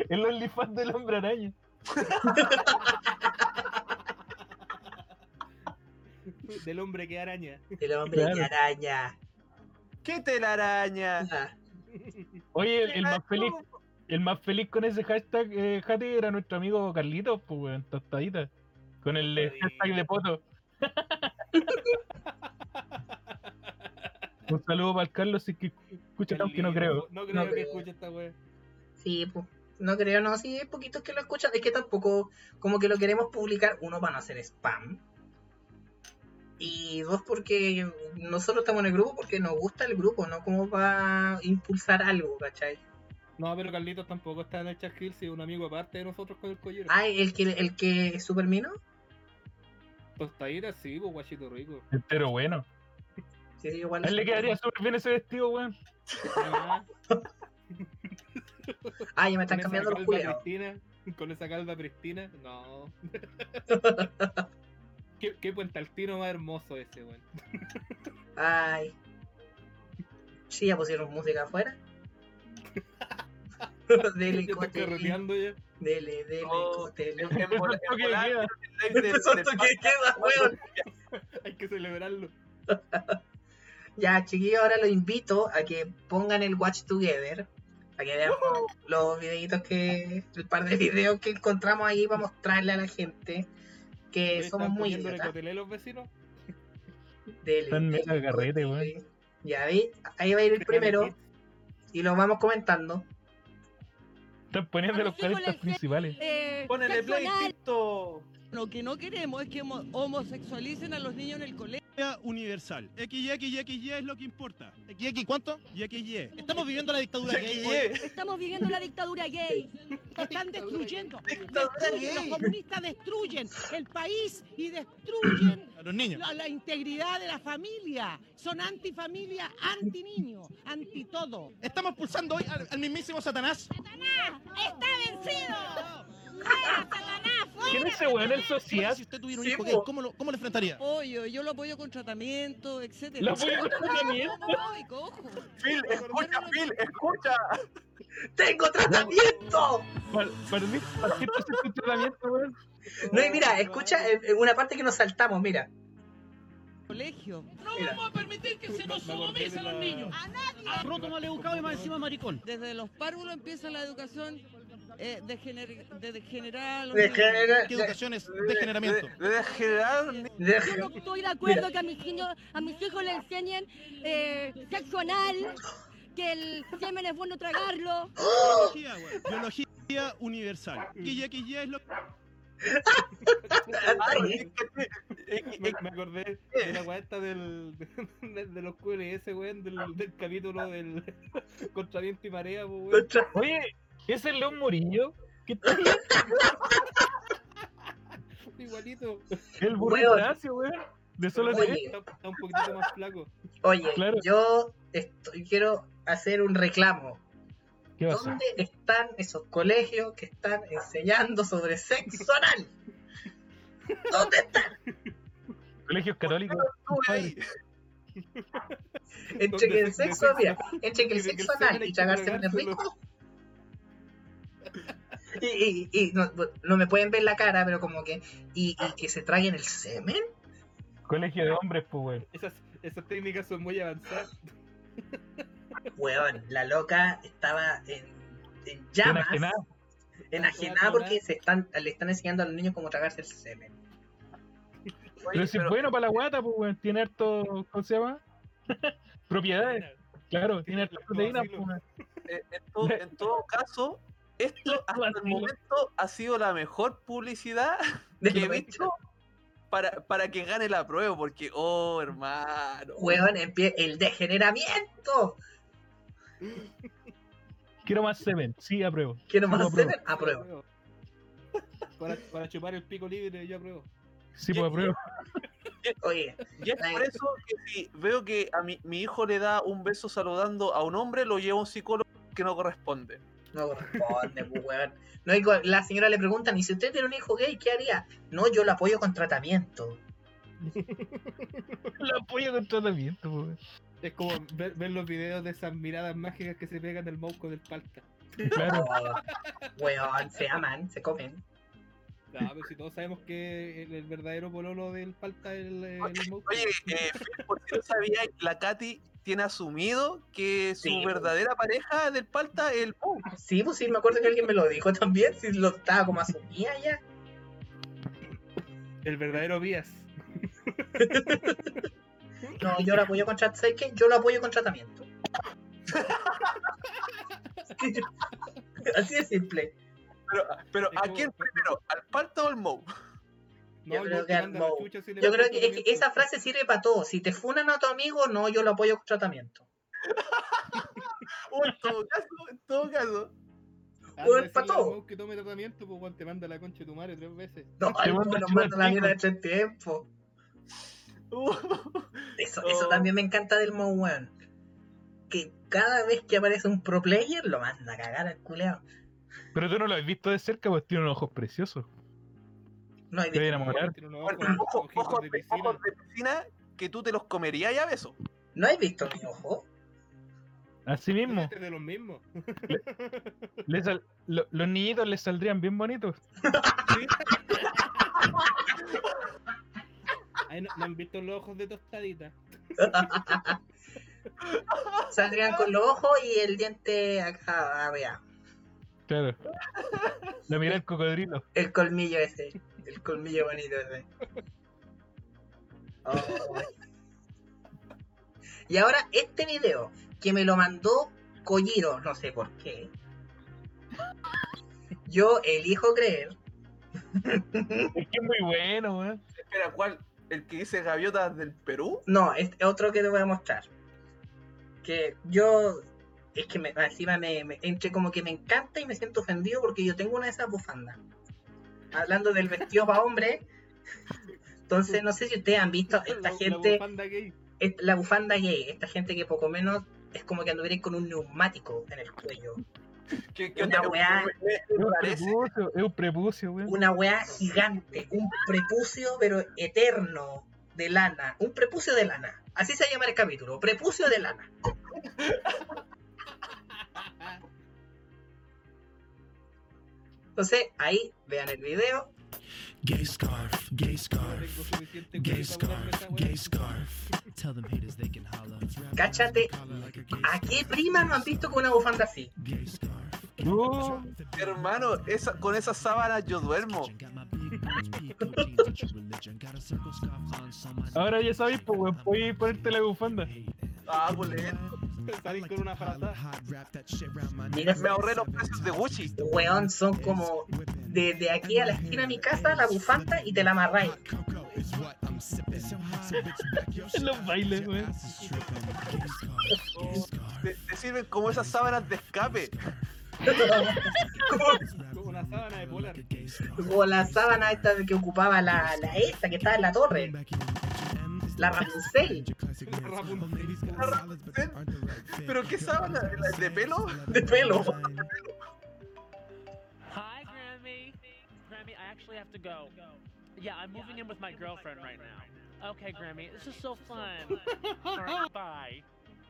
El OnlyFans del hombre araña. Del hombre que araña. El hombre Claro. que araña. ¡Qué telaraña! Ah, Oye, el, ¿Qué el más pasó? feliz, el más feliz con ese hashtag, eh, Jati, era nuestro amigo Carlitos, pues, weón, tostadita. Con el eh, hashtag de poto. Un saludo para el Carlos, si es que escucha tanto que no creo. No creo No que creo. escuche esta weón. sí, pues. No creo, no, sí, hay poquitos que lo escuchan. Es que tampoco, como que lo queremos publicar, uno, para no hacer spam. Y dos, porque nosotros estamos en el grupo porque nos gusta el grupo, ¿no? Como va a impulsar algo, ¿cachai? No, pero Carlitos tampoco está en el Chas Hills y un amigo aparte de nosotros con el collero. Ah, el que, el que es Supermino. Tostadita, sí, pues, guachito rico. Pero bueno, Sí, sí, igual. a él le quedaría súper bien ese vestido, weón. Ah, Ah, ya me están con esa cambiando los calva culiados. pristina, Con esa calva pristina, no. qué, qué puentaltino más hermoso ese, weón. Ay. Sí, ya pusieron música afuera. dele, Ya está cotele. carreteando ya. Dele, dele, Oh, cotele. en- en volar- en Toque de volar, queda. el live de- de- queda, weón. Hay que celebrarlo. Ya, chiquillos, ahora los invito a que pongan el Watch Together. A que vean los videitos que. El par de videos que encontramos ahí para mostrarle a la gente que Ahí Eh, somos están muy poniéndole idiotas. cotelé a los vecinos. Dele, Están dele, mega carrete, weón. cotele. Ya vi, ahí va a ir el primero y lo vamos comentando. Están poniendo los Así con el carlistas gen- principales. eh, Ponele play, sexual. Tito. Lo que no queremos es que homo- homosexualicen a los niños en el colegio. Idea universal. XY, XY es lo que importa. ¿Y cuánto? XY. Estamos viviendo la dictadura Jackie gay. Ye. Estamos viviendo la dictadura gay. Están destruyendo. Destruyen, Los comunistas destruyen el país y destruyen A los niños. la, la integridad de la familia. Son antifamilia, antiniño, anti todo. Estamos pulsando hoy al, al mismísimo Satanás. ¡Está vencido! ¡Fuera, Satanás! ¿Quién es ese weón? El Porque socias. Si usted tuviera un Sí, po. hijo gay, ¿cómo lo, cómo lo enfrentaría? Apoyo, yo lo apoyo con tratamiento, La etcétera. apoyo con tratamiento. Homofóbico, ojo. Phil, escucha, Phil, escucha. ¡Tengo tratamiento! Para para mí, para ti, pues, es un tratamiento, weón. No, y mira, escucha eh, eh, una parte que nos saltamos, mira. Colegio. Mira. a permitir que se nos Me acordé de sodomicen los la- niños. A roto mal educado y más encima maricón. Desde los párvulos empieza la educación eh, degener- de degenerar a los De niños. genera- ¿Qué educación es degeneramiento? De, de generar ni- de- Yo no estoy de acuerdo que a mis, niños- a mis hijos le enseñen eh, sexo anal, que el semen es bueno tragarlo. Biología, güey. Biología universal. XY, XY es lo que... de- me, me acordé de la guaeta del, de, de los QLS, weón, del, del capítulo del Contra Viento y Marea, pues, weón. Contra- Oye, ¿es el León Murillo? ¿Qué tal? Igualito. El burrito Weón. Ignacio, weón. De solo Oye. tener. Está, está un poquito más flaco. Oye, Claro. yo estoy- quiero hacer un reclamo. ¿Qué pasa? ¿Dónde están esos colegios que están enseñando sobre sexo anal? ¿Dónde están? Colegios católicos. estuve ahí. Entre que el sexo, mira, entre que el Dicen que el sexo semen anal hay y que tragarse en el tragárselo. rico. Y, y, y no, no me pueden ver la cara, pero como que. ¿Y, y que se traguen el semen? Colegio de hombres, pues, weón. Esas, esas técnicas son muy avanzadas. Weón, la loca estaba en, en llamas, Buenas que nada. enajenada porque se están, le están enseñando a los niños cómo tragarse el semen. Pero si es bueno para la guata, pues, weón. Tiene harto. ¿Cómo se llama? Propiedades. Claro, tiene harto proteína, pues, weón. Eh, en, todo, en todo caso, esto hasta el momento ha sido la mejor publicidad De que he momento, visto para, para que gane la prueba, porque, oh, hermano. Weón, empie- el degeneramiento. Quiero más semen. Sí, apruebo. Quiero Sí, más lo apruebo. semen. Apruebo. Para, para chupar el pico libre, yo apruebo. Sí, pues apruebo. Oye, Y es por eso que si veo que a mi, mi hijo le da un beso saludando a un hombre, lo lleva a un psicólogo que no corresponde. no corresponde, pues, weón. No, y con- la señora le preguntan, ¿y si usted tiene un hijo gay, qué haría? No, yo lo apoyo con tratamiento. Lo apoyo con tratamiento, pues, po, weón. Es como ver, ver los videos de esas miradas mágicas que se pegan del mouse con el palta. Claro. Oh, weón, se aman, se comen. No, pero si todos sabemos que el, el verdadero pololo del palta es el, el mouse. Oye, eh, Phil, por si no sabía, la Katy tiene asumido que su Sí. verdadera pareja del palta es el Pou. Sí, pues sí, me acuerdo que alguien me lo dijo también, si lo estaba como asumía ya. El verdadero Vías. No, yo lo apoyo con tratamiento. ¿Sabes qué? Yo lo apoyo con tratamiento. Así de simple. Pero, pero Es ¿a como- quién primero? ¿Al palta o al Mou? No, Yo creo te que al mandan la Moe. chucha si le Yo das creo un que es que esa tratamiento. frase sirve para todo. Si te funan a tu amigo, no, yo lo apoyo con tratamiento. O en todo caso, en todo caso. Anda a Weón, decirle pa' al todo. Moe que tome tratamiento, pues weón, te manda la concha de tu madre tres veces. No, Te al manda mundo a nos chupar manda la este pico. mierda de tres tiempos. Uh, Eso, Oh. eso también me encanta del Mo weón. Que cada vez que aparece un pro player lo manda a cagar al culeado. Pero tú no lo has visto de cerca, pues tiene unos ojos preciosos. No hay Te voy a de- enamorar. Tiene unos bueno, ojos- ojo- ojitos ojos de de, piscina. ojos de piscina que tú te los comerías y a beso. ¿No has visto mi ojo? Así mismo, Este es de los mismos. le sal- lo- los niñitos les saldrían bien bonitos. Ahí no, no han visto los ojos de tostadita. Saldrían con los ojos y el diente acá, ah, vea. Claro. La mira el cocodrilo. El colmillo ese. El colmillo bonito ese. Oh. Y ahora este video que me lo mandó Colliro, no sé por qué. Yo elijo creer. Es que es muy bueno, weón. Espera, ¿cuál? ¿El que dice gaviotas del Perú? No, es otro que te voy a mostrar. Que yo. Es que me, encima me, me- Entre como que me encanta y me siento ofendido porque yo tengo una de esas bufandas. Hablando del vestido para hombre. Entonces, no sé si ustedes han visto esta La- gente. La bufanda gay. es la bufanda gay, esta gente que poco menos es como que anduvieran con un neumático en el cuello. ¿Qué, Una weá. Es un Parece. prepucio, es un prepucio, weón. Una weá gigante, un prepucio pero eterno de lana, un prepucio de lana. Así se llama el capítulo, prepucio de lana. Entonces, ahí vean el video. Gay scarf, gay No tengo scarf, suficiente gay cuerpo para scarf, ponerme esa weá. gay scarf. Tell them haters they can holler. Cáchate, ¿a qué prima no han visto con una bufanda así? Gay scarf. No. Hermano, esa, con esas sábanas yo duermo. Ahora ya sabéis, pues, weón, podéis ponerte la bufanda. Ah, boleto. Salen con una frazada. Mira, Me ahorré los precios de Gucci. Weón, son como desde aquí a la esquina de mi casa la bufanda y te la amarráis. Los bailes, weón. Oh. Te, te sirven como esas sábanas de escape. Con una sábana de polar. Como la sábana esta de que ocupaba la, la esta que estaba en la torre. La Rapunzel. Rapunzel. ¿Pero qué sábana? ¿La ¿De pelo? De pelo. Hi, Grammy. Grammy, I actually have to go. Yeah, I'm moving in with my girlfriend right now. Okay, Grammy, this is so fun. All right, bye.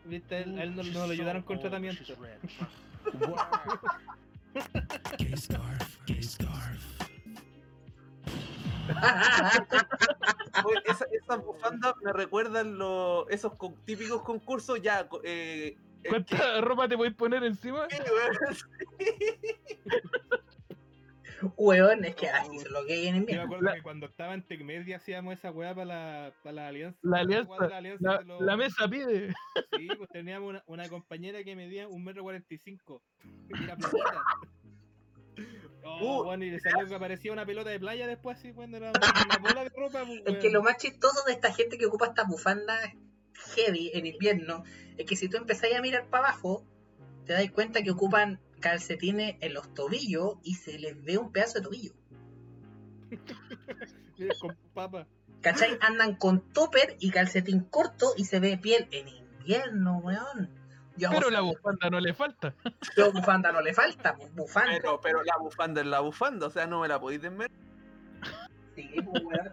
Viste, él, él no, no lo ayudaron con tratamiento. Gay scarf, gay scarf. Oye, esa- esas bufandas me recuerdan los esos con- típicos concursos. Ya, co- eh, el que- ¿Cuánta ropa te podéis poner encima? Weón, es que así se lo que en Yo me bien. acuerdo La- que cuando estaba en Tecmedia hacíamos esa weá para la, para la alianza. La alianza, weá de la, alianza La, de los- la mesa pide. Sí, pues teníamos una, una compañera que medía un metro cuarenta y cinco. Y era planita. Oh, Uh, bueno, y le salió que aparecía una pelota de playa después, así, cuando era una bola de ropa, pues, Es que lo weón. más chistoso de esta gente que ocupa estas bufandas heavy en invierno es que si tú empezáis a mirar para abajo, te das cuenta que ocupan calcetines en los tobillos y se les ve un pedazo de tobillo. con papa. ¿Cachai? Andan con topper y calcetín corto y se ve piel en invierno, weón. Yo, Pero la bufanda no le falta. yo bufanda no le falta, pues, bufanda. Pero, pero la bufanda es la bufanda, o sea, no me la podéis desmer. Sí, pues, weón.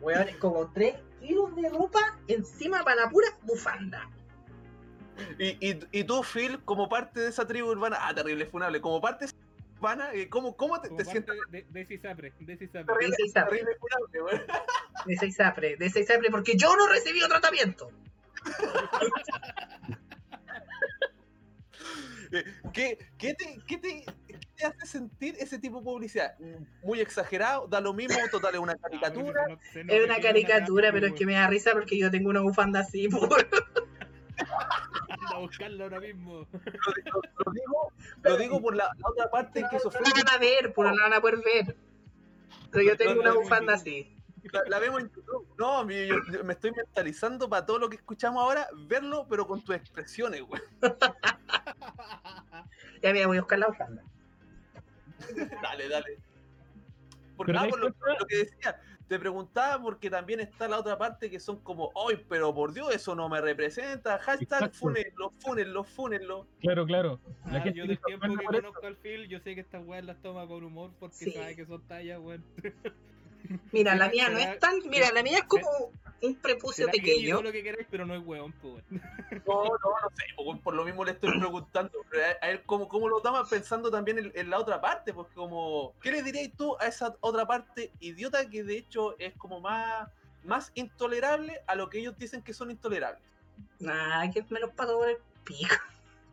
Weón, es como 3 kilos de ropa encima para la pura bufanda. Y, y, y tú, Phil, como parte de esa tribu urbana, ah, terrible funable, como parte de esa tribu urbana, eh, ¿cómo, cómo te, Como te parte sientes? de, de Cisapre, de Cisapre. Terrible, Sí, sí, está. terrible funable, weón. De 6 apre, de 6 apre, porque yo no recibí tratamiento. Eh, ¿Qué, qué, te, qué, te, qué te hace sentir ese tipo de publicidad? Muy exagerado, da lo mismo, total, es una Ah, bueno, caricatura. se no- se no- Es una se caricatura, no- pero es que me da risa porque yo tengo una bufanda así, por... Anda a buscarla ahora mismo. Lo digo, lo digo por la, la otra parte que no la sufrimos. van a ver, por no la van a poder ver. Pero yo tengo una bufanda así. La, la vemos en YouTube. No, mi- yo- yo me estoy mentalizando para todo lo que escuchamos ahora, verlo, pero con tus expresiones, güey. Ya mira, voy a buscar la bufanda. Dale, dale. Porque, Pero ah, te por lo, das cuenta- lo que decía, te preguntaba porque también está la otra parte que son como, ¡ay, pero por Dios, eso no me representa! Hashtag Exacto. funenlo, funenlo, funenlo. Claro, claro. La Ah, gente yo que del se tiempo ofende que por eso. conozco al Phil, yo sé que estas weas las toma con humor porque Sí. sabe que son tallas, weón. Mira, la mía no es tan. Mira, la mía es como un prepucio Será que yo pequeño. lo que queráis, pero no es weón, po, weón. No, no, no sé, po, güey, por lo mismo le estoy preguntando. pero a- a él, ¿cómo, cómo lo estamos pensando también en, en la otra parte? Pues como, ¿qué le dirías tú a esa otra parte idiota que de hecho es como más, más intolerable a lo que ellos dicen que son intolerables? Nah, que me los paso por el pico.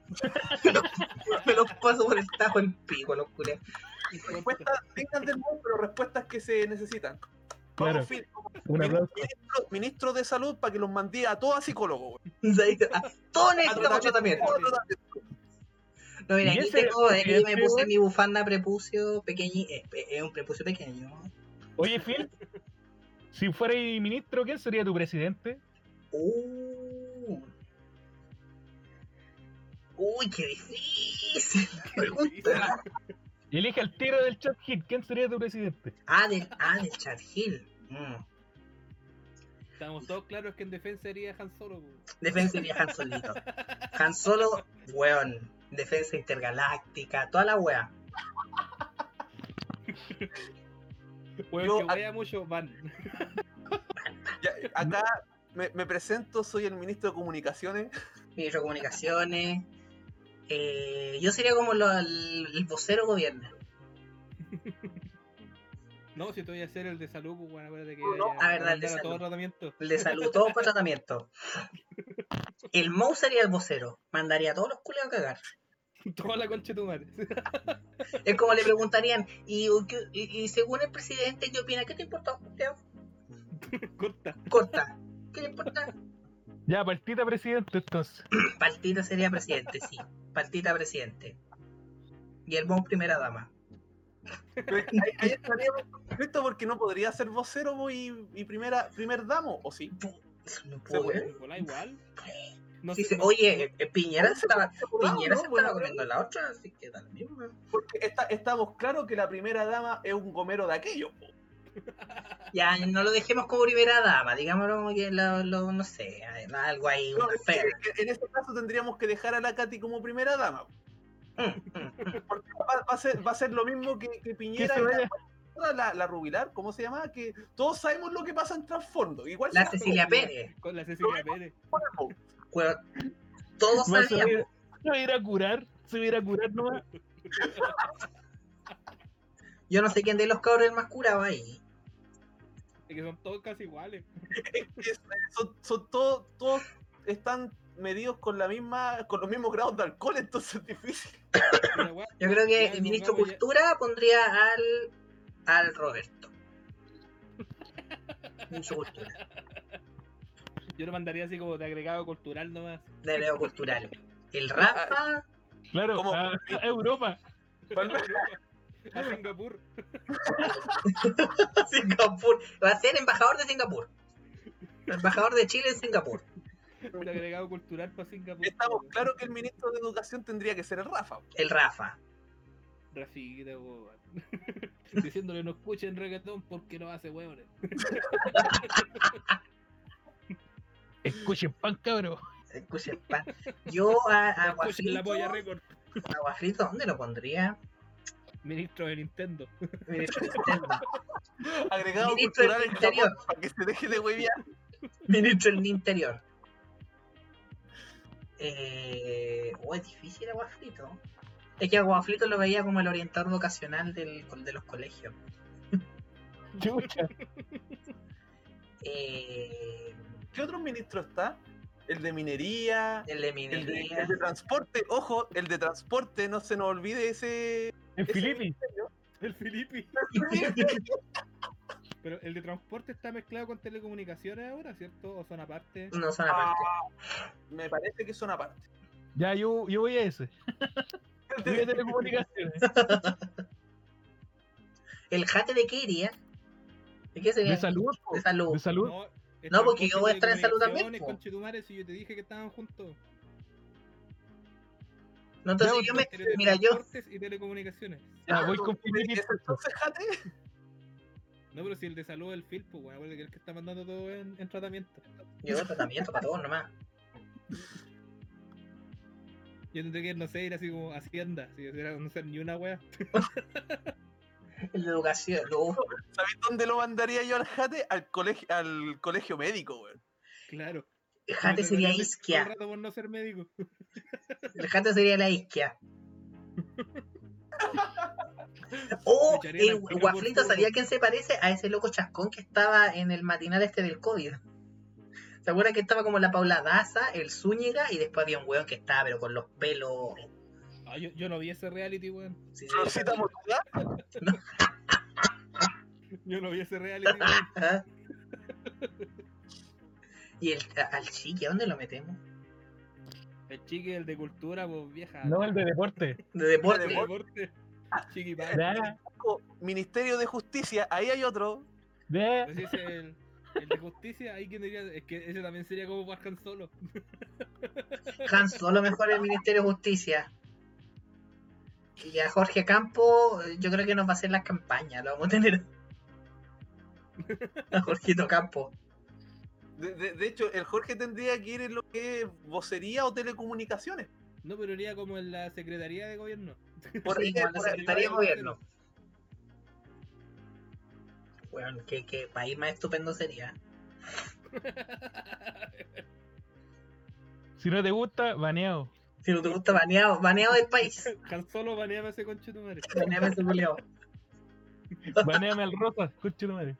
me, los, me los paso por el tajo el pico, los culiados. Respuestas dignas del mundo, pero respuestas que se necesitan. Claro. Vamos, Phil, Un Ministro, aplauso. ministro de salud para que los mandé a todos a psicólogos. güey. Todo A necesitamos tratamiento, tratamiento. a tratamiento. No, mira, Y aquí ese tengo, era- aquí me ese- puse mi bufanda prepucio pequeño. Es, es un prepucio pequeño. Oye, Phil, si fuera ministro, ¿quién sería tu presidente? Uh. Uy, qué difícil. Pregunta. Elige al tiro del chat hit, ¿quién sería tu presidente? Ah, del, ah, del Chad Hill. Mm. Estamos todos claros que en defensa sería Han Solo, po. Defensa sería Han Solito. Han Solo, weón. Defensa intergaláctica, toda la wea. Weón, Yo- que wea mucho, van. Ya, acá me, me presento, soy el ministro de comunicaciones. Ministro de Comunicaciones. Eh, yo sería como lo- el, el vocero gobierna. No, si te voy a hacer el de salud, pues bueno, acuérdate que. no, ya ah, verdad, el de mandaron a todo salud. tratamiento. El de salud, todo para tratamiento. El Moe sería el vocero. Mandaría a todos los culiados a cagar. Toda la concha de tu madre. Es como le preguntarían, y, qué- y- y según el presidente, ¿qué opina? ¿Qué te importa? Leo? Corta. Corta. ¿Qué le importa? Ya, partita presidente, entonces. Partita sería presidente, sí. Partita presidente. Y el Bon primera dama. Pero Ahí, ahí estaríamos en conflicto porque no podría ser vocero po, y, y primera, primer damo, ¿o sí? Eso no Se puedo puede. creer. Volá igual. No Sí, sé, se- no- Oye, eh, Piñera se estaba, Ah, Piñera no, se bueno, estaba comiendo a la otra, así que da lo mismo. Porque está- estamos claros que la primera dama es un gomero de aquello. po. Ya, no lo dejemos como primera dama, digámoslo como que lo, lo- no sé, algo ahí, No, una es perra. que- que en ese caso tendríamos que dejar a la Katy como primera dama. po. Mm, Porque va, va a, ser, va a ser lo mismo que, que Que Piñera. se y vaya. La, la, la Rubilar, ¿cómo se llamaba? Que todos sabemos lo que pasa en trasfondo. Igual La se- Cecilia Pérez, Con la Cecilia Pérez. po. weón, todos Va a salir- sabíamos. Se va a ir a curar, se va a ir a curar nomás. Yo no sé quién de los cabros es el más curado ahí. Es que son todos casi iguales. es- son, son todos, todos están medidos con la misma, con los mismos grados de alcohol, entonces es difícil. La wea- Yo creo que Ya, el ministro de pongamos ya- Cultura pondría al, al Roberto. Ministro de Cultura, Yo lo mandaría así como de agregado cultural nomás. de Leo Cultural. El Rafa, Claro, ¿Cómo? a, a Europa. A Singapur. Singapur. Va a ser embajador de Singapur. Embajador de Chile en Singapur. De agregado cultural para Singapur. Estamos claro que el ministro de Educación tendría que ser el Rafa. El Rafa. Rafita, weón. Diciéndole no escuchen reggaetón porque lo hace huevones. Escuchen pan, cabrón. Escuchen, pa. Yo a, a Escuchen la Guafrito- polla récord. a Guafrito, ¿dónde lo pondría? Ministro de Nintendo. Ministro de Nintendo. Agregado Ministro cultural del en Japón Interior. para que se deje de hueviar. Ministro del Interior. Eh, oh, es difícil Aguafrito. Es que a Guafrito lo veía como el orientador vocacional del, de los colegios. Chucha. Eh, ¿Qué otro ministro está? El de minería, el de el de, minería. el de transporte. Ojo, el de transporte, no se nos olvide ese. El ese Filipe. ministerio. El Filipe. Pero el de transporte está mezclado con telecomunicaciones ahora, ¿cierto? O son aparte. No son aparte. Me parece que son aparte. Ya, yo, yo voy a ese. Yo voy a telecomunicaciones. ¿El jate de qué iría? ¿De qué sería? De salud, po. De salud. de salud. el No, porque transporte yo voy a estar en salud también, telecomunicaciones, po. conchetumare, si yo te dije que estaban juntos. No, entonces yo me. Ministerio de Mira, yo. Transportes y telecomunicaciones. Ya, voy con Filipe. ¿Es entonces Jate? No, pero si el de salud es el Phil, pues, bueno, acuérdate que es el que está mandando todo en, en tratamiento. Yo doy tratamiento para todos nomás. Yo tendría que, no sé, ir así como Hacienda, si yo tuviera que no ser ni una wea. El de educación. Lo, ¿Sabéis dónde lo mandaría yo al Jate? Al colegio, al colegio médico, weón. Claro. Jate Me sería tocaría todo el isquia. rato por no ser médico. El Jate sería la isquia. Oh, Me echarían el al tiro por Guafrito, todo. ¿sabía quién se parece? A ese loco chascón que estaba en el matinal este del COVID. ¿Se acuerda que estaba como la Paula Daza, el Zúñiga, y después había un weón que estaba, pero con los pelos. eh, Ah, yo, yo no vi ese reality, weón. Sí, sí. Florcita Mortudá. Yo no vi ese reality, weón. Ajá. ah. Y el, a- al chique, ¿a dónde lo metemos? El chique, el de cultura, pues vieja. No, el de deporte. De deporte. El de deporte. Ah. Chiqui Paz. Ya, Oh, Ministerio de Justicia, ahí hay otro. ya. Pues ese es el, el de justicia, ahí quien diría, es que ese también sería como Juan Han Solo. Han Solo mejor el Ministerio de Justicia. Y a Jorge Campo, eh, yo creo que nos va a hacer las campañas, lo vamos a tener. A Jorgito Campo. De, de- de hecho, el Jorge tendría que ir en lo que es vocería o telecomunicaciones. No, pero iría como en la Secretaría de Gobierno. Por Sí, ahí- como en la por ahí- Secretaría de Gobierno. Bueno, qué, qué país más estupendo sería. Si no te gusta, baneado. Si no te gusta, baneado, baneado del país. Han Solo baneame ese conche tu madre. Baneame ese culiao. Baneame al rosa, coche tu madre.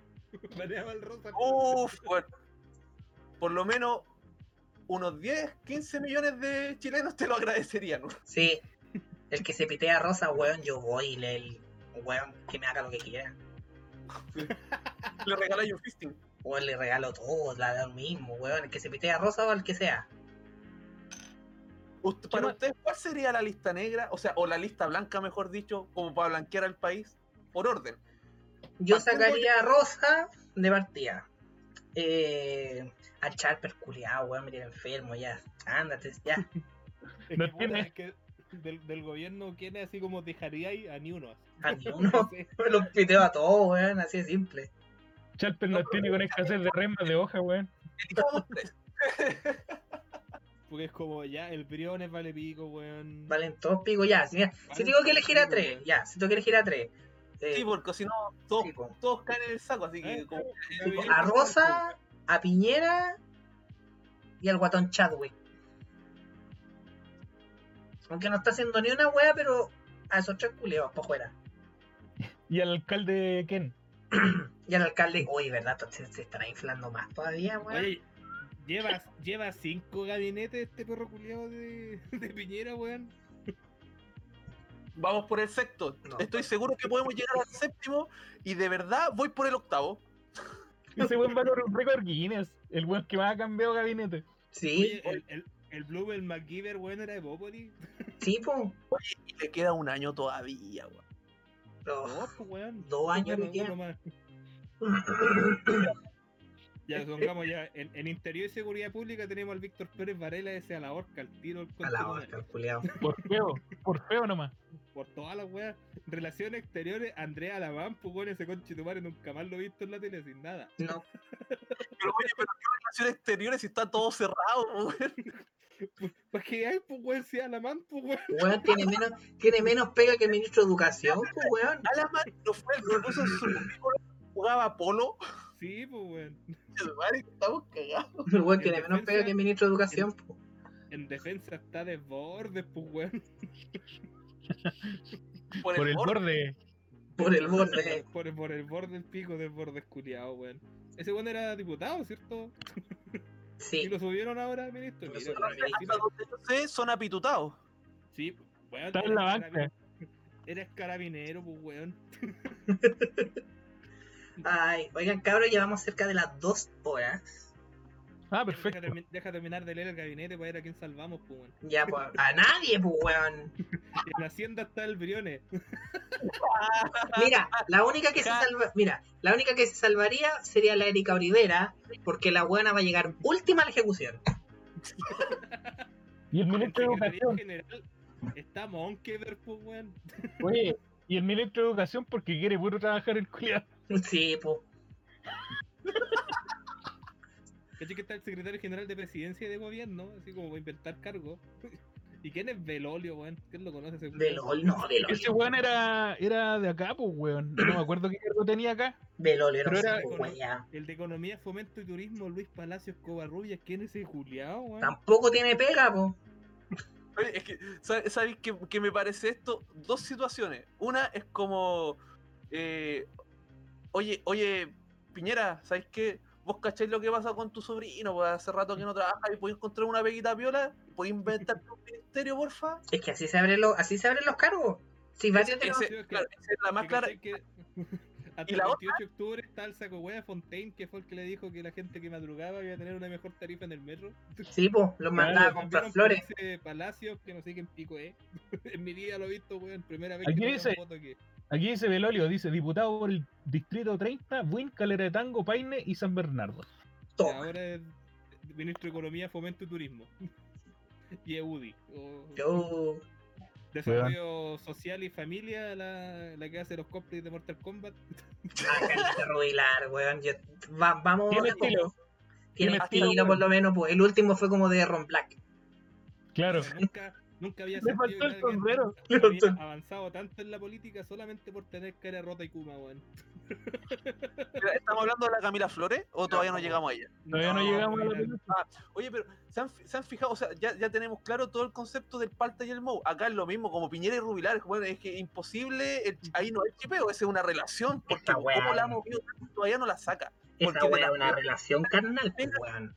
Baneame al rosa. Uf, bueno. Por lo menos unos 10, 15 millones de chilenos te lo agradecerían. weón. Sí. El que se pitea a Rosa, weón, yo voy y le el weón que me haga lo que quiera. Le regaláis un fisting. Weón, le regalo todo, la da lo mismo, weón. El que se pitea a Rosa o el que sea. Ust- ¿Para ustedes cuál sería la lista negra? O sea, o la lista blanca, mejor dicho, como para blanquear al país, por orden. Yo Partiendo sacaría a Rosa de partida. Eh, a Charper culiao, weón, me tiene enfermo ya. Ándate, ya. Es No que, puta, tiene. es que del, del gobierno, ¿quién es así como dejaría ahí? a ni uno? A ni uno. Me los piteo a todos, weón, así de simple. Chalper nos tiene con escasez este de remas de hoja, weón. Elijamos tres. Porque es como ya, el Briones vale pico, weón. Valen todos pico, ya. Si, si tengo que elegir a tres, ya. Si tengo que elegir a tres. Eh, Sí, porque si no, todos, sí, po. todos caen en el saco, así que Eh, como- Gabriel a Boric, Rosa, a Piñera y al guatón Chadwick. Aunque no está haciendo ni una wea, pero a esos tres culeos para afuera. Y al alcalde Ken. Y al alcalde, oye, ¿verdad? Se, se estará inflando más todavía, weón. Oye, lleva, lleva cinco gabinetes este perro culiado de, de Piñera, weón. vamos por el sexto. No. Estoy seguro que podemos llegar al séptimo y de verdad voy por el octavo. Ese buen valor un récord Guinness. El weón que más ha cambiado gabinete. sí, Oye, el, el, el Blue, el MacGyver, weón, era de Bopoli. sí, po. Y le queda un año todavía, weón. Los No, pues, weón. dos años Bueno, le uno quedan. más. Ya, supongamos ya, en, en Interior y Seguridad Pública tenemos al Víctor Pérez Varela ese a la horca, al tiro, al A la hora, el culiao. Por feo. Por feo nomás. por todas las weas. Relaciones exteriores, Andrea Alamán, pues weón, ese conchetumare nunca más lo he visto en la tele sin nada. No. Pero oye, pero qué relaciones exteriores si está todo cerrado, weón. Pues que hay, pues weón, si Alamán, pues weón. Weón tiene menos, tiene menos pega que el ministro de Educación, pues weón. Alaman no fue el que puso en su currículum que jugaba polo. Sí, pues weón. Madre, que Estamos cagados. El weón tiene menos pega que el ministro de Educación, pues. En defensa está de borde, pues weón. Por el, Por el borde. borde. Por el borde. Por, por el borde del pico del borde esculeado, weón. Ese weón era diputado, ¿cierto? Y Sí. lo subieron ahora a ministro. Lo Mira, subieron a weón, Hasta donde yo sé, son apitutados. Sí, pues, weón. Está en la era banca. carabin- Eres carabinero, pues weón. Ay, oigan, cabros, llevamos cerca de las dos horas. Deja, Ah, perfecto. termi- deja terminar de leer el gabinete para ver a quién salvamos, pues weón. Ya, pues, a nadie, pues, weón. En Hacienda está el Briones. Mira, la única que se Ca- salva, mira, la única que se salvaría sería la Erika Olivera, porque la buena va a llegar última a la ejecución. Y el En ministro de Secretaría Educación. General está Monkever, pues weón. Oye, y el ministro de Educación porque quiere puro trabajar el culiado. Sí, pues. Caché que está el secretario general de presidencia y de gobierno, así como para inventar cargo. ¿Y quién es Velolio, weón? ¿Quién lo conoce ese Velol, no, Velol. Ese weón era, era de acá, pues weón. No me acuerdo qué cargo tenía acá. Velol era un Pero era- saco, weón, ya. El de Economía, Fomento y Turismo, Luis Palacios Covarrubias, ¿quién es ese Juliao, weón? Tampoco tiene pega, po. Oye, es que, ¿sab- ¿sabéis qué, qué me parece esto? Dos situaciones. Una es como, eh, oye, oye, Piñera, ¿sabéis qué? Vos cacháis lo que pasa con tu sobrino, pues hace rato que no trabaja y podéis encontrar una peguita piola, podéis inventarte un ministerio, porfa. Es que así se abren los, así se abren los cargos. Si varios de los- Ese- sí, es que- claro, esa es la más Que clara. caché que Hasta Y el la 28 otra- de octubre está el saco wea Fontaine, que fue el que le dijo que la gente que madrugaba iba a tener una mejor tarifa en el metro. Sí, po, Ah, los mandaba a comprar Cambiaron por flores. ese Palacios, que no sé quién pico es. en mi vida lo he visto, weón. Primera vez Aquí que veo dice- foto que. Aquí dice Belolio, dice diputado por el distrito 30, Buin, Calera de Tango, Paine y San Bernardo. que Toma. ahora es ministro de Economía, Fomento y Turismo. y es UDI. o- Yo- Desarrollo Social y Familia, la, la que hace los cosplays de Mortal Kombat. Ah, Carlita Rubilar, weón. yo- va- vamos. Tiene a- estilo. Tiene tiene estilo, estilo, por lo menos, pues. El último fue como de Ron Black. Claro. Nunca, nunca había Le faltó el que alguien sombrero. había avanzado tanto en la política solamente por tener cara rota y kuma, weón. Mira, ¿Estamos hablando de la Camila Flores o todavía no llegamos a ella? Todavía no, No, llegamos a la mira. película. Oye, pero ¿se han, fi- se han fijado? O sea, ya, ya tenemos claro todo el concepto del palta y el mou. Acá es lo mismo, como Piñera y Rubilar. Bueno, es que imposible, el- ahí no hay chipeo, esa es una relación. Porque Esta weá. como la ha movido tanto, todavía no la saca. Esa Porque de weá la- es una relación carnal, pues, weón.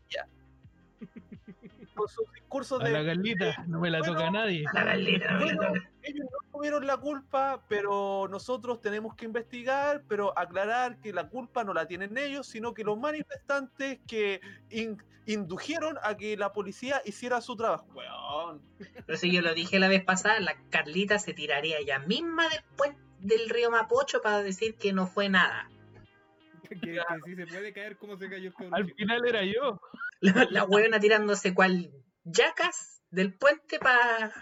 Con sus discursos A la de, Carlita, no me la Bueno. toca a nadie. La Carlita bueno, Rubilar. ellos no tuvieron la culpa, pero nosotros tenemos que investigar, pero aclarar que la culpa no la tienen ellos, sino que los manifestantes que in- indujeron a que la policía hiciera su trabajo. Weón. Pero si yo lo dije la vez pasada, la Carlita se tiraría ella misma del puente del río Mapocho para decir que no fue nada. Que, que sí se puede caer como se cayó el cabrón Al chico. final era yo. La, la weona tirándose cual yacas del puente para...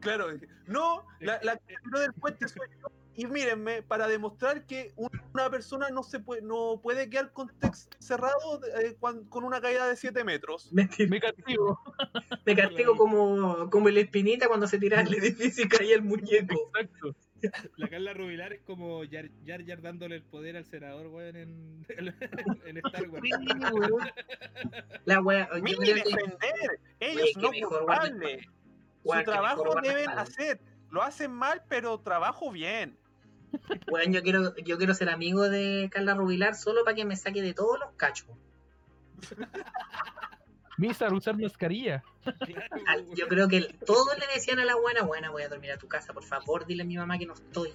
Claro, es que- no, la, la que tiró del puente soy yo. Y mírenme, para demostrar que un- una persona no se puede, no puede quedar con text cerrado eh, cuan- con una caída de 7 metros. Me, Me castigo. me castigo como, como el espinita cuando se tira al edificio y caía el muñeco. Exacto. La Carla Rubilar es como Jar Jar, Jar dándole el poder al senador, weón, en, en Star Wars. La wea... yo Miren, creo que- defender. Ellos Oye, qué no mejor guardaespaldas. culpables. Guau, Su qué trabajo mejor deben guardaespaldas. hacer. Lo hacen mal, pero trabajo bien. Weón, yo quiero, yo quiero ser amigo de Carla Rubilar solo para que me saque de todos los cachos. Misa, usar mascarilla. Claro, Al- weón. Yo creo que el- todos le decían a la buena, buena, voy a dormir a tu casa, por favor, dile a mi mamá que no estoy.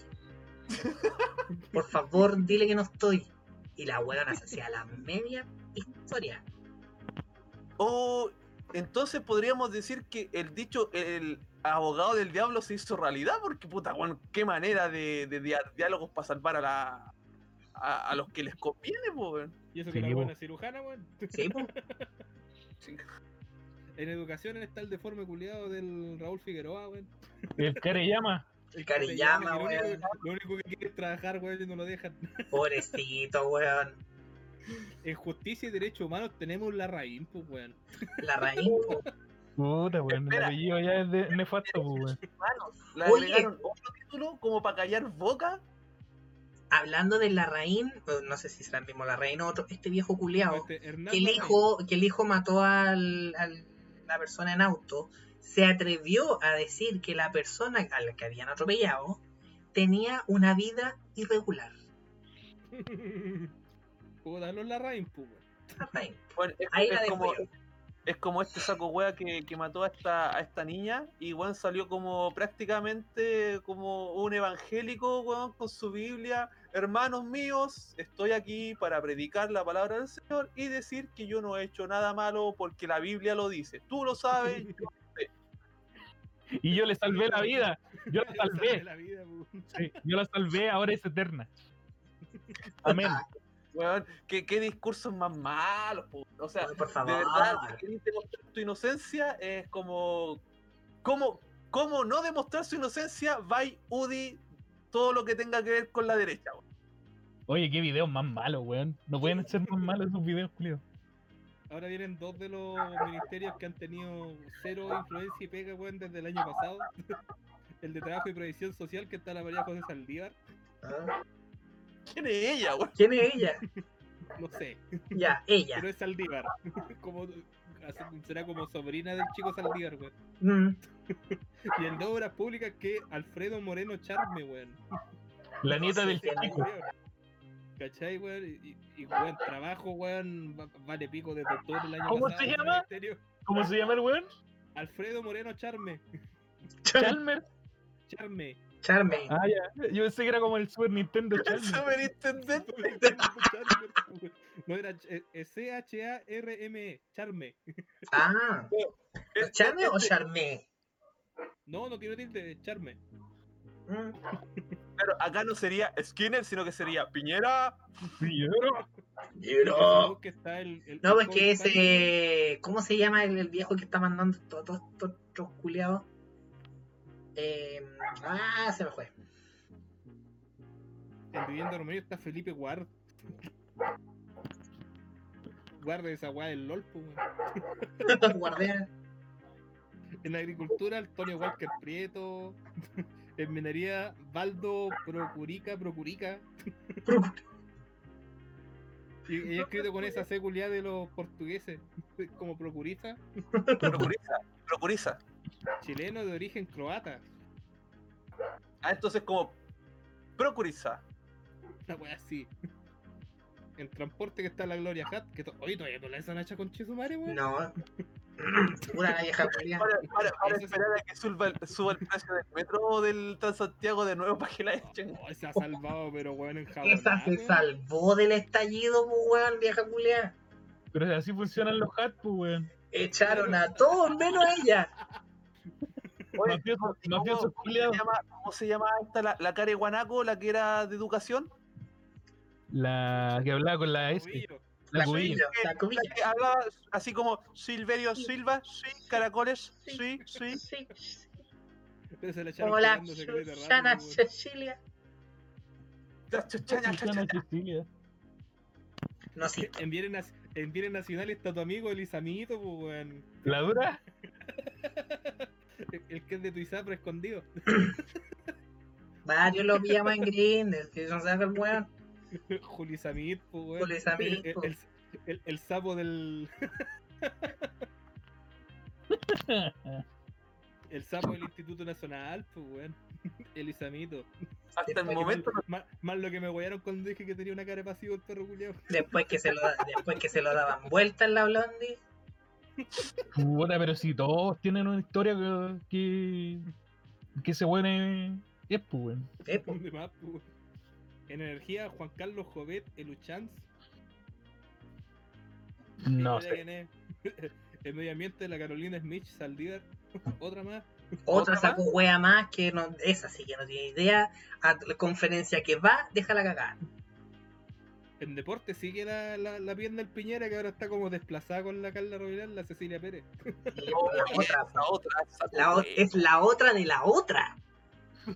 Por favor, dile que no estoy. Y la buena se hacía la media historia. O entonces podríamos decir que el dicho, el abogado del diablo se hizo realidad, porque puta, bueno, qué manera de, de dia- diálogos para salvar a la. A, a los que les conviene, po, weón. Y eso que la Sí, buena po. es cirujana, weón. Sí, po. En educación está el deforme culiado del Raúl Figueroa, weón. El cara llama. El Kariyama, Lo único- weón. Lo único que quiere es trabajar, weón, y no lo dejan. Pobrecito, weón. En justicia y derechos humanos tenemos la raíz, pues, weón. La raíz, po. Puta, weón. El Espera. apellido ya es de nefasto, po, weón. Hermanos, le Oye. agregaron otro título como para callar boca. Hablando de la raíz, no sé si será el mismo la raíz o otro, este viejo culeado. Este, Hernán que el Larraín. hijo, que el hijo mató al, al- la persona en auto, se atrevió a decir que la persona a la que habían atropellado tenía una vida irregular. Puta, los Larraín, pues, weón. Ay, Bueno, es, Ahí es la dejo como, yo. es como este saco wea que, que mató a esta, a esta niña y weón salió como prácticamente como un evangélico weón, con su Biblia. Hermanos míos, estoy aquí para predicar la palabra del Señor y decir que yo no he hecho nada malo porque la Biblia lo dice. Tú lo sabes, yo Y yo le salvé la vida. Yo la Le salvé salvé. la vida, pues. Sí, yo la salvé, ahora es eterna. Amén. Weón, ¿qué, qué discursos más malos, po. o sea, Ay, por de favor. verdad, si querés demostrar tu inocencia es como, como, como no demostrar su inocencia, by UDI, todo lo que tenga que ver con la derecha. weón. Oye, qué videos más malos, weón. No pueden ser más malos esos videos, Julio. Ahora vienen dos de los ministerios que han tenido cero influencia y pega, weón, desde el año pasado. El de Trabajo y Previsión Social, que está la María José Saldívar. Ah, ¿Quién es ella, weón? ¿Quién es ella? No sé, Ya, ella. pero es Saldívar. Como, será como sobrina del chico Saldívar, weón. Mm, Y el de Obras Públicas que Alfredo Moreno Charme, weón. La nieta del sí, chico. ¿Cachai, weón? Y, y, weón, trabajo, weón, va- vale pico desde octubre del año ¿Cómo pasado. se en el llama? ministerio. ¿Cómo se llama el weón? Alfredo Moreno Charme. Chalmer. Charme. Charme. Ah, ya. Yo pensé que era como el Super Nintendo Eso Chalmer. me entender. No era eh, eh, C-H-A-R-M-E, E, Charme. Ah, Es- ¿Charme o es- Charme? No, no quiero decirte, Charme. Mm, claro, acá no sería Skinner, sino que sería Piñera. Sí, yo. No, Que está el, el- no, es el que joven Patrick, ese. ¿Cómo se llama el, el viejo que está mandando todos to, to- estos culiados? Eh, ah, se me fue. En Vivienda Romero está Felipe Guard. Guarda esa weá del LOL, pues, po, weón. Guardián. En agricultura, Antonio Walker Prieto. En minería, Baldo Procurica, Procurica. Y, y escrito con esa securidad de los portugueses, como procurista, Procuriza, procuriza. chileno de origen croata. Ah, entonces como procuriza. Una wea así. En transporte que está la Gloria Hat, que to- oye, todavía no la esa nacha con Chisumare, weón. No. Pura la vieja culia. Para, para, para Eso es- esperar a que suba el, suba el precio del metro o del Transantiago de nuevo para que la echen. Oh, se ha salvado, pero weón, en Japón. Esa se salvó del estallido, pues, weón, vieja culia. Pero así funcionan los hats, pues, weón. Echaron a todos menos a ella. Oye, Mafiosos, ¿y cómo- mafiosos, cómo se culiados. llama- ¿Cómo se llama esta, la, la cara de guanaco, la que era de educación? La que hablaba con la S. La La cubilla. cubilla, la cubilla. La que hablaba así como Silverio Silva, sí, caracoles, sí, sí. Sí, Pero se la echaron hola, pegándose caleta de Susana rato, weón. Cecilia. La chuchaña, Luciana chuchaña. Cecilia. No, sí. En Bienes, Nac- en Bienes Nacionales está tu amigo, el Isamito, pues, weón. La dura. El- El que es de tu Isapra escondido. Varios lo vi más en Green, el que no sabe el weón. Juli Samit, pues, weón. Juli Samit, El, po. el- el- el sapo del. el sapo del Instituto Nacional, pues, weón. El Isamito. Hasta el Este momento no- Más, más lo que me guayaron cuando dije que tenía una cara de pasivo el perro culiao. Después que se lo, da- después que se lo daban vuelta en la blondie. Puta, pero si todos tienen una historia que. que, que se buena es, pues, weón. Eh, pues, ¿Dónde más, pues, weón? En energía, Juan Carlos Jovet, el Uchanz. No Sí, sé. ya quién es. El medio ambiente, la Carolina Smith, Saldívar. Ah. Otra más. otra ¿Otra sacó wea más que no, esa sí que no tiene idea. A la conferencia que va, déjala cagar. En deporte sigue la, la, la pierna del Piñera que ahora está como desplazada con la Carla Rovilán, la Cecilia Pérez. Y la otra, la otra. esa la o- wea. es la otra de la otra.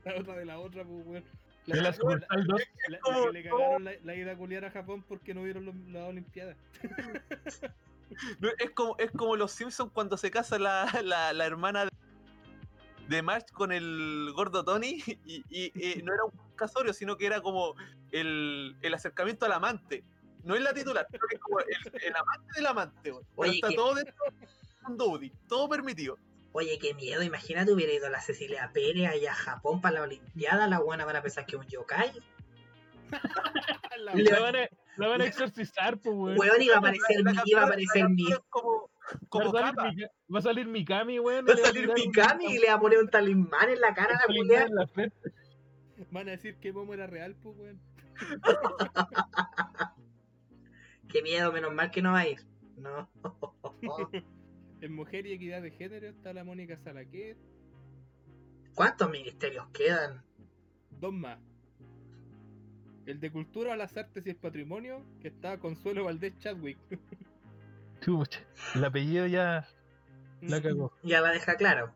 la otra de la otra, pues, weón. De la sucursal dos. la- la que le cagaron la, la ida culiar a Japón porque no vieron los- las Olimpiadas. No, es, como, es como los Simpsons cuando se casa la, la, la hermana de, de Marge con el gordo Tony y, y- y no era un casorio, sino que era como el, el acercamiento al amante. No es la titular, sino que es como el, el amante del amante. weón. Pero Oye, está que- todo dentro del mundo UDI, todo permitido. Oye, qué miedo. Imagínate hubiera ido la Cecilia Pérez allá a Japón para la Olimpiada. La guana van a pensar que es un yokai. La La van a, la van a exorcizar, pues, weón. Weón, iba a aparecer, mi- iba La a captura- aparecer la mi. captura es como, como va, a capa. salir Mika- va a salir Mikami, weón. y Va a le va salir tirar un- Mikami y le va a poner un talismán en la cara a la un culiada. talismán en la frente. Van a decir que Momo era real, pues, weón. Qué miedo, menos mal que no va a ir. No. En Mujer y Equidad de Género está la Mónica Salaquet. ¿Cuántos ministerios quedan? Dos más. El de Cultura, las Artes y el Patrimonio, que está Consuelo Valdés Chadwick. Chucha, El apellido ya la Mm, cagó. Ya la deja claro.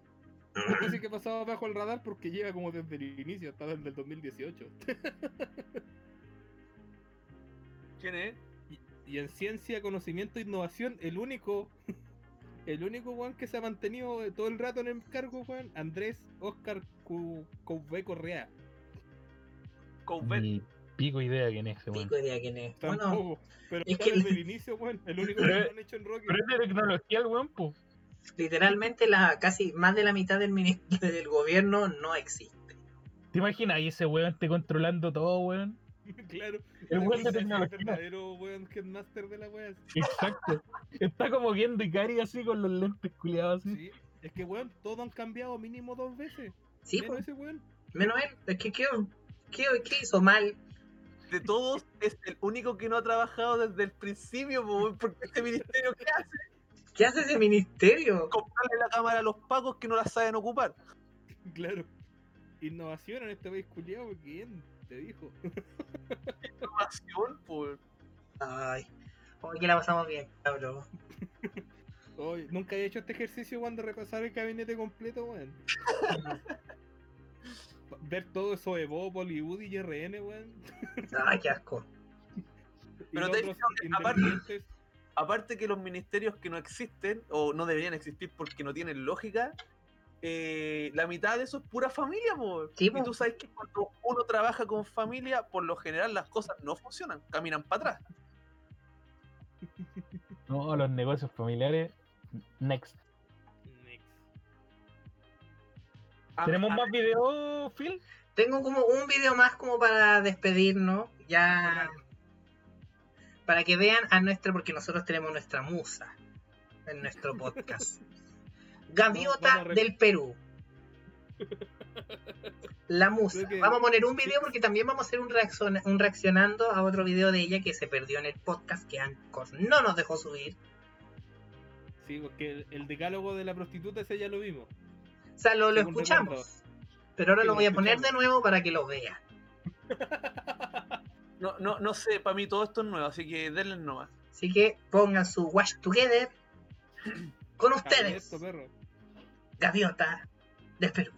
Así que pasaba bajo el radar porque llega como desde el inicio, está desde el 2018. ¿Quién es? Y en ciencia, conocimiento e innovación, el único, el único weón que se ha mantenido eh, todo el rato en el cargo, weón, Andrés Oscar Cu- Couvé Correa. Courbet. Ni pico idea quién es ese, weón. Pico idea quién es. Bueno, Tampoco. pero es está que- desde el inicio, weón, el único que Pero- lo han hecho en Rocky. Pero es de tecnología el weón, pues. literalmente la casi más de la mitad del minis- del gobierno no existe. ¿Te imaginas ahí ese weón esté controlando todo, weón? claro. El weón de Es tecnología. El verdadero weón headmaster de la wea. Exacto. Está como viendo Ikari así con los lentes culiados así. Sí. Es que, weón, todos han cambiado mínimo dos veces. Sí, Menos pues, ese weón. menos él. Es que ¿qué, qué, qué hizo mal? De todos, es el único que no ha trabajado desde el principio, po, weón, porque este ministerio, ¿qué hace? ¿Qué hace ese ministerio? Comprarle la cámara a los pacos que no la saben ocupar. Claro. Innovación en este país culiado, ¿quién te dijo? Pasión, por... Ay, hoy que la pasamos bien, cabrón. Oye, nunca he hecho este ejercicio cuando repasar el gabinete completo, weón. Ver todo eso de Bob, Bollywood y RN, weón. Ay, qué asco. Y Pero los te otros digo que aparte- independientes, Aparte que los ministerios que no existen, o no deberían existir porque no tienen lógica, eh, la mitad de eso es pura familia, po. Sí, po. Y tú sabes que cuando uno trabaja con familia, por lo general las cosas no funcionan, caminan para atrás. No, los negocios familiares. Next. Next. A- ¿Tenemos a- Ah, más videos, Phil? Tengo como un video más como para despedirnos, ya para que vean a nuestra, porque nosotros tenemos nuestra musa en nuestro podcast. Gaviota Vamos a re- del Perú. La musa. Creo que- Vamos a poner un video porque también vamos a hacer un, reaccion- un reaccionando a otro video de ella que se perdió en el podcast que Anchor no nos dejó subir. Sí, porque el, el decálogo de la prostituta ese ya lo vimos. O sea, lo, lo Según escuchamos. Pero ahora Sí, lo lo voy a poner de escuchamos. nuevo para que lo vean. No, no, no sé, para mí todo esto es nuevo, así que denle nomás. Así que pongan su Watch Together con ustedes. Esto, perro. Gaviota del Perú.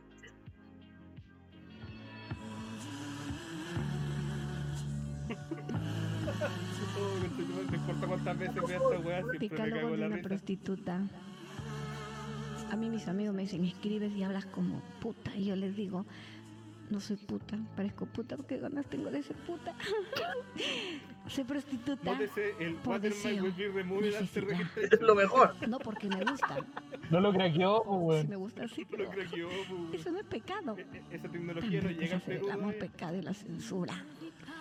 Oh, conchetumare, No importa cuántas veces vea esta weá, siempre me cago Decálogo en de la una risa. prostituta. A mí mis amigos me dicen, escribes y hablas como puta. Y yo les digo, no soy puta, parezco puta porque ganas tengo de ser puta. soy prostituta, Nótese el Por Waterman deseo, Will Be Removed After necesidad. Es Registration. lo mejor. no porque me gusta. No lo craqueó, pues, Si weón. me gusta así que Lo lo- creo que yo, pues, Eso no es pecado. weón. E- e- Esa tecnología no También llega al hacer Perú. el amor, todavía. pecado y la censura.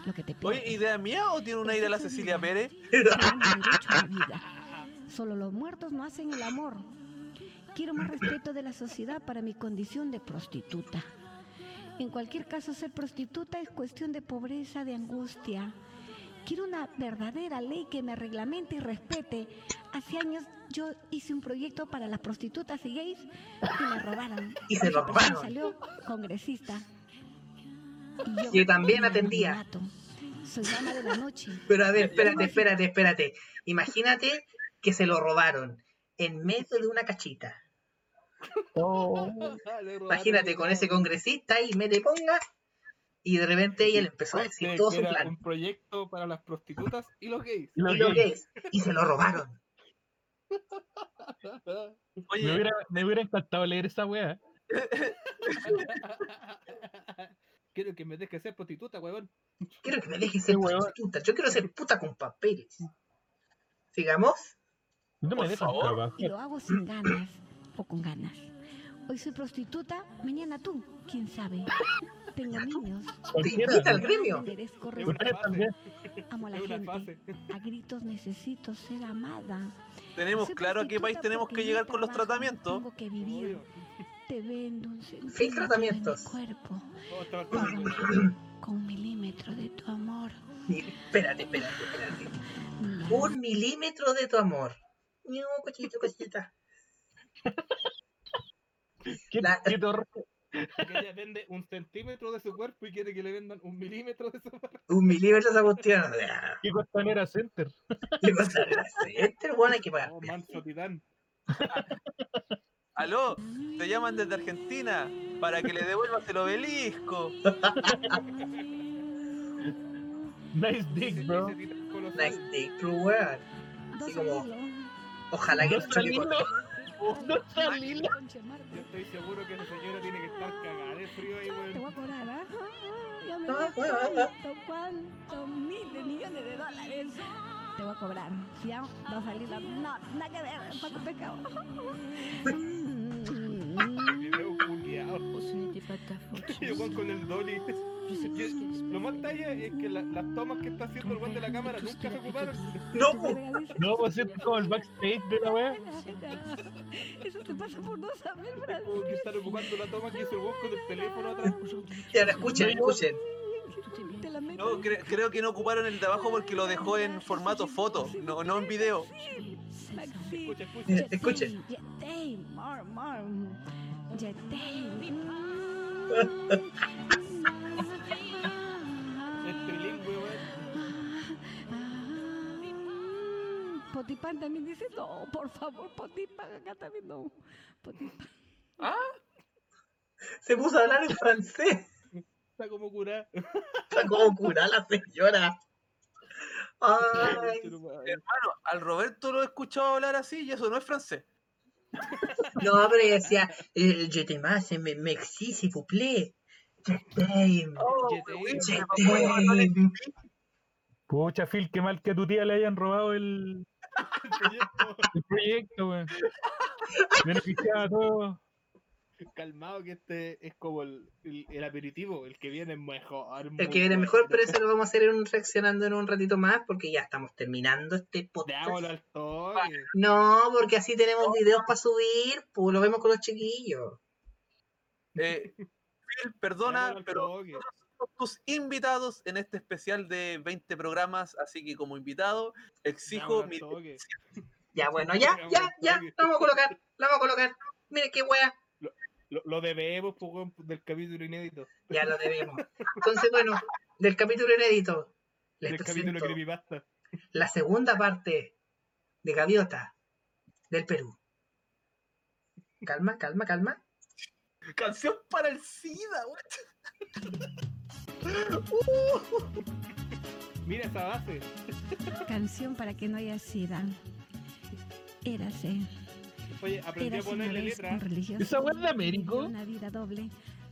Lo que te pido. Oye, ¿idea mía o tiene un aire a la Cecilia Pérez? derecho a la vida. Solo los muertos no hacen el amor. Quiero más respeto de la sociedad para mi condición de prostituta. En cualquier caso, ser prostituta es cuestión de pobreza, de angustia. Quiero una verdadera ley que me reglamente y respete. Hace años yo hice un proyecto para las prostitutas y gays y me robaron. Y se Esa persona robaron. Salió congresista. Y yo Que también en el atendía. anonimato. Soy dama de la noche. Pero a ver, Ya, ya, espérate, espérate, espérate. Imagínate que se lo robaron en medio de una cachita. Imagínate con ese congresista y me te ponga. Y de repente ella le empezó a decir todo su Era plan. un proyecto para las prostitutas y los gays. Y lo que es. Y se lo robaron. me, hubiera, me hubiera encantado leer esa weá. Quiero que me dejes ser prostituta, huevón. Quiero que me dejes ser prostituta. Yo quiero ser puta con papeles. Sigamos. No Por me dejan favor. Y lo hago sin ganas o con ganas. Hoy soy prostituta, mañana tú, quién sabe. Tengo niños. Cualquiera. Invita al gremio. Interés Ustedes también. Amo a la Es una gente. A gritos necesito ser amada. Tenemos Soy claro a qué país prostituta tenemos que porque llegar mi con los trabajo tratamientos. Tengo que vivir. Te vendo un centímetro de mi tratamientos. cuerpo. Oh, está- Págame con un milímetro de tu amor. Espérate, espérate, espérate. Un milímetro de tu amor. Ñu, cochito, cochita. ¿Qué, La- qué torre? que ella vende un centímetro de su cuerpo y quiere que le vendan un milímetro de su cuerpo. Un milímetro esa cuestión. ¿Qué costanera center? ¿Qué pasa? Este weón hay que pagar. Oh, manso titán. Aló, te llaman desde Argentina para que le devuelvas el obelisco. Nice dick, bro. Ese titán colosal. Nice day, true weón. Así como, ojalá que no No choque salí, con- no. No salí, no. Yo estoy seguro que esa señora tiene que estar cagada de frío ahí, Te weón. voy a cobrar, ¿ah? Ah, Ya me No, das bueno, anda. cuánto, cuánto, miles, millones de dólares. Te voy a cobrar. Si ya va a salir la. No, nada que ver, Paco Pecado. Video culiao. Y el weón con el dolly. Y Lo más talla es que la- las tomas que está haciendo el weón de la cámara nunca se ocuparon. No, Te po. regalizo- No, pues es como el backstage de la weá. Eso te pasa por no saber, Como que Francis. están ocupando la toma que hizo el weón con el teléfono atrás. ya la escuchen, escuchen. Te la meto. No, cre- creo que no ocuparon el de abajo porque lo dejó en formato foto, no, no en video. Maxi. Escucha, escucha. Mira, Escuchen. Yetay, mar, mar. Yetay. Es trilingüe, weón. Potipán también dice, no, por favor, Potipán, acá también no. Potipán. Se puso a hablar en francés. Está como curada. Está como curada la señora. Ay, Hermano, al Roberto lo he escuchado hablar así y eso no es francés. no, pero ella decía, eh, je t'aime, me merci, s'il vous plaît. Je t'aime, Oh, Yete. weón, je weón, t'aime. Pucha, Phil, qué mal que a tu tía le hayan robado el, El proyecto. el proyecto, weón. Beneficiaba a todos. Calmado que este es como el, el, el aperitivo, el que viene mejor. El muy que viene bueno. mejor, pero eso lo vamos a hacer en un reaccionando en un ratito más, porque ya estamos terminando este podcast. Dámoslo al toque. No, porque así tenemos videos para subir, pues lo vemos con los chiquillos. Eh, Phil, dámoslo perdona, al pero toque. somos tus invitados en este especial de 20 programas, así que como invitado exijo Dámoslo al mi toque. Ya, bueno, ya, ya, ya, la vamos a colocar, la vamos a colocar. Miren qué wea. Lo, lo debemos po, weón, del capítulo inédito. Ya lo debemos. Entonces, bueno, del capítulo inédito, les Del capítulo presento Creepypasta. la segunda parte de Gaviota del Perú. Calma, calma, calma. canción para el SIDA. weón. Mira esa base. Canción para que no haya sida. Érase. Oye, aprendí a Érase una ponerle vez letra. un religioso. ¿Esa weá es de vivió Américo? Una vida doble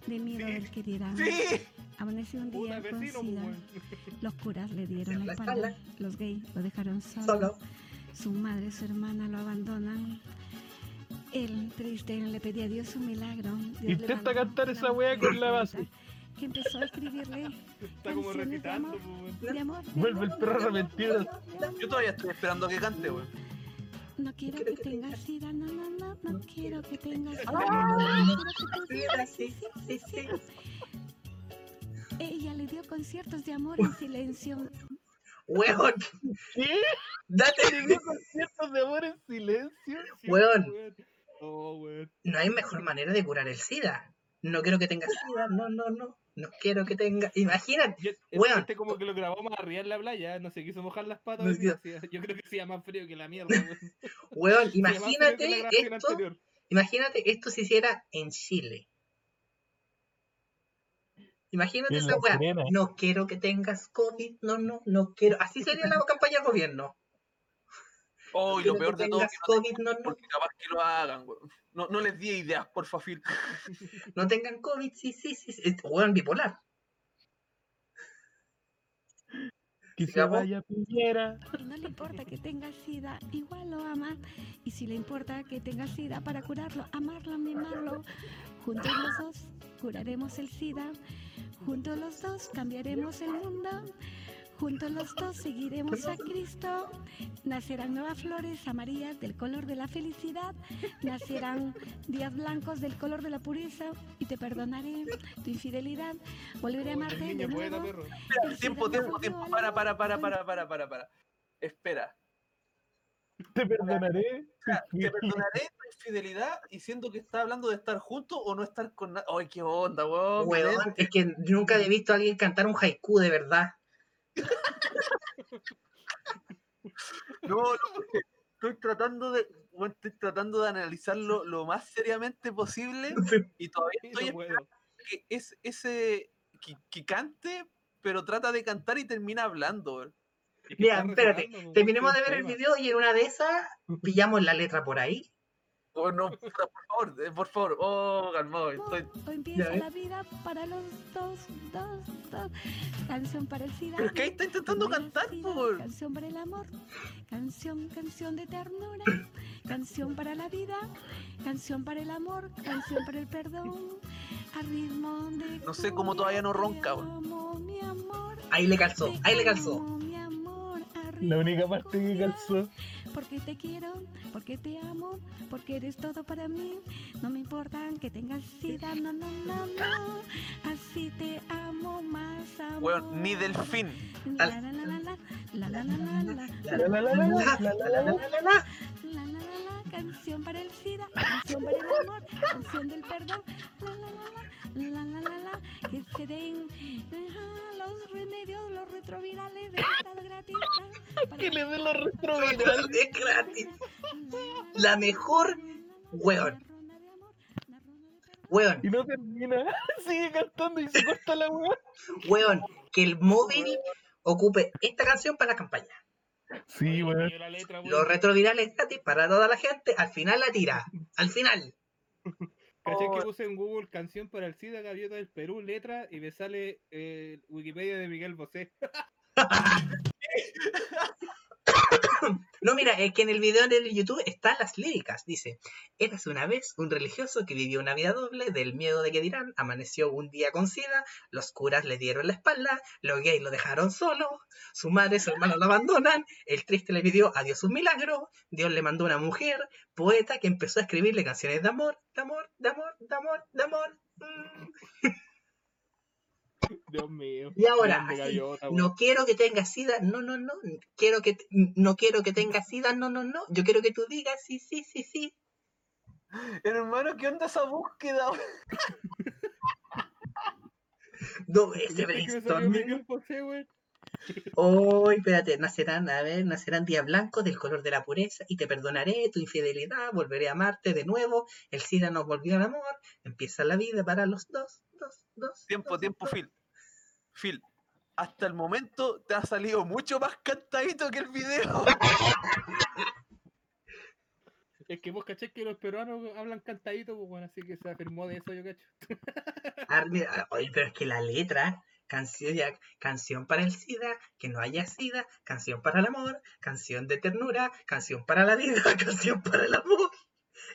de miedo del que dirá. Sí, Amaneció un Puta día con vecino, pues, sida. weón. Los curas le dieron La la espalda. espalda. Los gays lo dejaron solo. Solo. Su madre y su hermana lo abandonan. Él, triste, le pedía a Dios un milagro. Dios le Intenta mandó cantar una esa wea mujer con la base. bonita Que empezó a escribirle Está como Canciones de recitando. amor. po, weón. de amor. de Vuelve el amor, perro de amor, arrepentido. de amor, de amor. yo todavía estoy esperando a que cante, weón. No quiero quiero que que tengas tengas sida, no, no, no, no quiero que tengas sida. Ah. no quiero que tengas Sí, sida, sí, sí. Ella le dio conciertos de amor en silencio. Weón, ¿Qué? date. ¿Tenía conciertos de amor en silencio? Sí, pues, Weón. Oh, weón. No hay mejor manera de curar el SIDA. No quiero que tengas SIDA, no, no, no. No quiero que tenga. Imagínate. Y este- Weón. Este como que lo grabamos arriba en la playa, no se quiso mojar las patas. No hoy sé. día, sí, Yo creo que sea más frío que la mierda. weón. Weón, Sea más frío que la imagínate grabación esto anterior. Imagínate, esto se hiciera en Chile. Imagínate En esa La ¿eh? weá. Serena. No quiero que tengas COVID. No, no, no quiero. Así sería la campaña del gobierno. Oh, y Quiero lo peor que de todo, tengas que no COVID, no, no. porque capaz que lo hagan, weón. No, no les di ideas, porfa, Phil. No tengan COVID, sí, sí, sí. sí. Este weón bipolar. Que se Digamos. vaya Piñera. Que no le importa que tenga sida, igual lo ama. Y si le importa que tenga sida para curarlo, amarlo, mimarlo. Juntos los dos curaremos el sida. Juntos los dos cambiaremos el mundo. Juntos los dos seguiremos a Cristo. Nacerán nuevas flores amarillas del color de la felicidad. Nacerán días blancos del color de la pureza. Y te perdonaré tu infidelidad. Volveré a amarte de Niña buena, nuevo. perro. Espera, tiempo, tiempo, tiempo. Para, para, para, para, para, para, para. Espera. Te perdonaré. Te perdonaré tu infidelidad y siento que está hablando de estar juntos o no estar con nadie. ¡Ay, qué onda, weón! Weón, es que nunca he visto a alguien cantar un haiku de verdad. No, no, porque estoy tratando de. weón, estoy tratando de analizarlo lo más seriamente posible y todavía Sí, estoy no puedo. esperando que es ese que, que cante, pero trata de cantar y termina hablando, weón. Es que Mira, está espérate. resonando, pues, Terminemos de tiene un ver el poema. video y en una de esas pillamos la letra por ahí. Oh, no, puta, por favor, eh, por favor. Oh, calmado, estoy. O empieza ves. la vida para los dos, dos, dos. Canción para el SIDA. Pero es que ahí está intentando Canción para el cantar, SIDA, por. Canción para el amor. Canción, canción de ternura. Canción para la vida. Canción para el amor. Canción para el perdón. A ritmo de. No sé cómo todavía no ronca, weón. Como mi amor. Ahí le calzó, te ahí le calzó. amo, mi amor, a La única ritmo parte que cumbia. calzó. Porque te quiero, porque te amo, porque eres todo para mí. No me importa que tengas sida, no, no, no, no. Así te amo más, amor. Weón, ni delfín. La, la, la, la, la, la, la, la, la, la, La, la, la, la, la, la, la, la, la. la, la, la, la, canción para el sida, canción para el amor, canción del perdón, la, la, la, la, la, la, la, la, que se den ah, los remedios, los retrovirales de estado gratis. Que le den los Weón, es gratis. La mejor, weón. Weón, Y no termina. Sigue cantando y se corta la weá. weón. Que el móvil ocupe esta canción para la campaña. Sí, weón. Leyó la letra, weón. Los retrovirales gratis para toda la gente. Al final la tira. Al final. Caché que Oh. puse en Google canción para el SIDA, gaviota del Perú, letra, y me sale eh, Wikipedia de Miguel Bosé. No, mira, es que en el video de YouTube están las líricas. Dice, eras una vez un religioso que vivió una vida doble del miedo de que dirán, amaneció un día con sida, los curas le dieron la espalda, los gays lo dejaron solo, su madre y su hermano lo abandonan, el triste le pidió a Dios un milagro, Dios le mandó una mujer, poeta que empezó a escribirle canciones de amor, de amor, de amor, de amor, de amor. mm. Dios mío. Y ahora, Grande así, Ah, gaviota, weón. No quiero que tengas sida, no, no, no. Quiero que te- no quiero que tengas sida, no, no, no. Yo quiero que tú digas sí, sí, sí, sí. Hermano, ¿qué onda esa búsqueda? weón? No, ¿Viste ese que me salió brainstorming. Miguel Bosé, weón? Oh, espérate, nacerán, a ver, nacerán días blancos del color de la pureza y te perdonaré tu infidelidad, volveré a amarte de nuevo. El sida nos volvió al amor, empieza la vida para los dos, dos, dos. Tiempo, dos, tiempo, dos. Phil. Phil, hasta el momento te ha salido mucho más cantadito que el video. Es que vos caché que los peruanos hablan cantadito, pues, weón, así que se afirmó de eso, yo cacho. Ah, mira, ah, oye, pero es que la letra, canción, ya- canción para el SIDA, que no haya SIDA, canción para el amor, canción de ternura, canción para la vida, canción para el amor.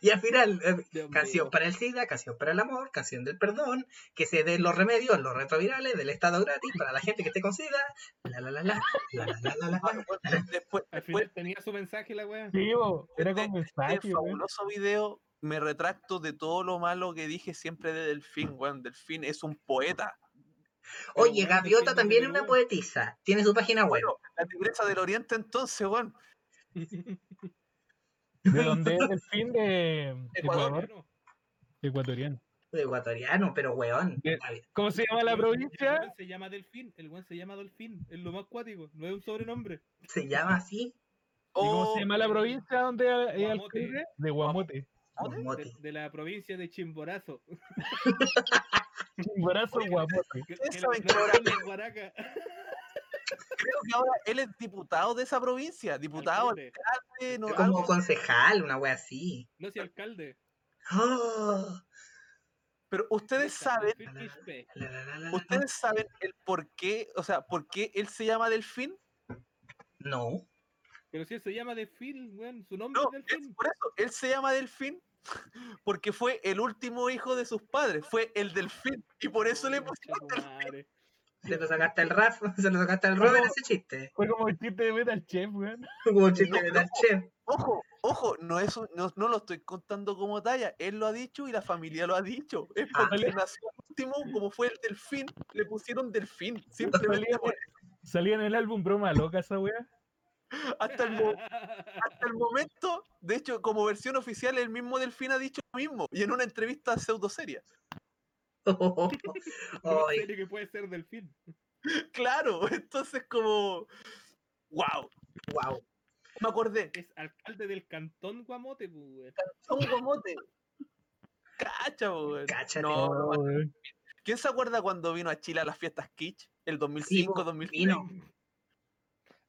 Y al final, eh, Dios canción mío. para el SIDA, canción para el amor, canción del perdón, que se den los remedios, los retrovirales del estado gratis para la gente que esté con SIDA. La la la la, la la la la la. Hermano, weón, Después, Al después final tenía su mensaje la weá. Sí, bo, Era Este- con de mensaje, este weón. fabuloso video, me retracto de todo lo malo que dije siempre de Delfín, weón. Delfín es un poeta. Pero, Oye, weón, Gaviota defiéndete, también es una weón. poetisa, tiene su página web. Bueno, la tigresa del oriente entonces, weón. ¿De dónde es el fin de Ecuador. Ecuador? Ecuatoriano. Ecuatoriano, pero weón. Bien. Gavi- ¿Cómo se llama la El weón se- El provincia? weón se llama Delfín, el weón se llama Delfín, es lo más cuático, no es un sobrenombre. Se llama así. ¿Y cómo Oh, se llama la provincia donde eh, es Guamote. alcalde? De Guamote. de- motes. de la provincia de Chimborazo. Chimborazo, guapote. Que- Ustedes que saben no- que no ahora- son los Guaracas. Creo que ahora él es diputado de esa provincia, diputado, Alcalde. alcalde, no, Es algo como concejal, una wea así. No soy alcalde. Ah, Pero ustedes saben, Delfín Quispe. la, la, la, la, la. ustedes saben el por qué, o sea, por qué él se llama Delfín. No. Pero si él se llama Delfín, weón. Su nombre No, es es Delfín. por eso, él se llama Delfín porque fue el último hijo de sus padres, fue el Delfín. Y por eso le pusieron Concha tu madre. Se lo sacaste al Raf, se lo sacaste al Robert ese chiste. Fue como el chiste de Metal Chef, weón. Como un chiste de tal chef. Ojo, ojo, no, es un- no, no lo estoy contando como talla, él lo ha dicho y la familia lo ha dicho. Es Ah. porque nació último, como fue el delfín, le pusieron delfín. Simplemente Salía, por- salía en el álbum Broma Loca esa weá. hasta, el, mo- hasta el momento, de hecho, como versión oficial, el mismo delfín ha dicho lo mismo y en una entrevista pseudo seria. No Oh. Ay, sé ni que puede ser Delfín. Claro, entonces como, wow, wow. me acordé. Es alcalde del cantón Guamote, pues, weón. Somos guamote. Cacha, weón. Cáchate. No, no, Oh, weón. ¿Quién se acuerda cuando vino a Chile a las fiestas Kitsch? El 2005, pues, 2006. Vino.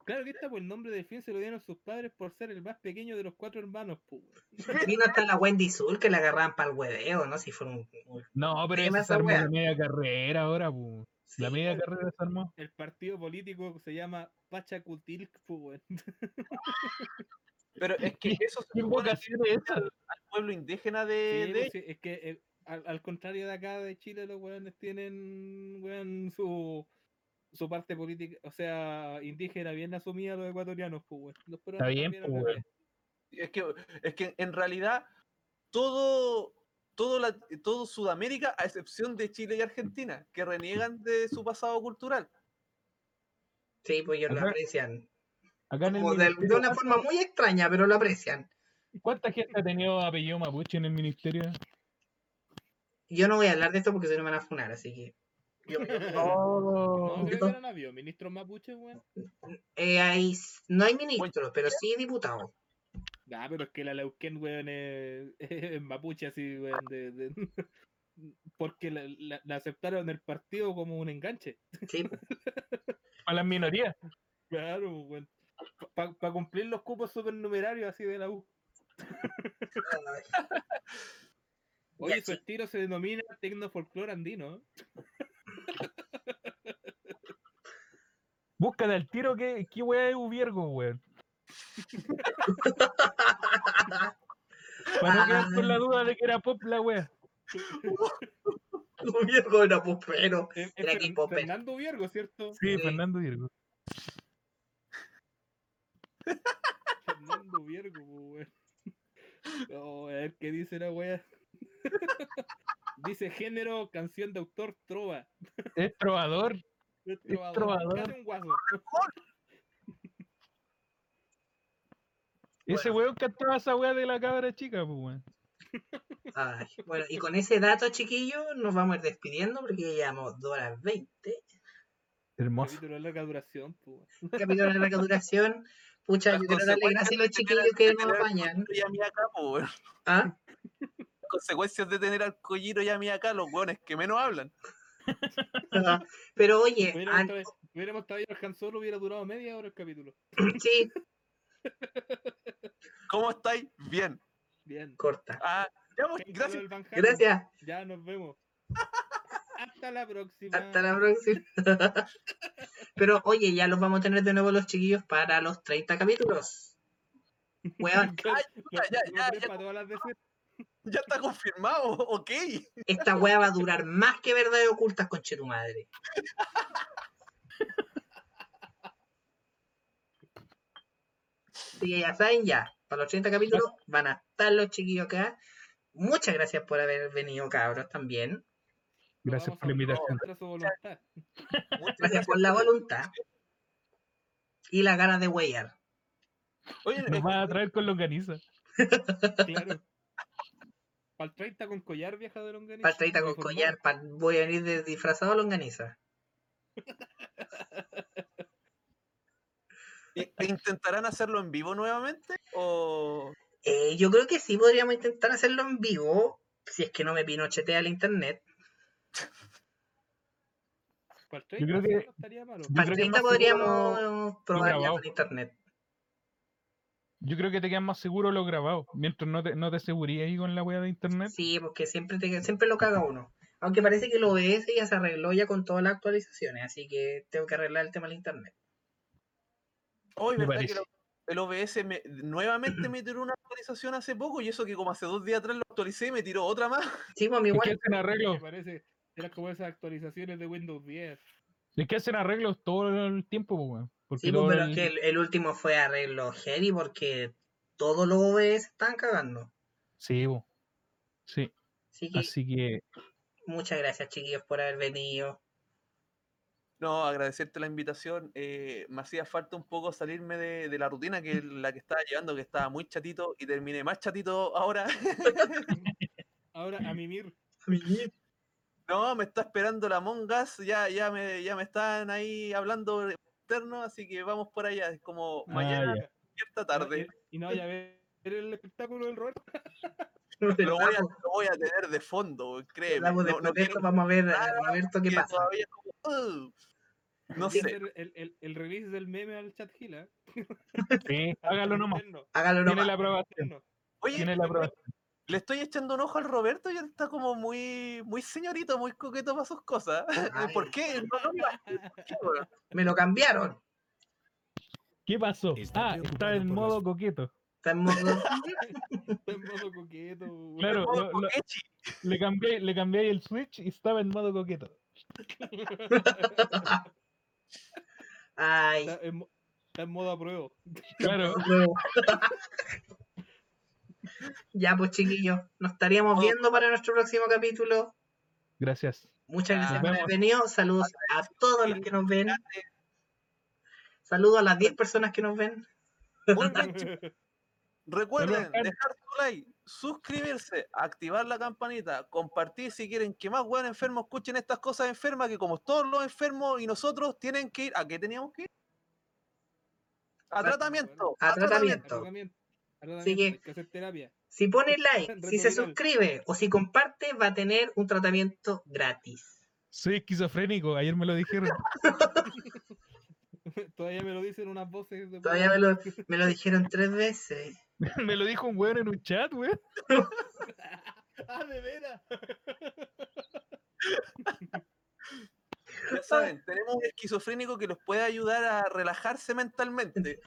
Claro que está por el nombre de Delfín se lo dieron sus padres por ser el más pequeño de los cuatro hermanos, pues. weón. Vino hasta la Wendy Zul que la agarraban para el hueveo, ¿no? Si fue un. un- No, pero Sí, me esa hace se armó weá. la media carrera ahora, pu. La sí, media carrera se armó. El partido político se llama Pachacutilc, pues, weón. Pero es que eso se ¿Qué supone que vocación es esa? es pueblo indígena de, Sí, de pues sí, es que eh, al, al contrario de acá de Chile, los weones tienen weón, su, su parte política, o sea, indígena bien asumida los ecuatorianos, pues weón. Los peruanos bien, también, pues, acá, weón. Es que, es que en realidad todo, todo, la- todo Sudamérica, a excepción de Chile y Argentina, que reniegan de su pasado cultural. Sí, pues ellos lo Ajá. aprecian. Acá en el Como de, de ministerio, una forma muy extraña, pero lo aprecian. ¿Cuánta gente ha tenido apellido mapuche en el ministerio? Yo no voy a hablar de esto porque si no me van a funar, así que. yo- yo- No, Oh, creo que eran avión, ministros mapuches, weón. eh, hay s- no hay ministros, pero sí diputados. Nah, pero es que la Leuquén, weón, es, es mapuche así, weón, de- de- porque la, la- la aceptaron el partido como un enganche. Sí, pues, a las minorías. Claro, pues, weón. Para cumplir los cupos supernumerarios así de la U. Oye, su sí. estilo se denomina tecnofolclor andino. ¿eh? Búscate al tiro que qué weá es Ubiergo, weón. Para no quedar Ah. con la duda de que era pop la weá. un viejo era popero. Es- es Era Fer- equipo P. Fernando Viergo, ¿cierto? Sí, Sí. Fernando Virgo. Fernando Viergo, po, weón. No, a ver qué dice la wea. dice género, canción de autor, trova. Es trovador. Es trovador. Casi un guaso. Ese weón cantaba esa weá de la cabra chica, pues weón. Ay, bueno, y con ese dato, chiquillo, nos vamos a ir despidiendo porque ya llevamos 2 horas 20. Hermoso. Capítulo de larga duración, po, weón. Capítulo de larga duración. Pucha, Las yo quiero darle gracias a los consecuencias de tener chiquillos que nos tener al apañan. Colliro y a mí acá, po, weón. ¿Ah? Las consecuencias de tener al Colliro y a mí acá, los hueones que menos hablan. Ajá. ¿ah? Pero oye, Hubiéramos an- traído- Hubiéramos traído al Han Solo, hubiera durado media hora el capítulo. sí, ¿Cómo estáis? Bien. Bien. corta. Ah, ya, pues, Capítulo gracias. del Van Halen. Gracias. Ya nos vemos. Hasta la próxima. Hasta la próxima. Pero oye, ya los vamos a tener de nuevo los chiquillos para los 30 capítulos. Weón, Ay, ya, ya, ya, ya. Para todas las veces. Ya está confirmado, ok. esta weá va a durar más que verdades ocultas, conche tu madre. Así que ya saben, ya, para los 30 capítulos van a estar los chiquillos acá. Muchas gracias por haber venido, cabros, también. Lo Gracias vamos por la a obligar invitación. contra su voluntad. Muchas Gracias por la voluntad y la ganas de weyar. Oye, eh, Nos es- va a traer con longaniza. Claro. Para el 30 con collar, vieja de longaniza. Para 30 con uniformado. collar, pal- voy a venir de disfrazado a longaniza. eh, ¿i- ¿intentarán hacerlo en vivo nuevamente? ¿O Eh, yo creo que sí podríamos intentar hacerlo en vivo, si es que no me pinochetea el internet. Para Yo creo que. Para el yo creo que 30 más seguro podríamos probar ya grabado. con internet. Yo creo que te quedan más seguro los grabados. Mientras no te, no te asegurí ahí con la wea de internet. Sí, porque siempre, te- siempre lo caga uno. Aunque parece que el OBS ya se arregló ya con todas las actualizaciones, así que tengo que arreglar el tema del internet. Hoy, Me ¿verdad? Que parece. lo- el OBS me- nuevamente me tiró una actualización hace poco y eso que como hace dos días atrás lo actualicé y me tiró otra más. Sí, pues a mí Es que igual. hacen arreglos. Me parece, era como esas actualizaciones de Windows 10. Es que hacen arreglos todo el tiempo, po, weón. Porque Sí, pues, todo pero el- es que el, el último fue arreglo heavy porque todos los OBS están cagando. Sí, po. Sí. Así que Así que. muchas gracias, chiquillos, por haber venido. No, agradecerte la invitación. eh, me hacía falta un poco salirme de, de la rutina que la que estaba llevando, que estaba muy chatito y terminé más chatito ahora. Ahora a mimir. No, me está esperando la Mongas, ya, ya me, ya me están ahí hablando externo, así que vamos por allá, es como Ah, mañana, ya. cierta tarde. Y no, ya ver el espectáculo del Roberto. El Lo voy a, rabo, lo voy a tener de fondo, weón, el créeme. rabo No, del no Roberto, quiero vamos a ver, a nada Roberto, qué que pasa. todavía como, "Ugh", Voy No a sé, hacer El, el, el release del meme al chat Gila. Sí, hágalo nomás. Hágalo Tiene nomás. la aprobación. oye, Tiene la aprobación. le estoy echando un ojo al Roberto y él está como muy, muy señorito, muy coqueto para sus cosas. Ay. ¿Por qué? No, no me imagino, ¿por qué, weón? Me lo cambiaron. ¿Qué pasó? Está Ah, preocupado está en por modo los- coqueto. Está en modo- Está en modo coqueto. weón. Claro, Oh, lo- lo- Echi, le cambié, le cambié el switch y estaba en modo coqueto. Ay, Está en, mo- está en modo apruebo. Claro. Luego. ya, pues chiquillos, nos estaríamos viendo para nuestro próximo capítulo. Gracias. Muchas gracias Nos por haber vemos. venido. Saludos a todos los que nos ven. Saludos a las 10 personas que nos ven. muy bien, chicos. Recuerden Carlos. dejar su like, suscribirse, activar la campanita, compartir si quieren que más weón enfermos escuchen estas cosas enfermas que como todos los enfermos y nosotros tienen que ir. ¿A qué teníamos que ir? A Bueno, tratamiento. a tratamiento. Tratamiento, Así que- tratamiento, hay que hacer terapia. Si pone like, si se Recomendable. suscribe o si comparte, va a tener un tratamiento gratis. Soy esquizofrénico, ayer me lo dijeron. Todavía me lo dicen unas voces. De Todavía me lo, me lo dijeron tres veces. me lo dijo un weón en un chat, weón. Ah, de veras. Ya saben, tenemos un esquizofrénico que los puede ayudar a relajarse mentalmente.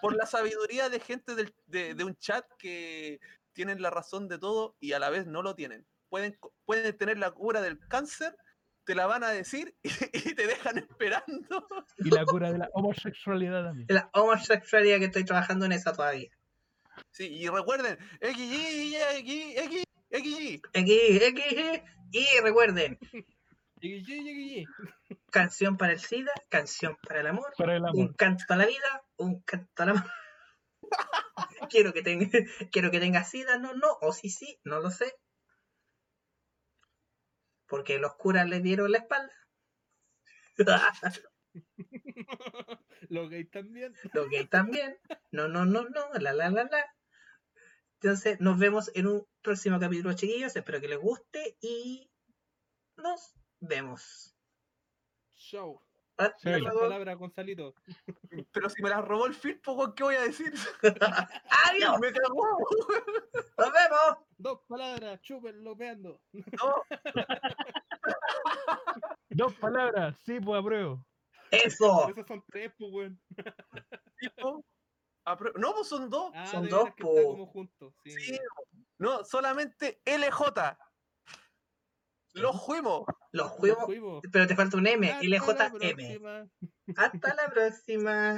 Por la sabiduría de gente del- de, de un chat que tienen la razón de todo y a la vez no lo tienen. Pueden, co- pueden tener la cura del cáncer, te la van a decir y, te dejan esperando. Y la cura de la homosexualidad también. La homosexualidad que estoy trabajando en esa todavía. Sí, y recuerden, XY, XY, XY, XY. Aquí, aquí, aquí. Y recuerden, Llegué, llegué, llegué. canción para el SIDA, canción para el amor. Para el un amor. canto a la vida, un canto a la ma- quiero que tenga, quiero que tenga sida, no, no, o sí, sí, no lo sé. Porque los curas le dieron la espalda. Los gays también. los gays también. No, no, no, no, la, la, la, la. Entonces, nos vemos en un próximo capítulo, chiquillos. Espero que les guste y nos vemos. Chau. Sí. La Adiós. palabra, Gonzalito. Pero si me la robó el Firpo, weón, ¿qué voy a decir? Adiós. Me cagó. Nos vemos. Dos palabras, chupen lopeando. Dos palabras, sí, pues apruebo. Eso. Esas son tres, pues, weón. Firpo. Apro- No, pues son dos. Ah, Son de dos, veras que está po. como juntos. Sí. Sí, no, solamente LJ. Los fuimos. Los Nos juegos. fuimos. Pero te falta un M, Hasta la LJM. próxima. Hasta la próxima.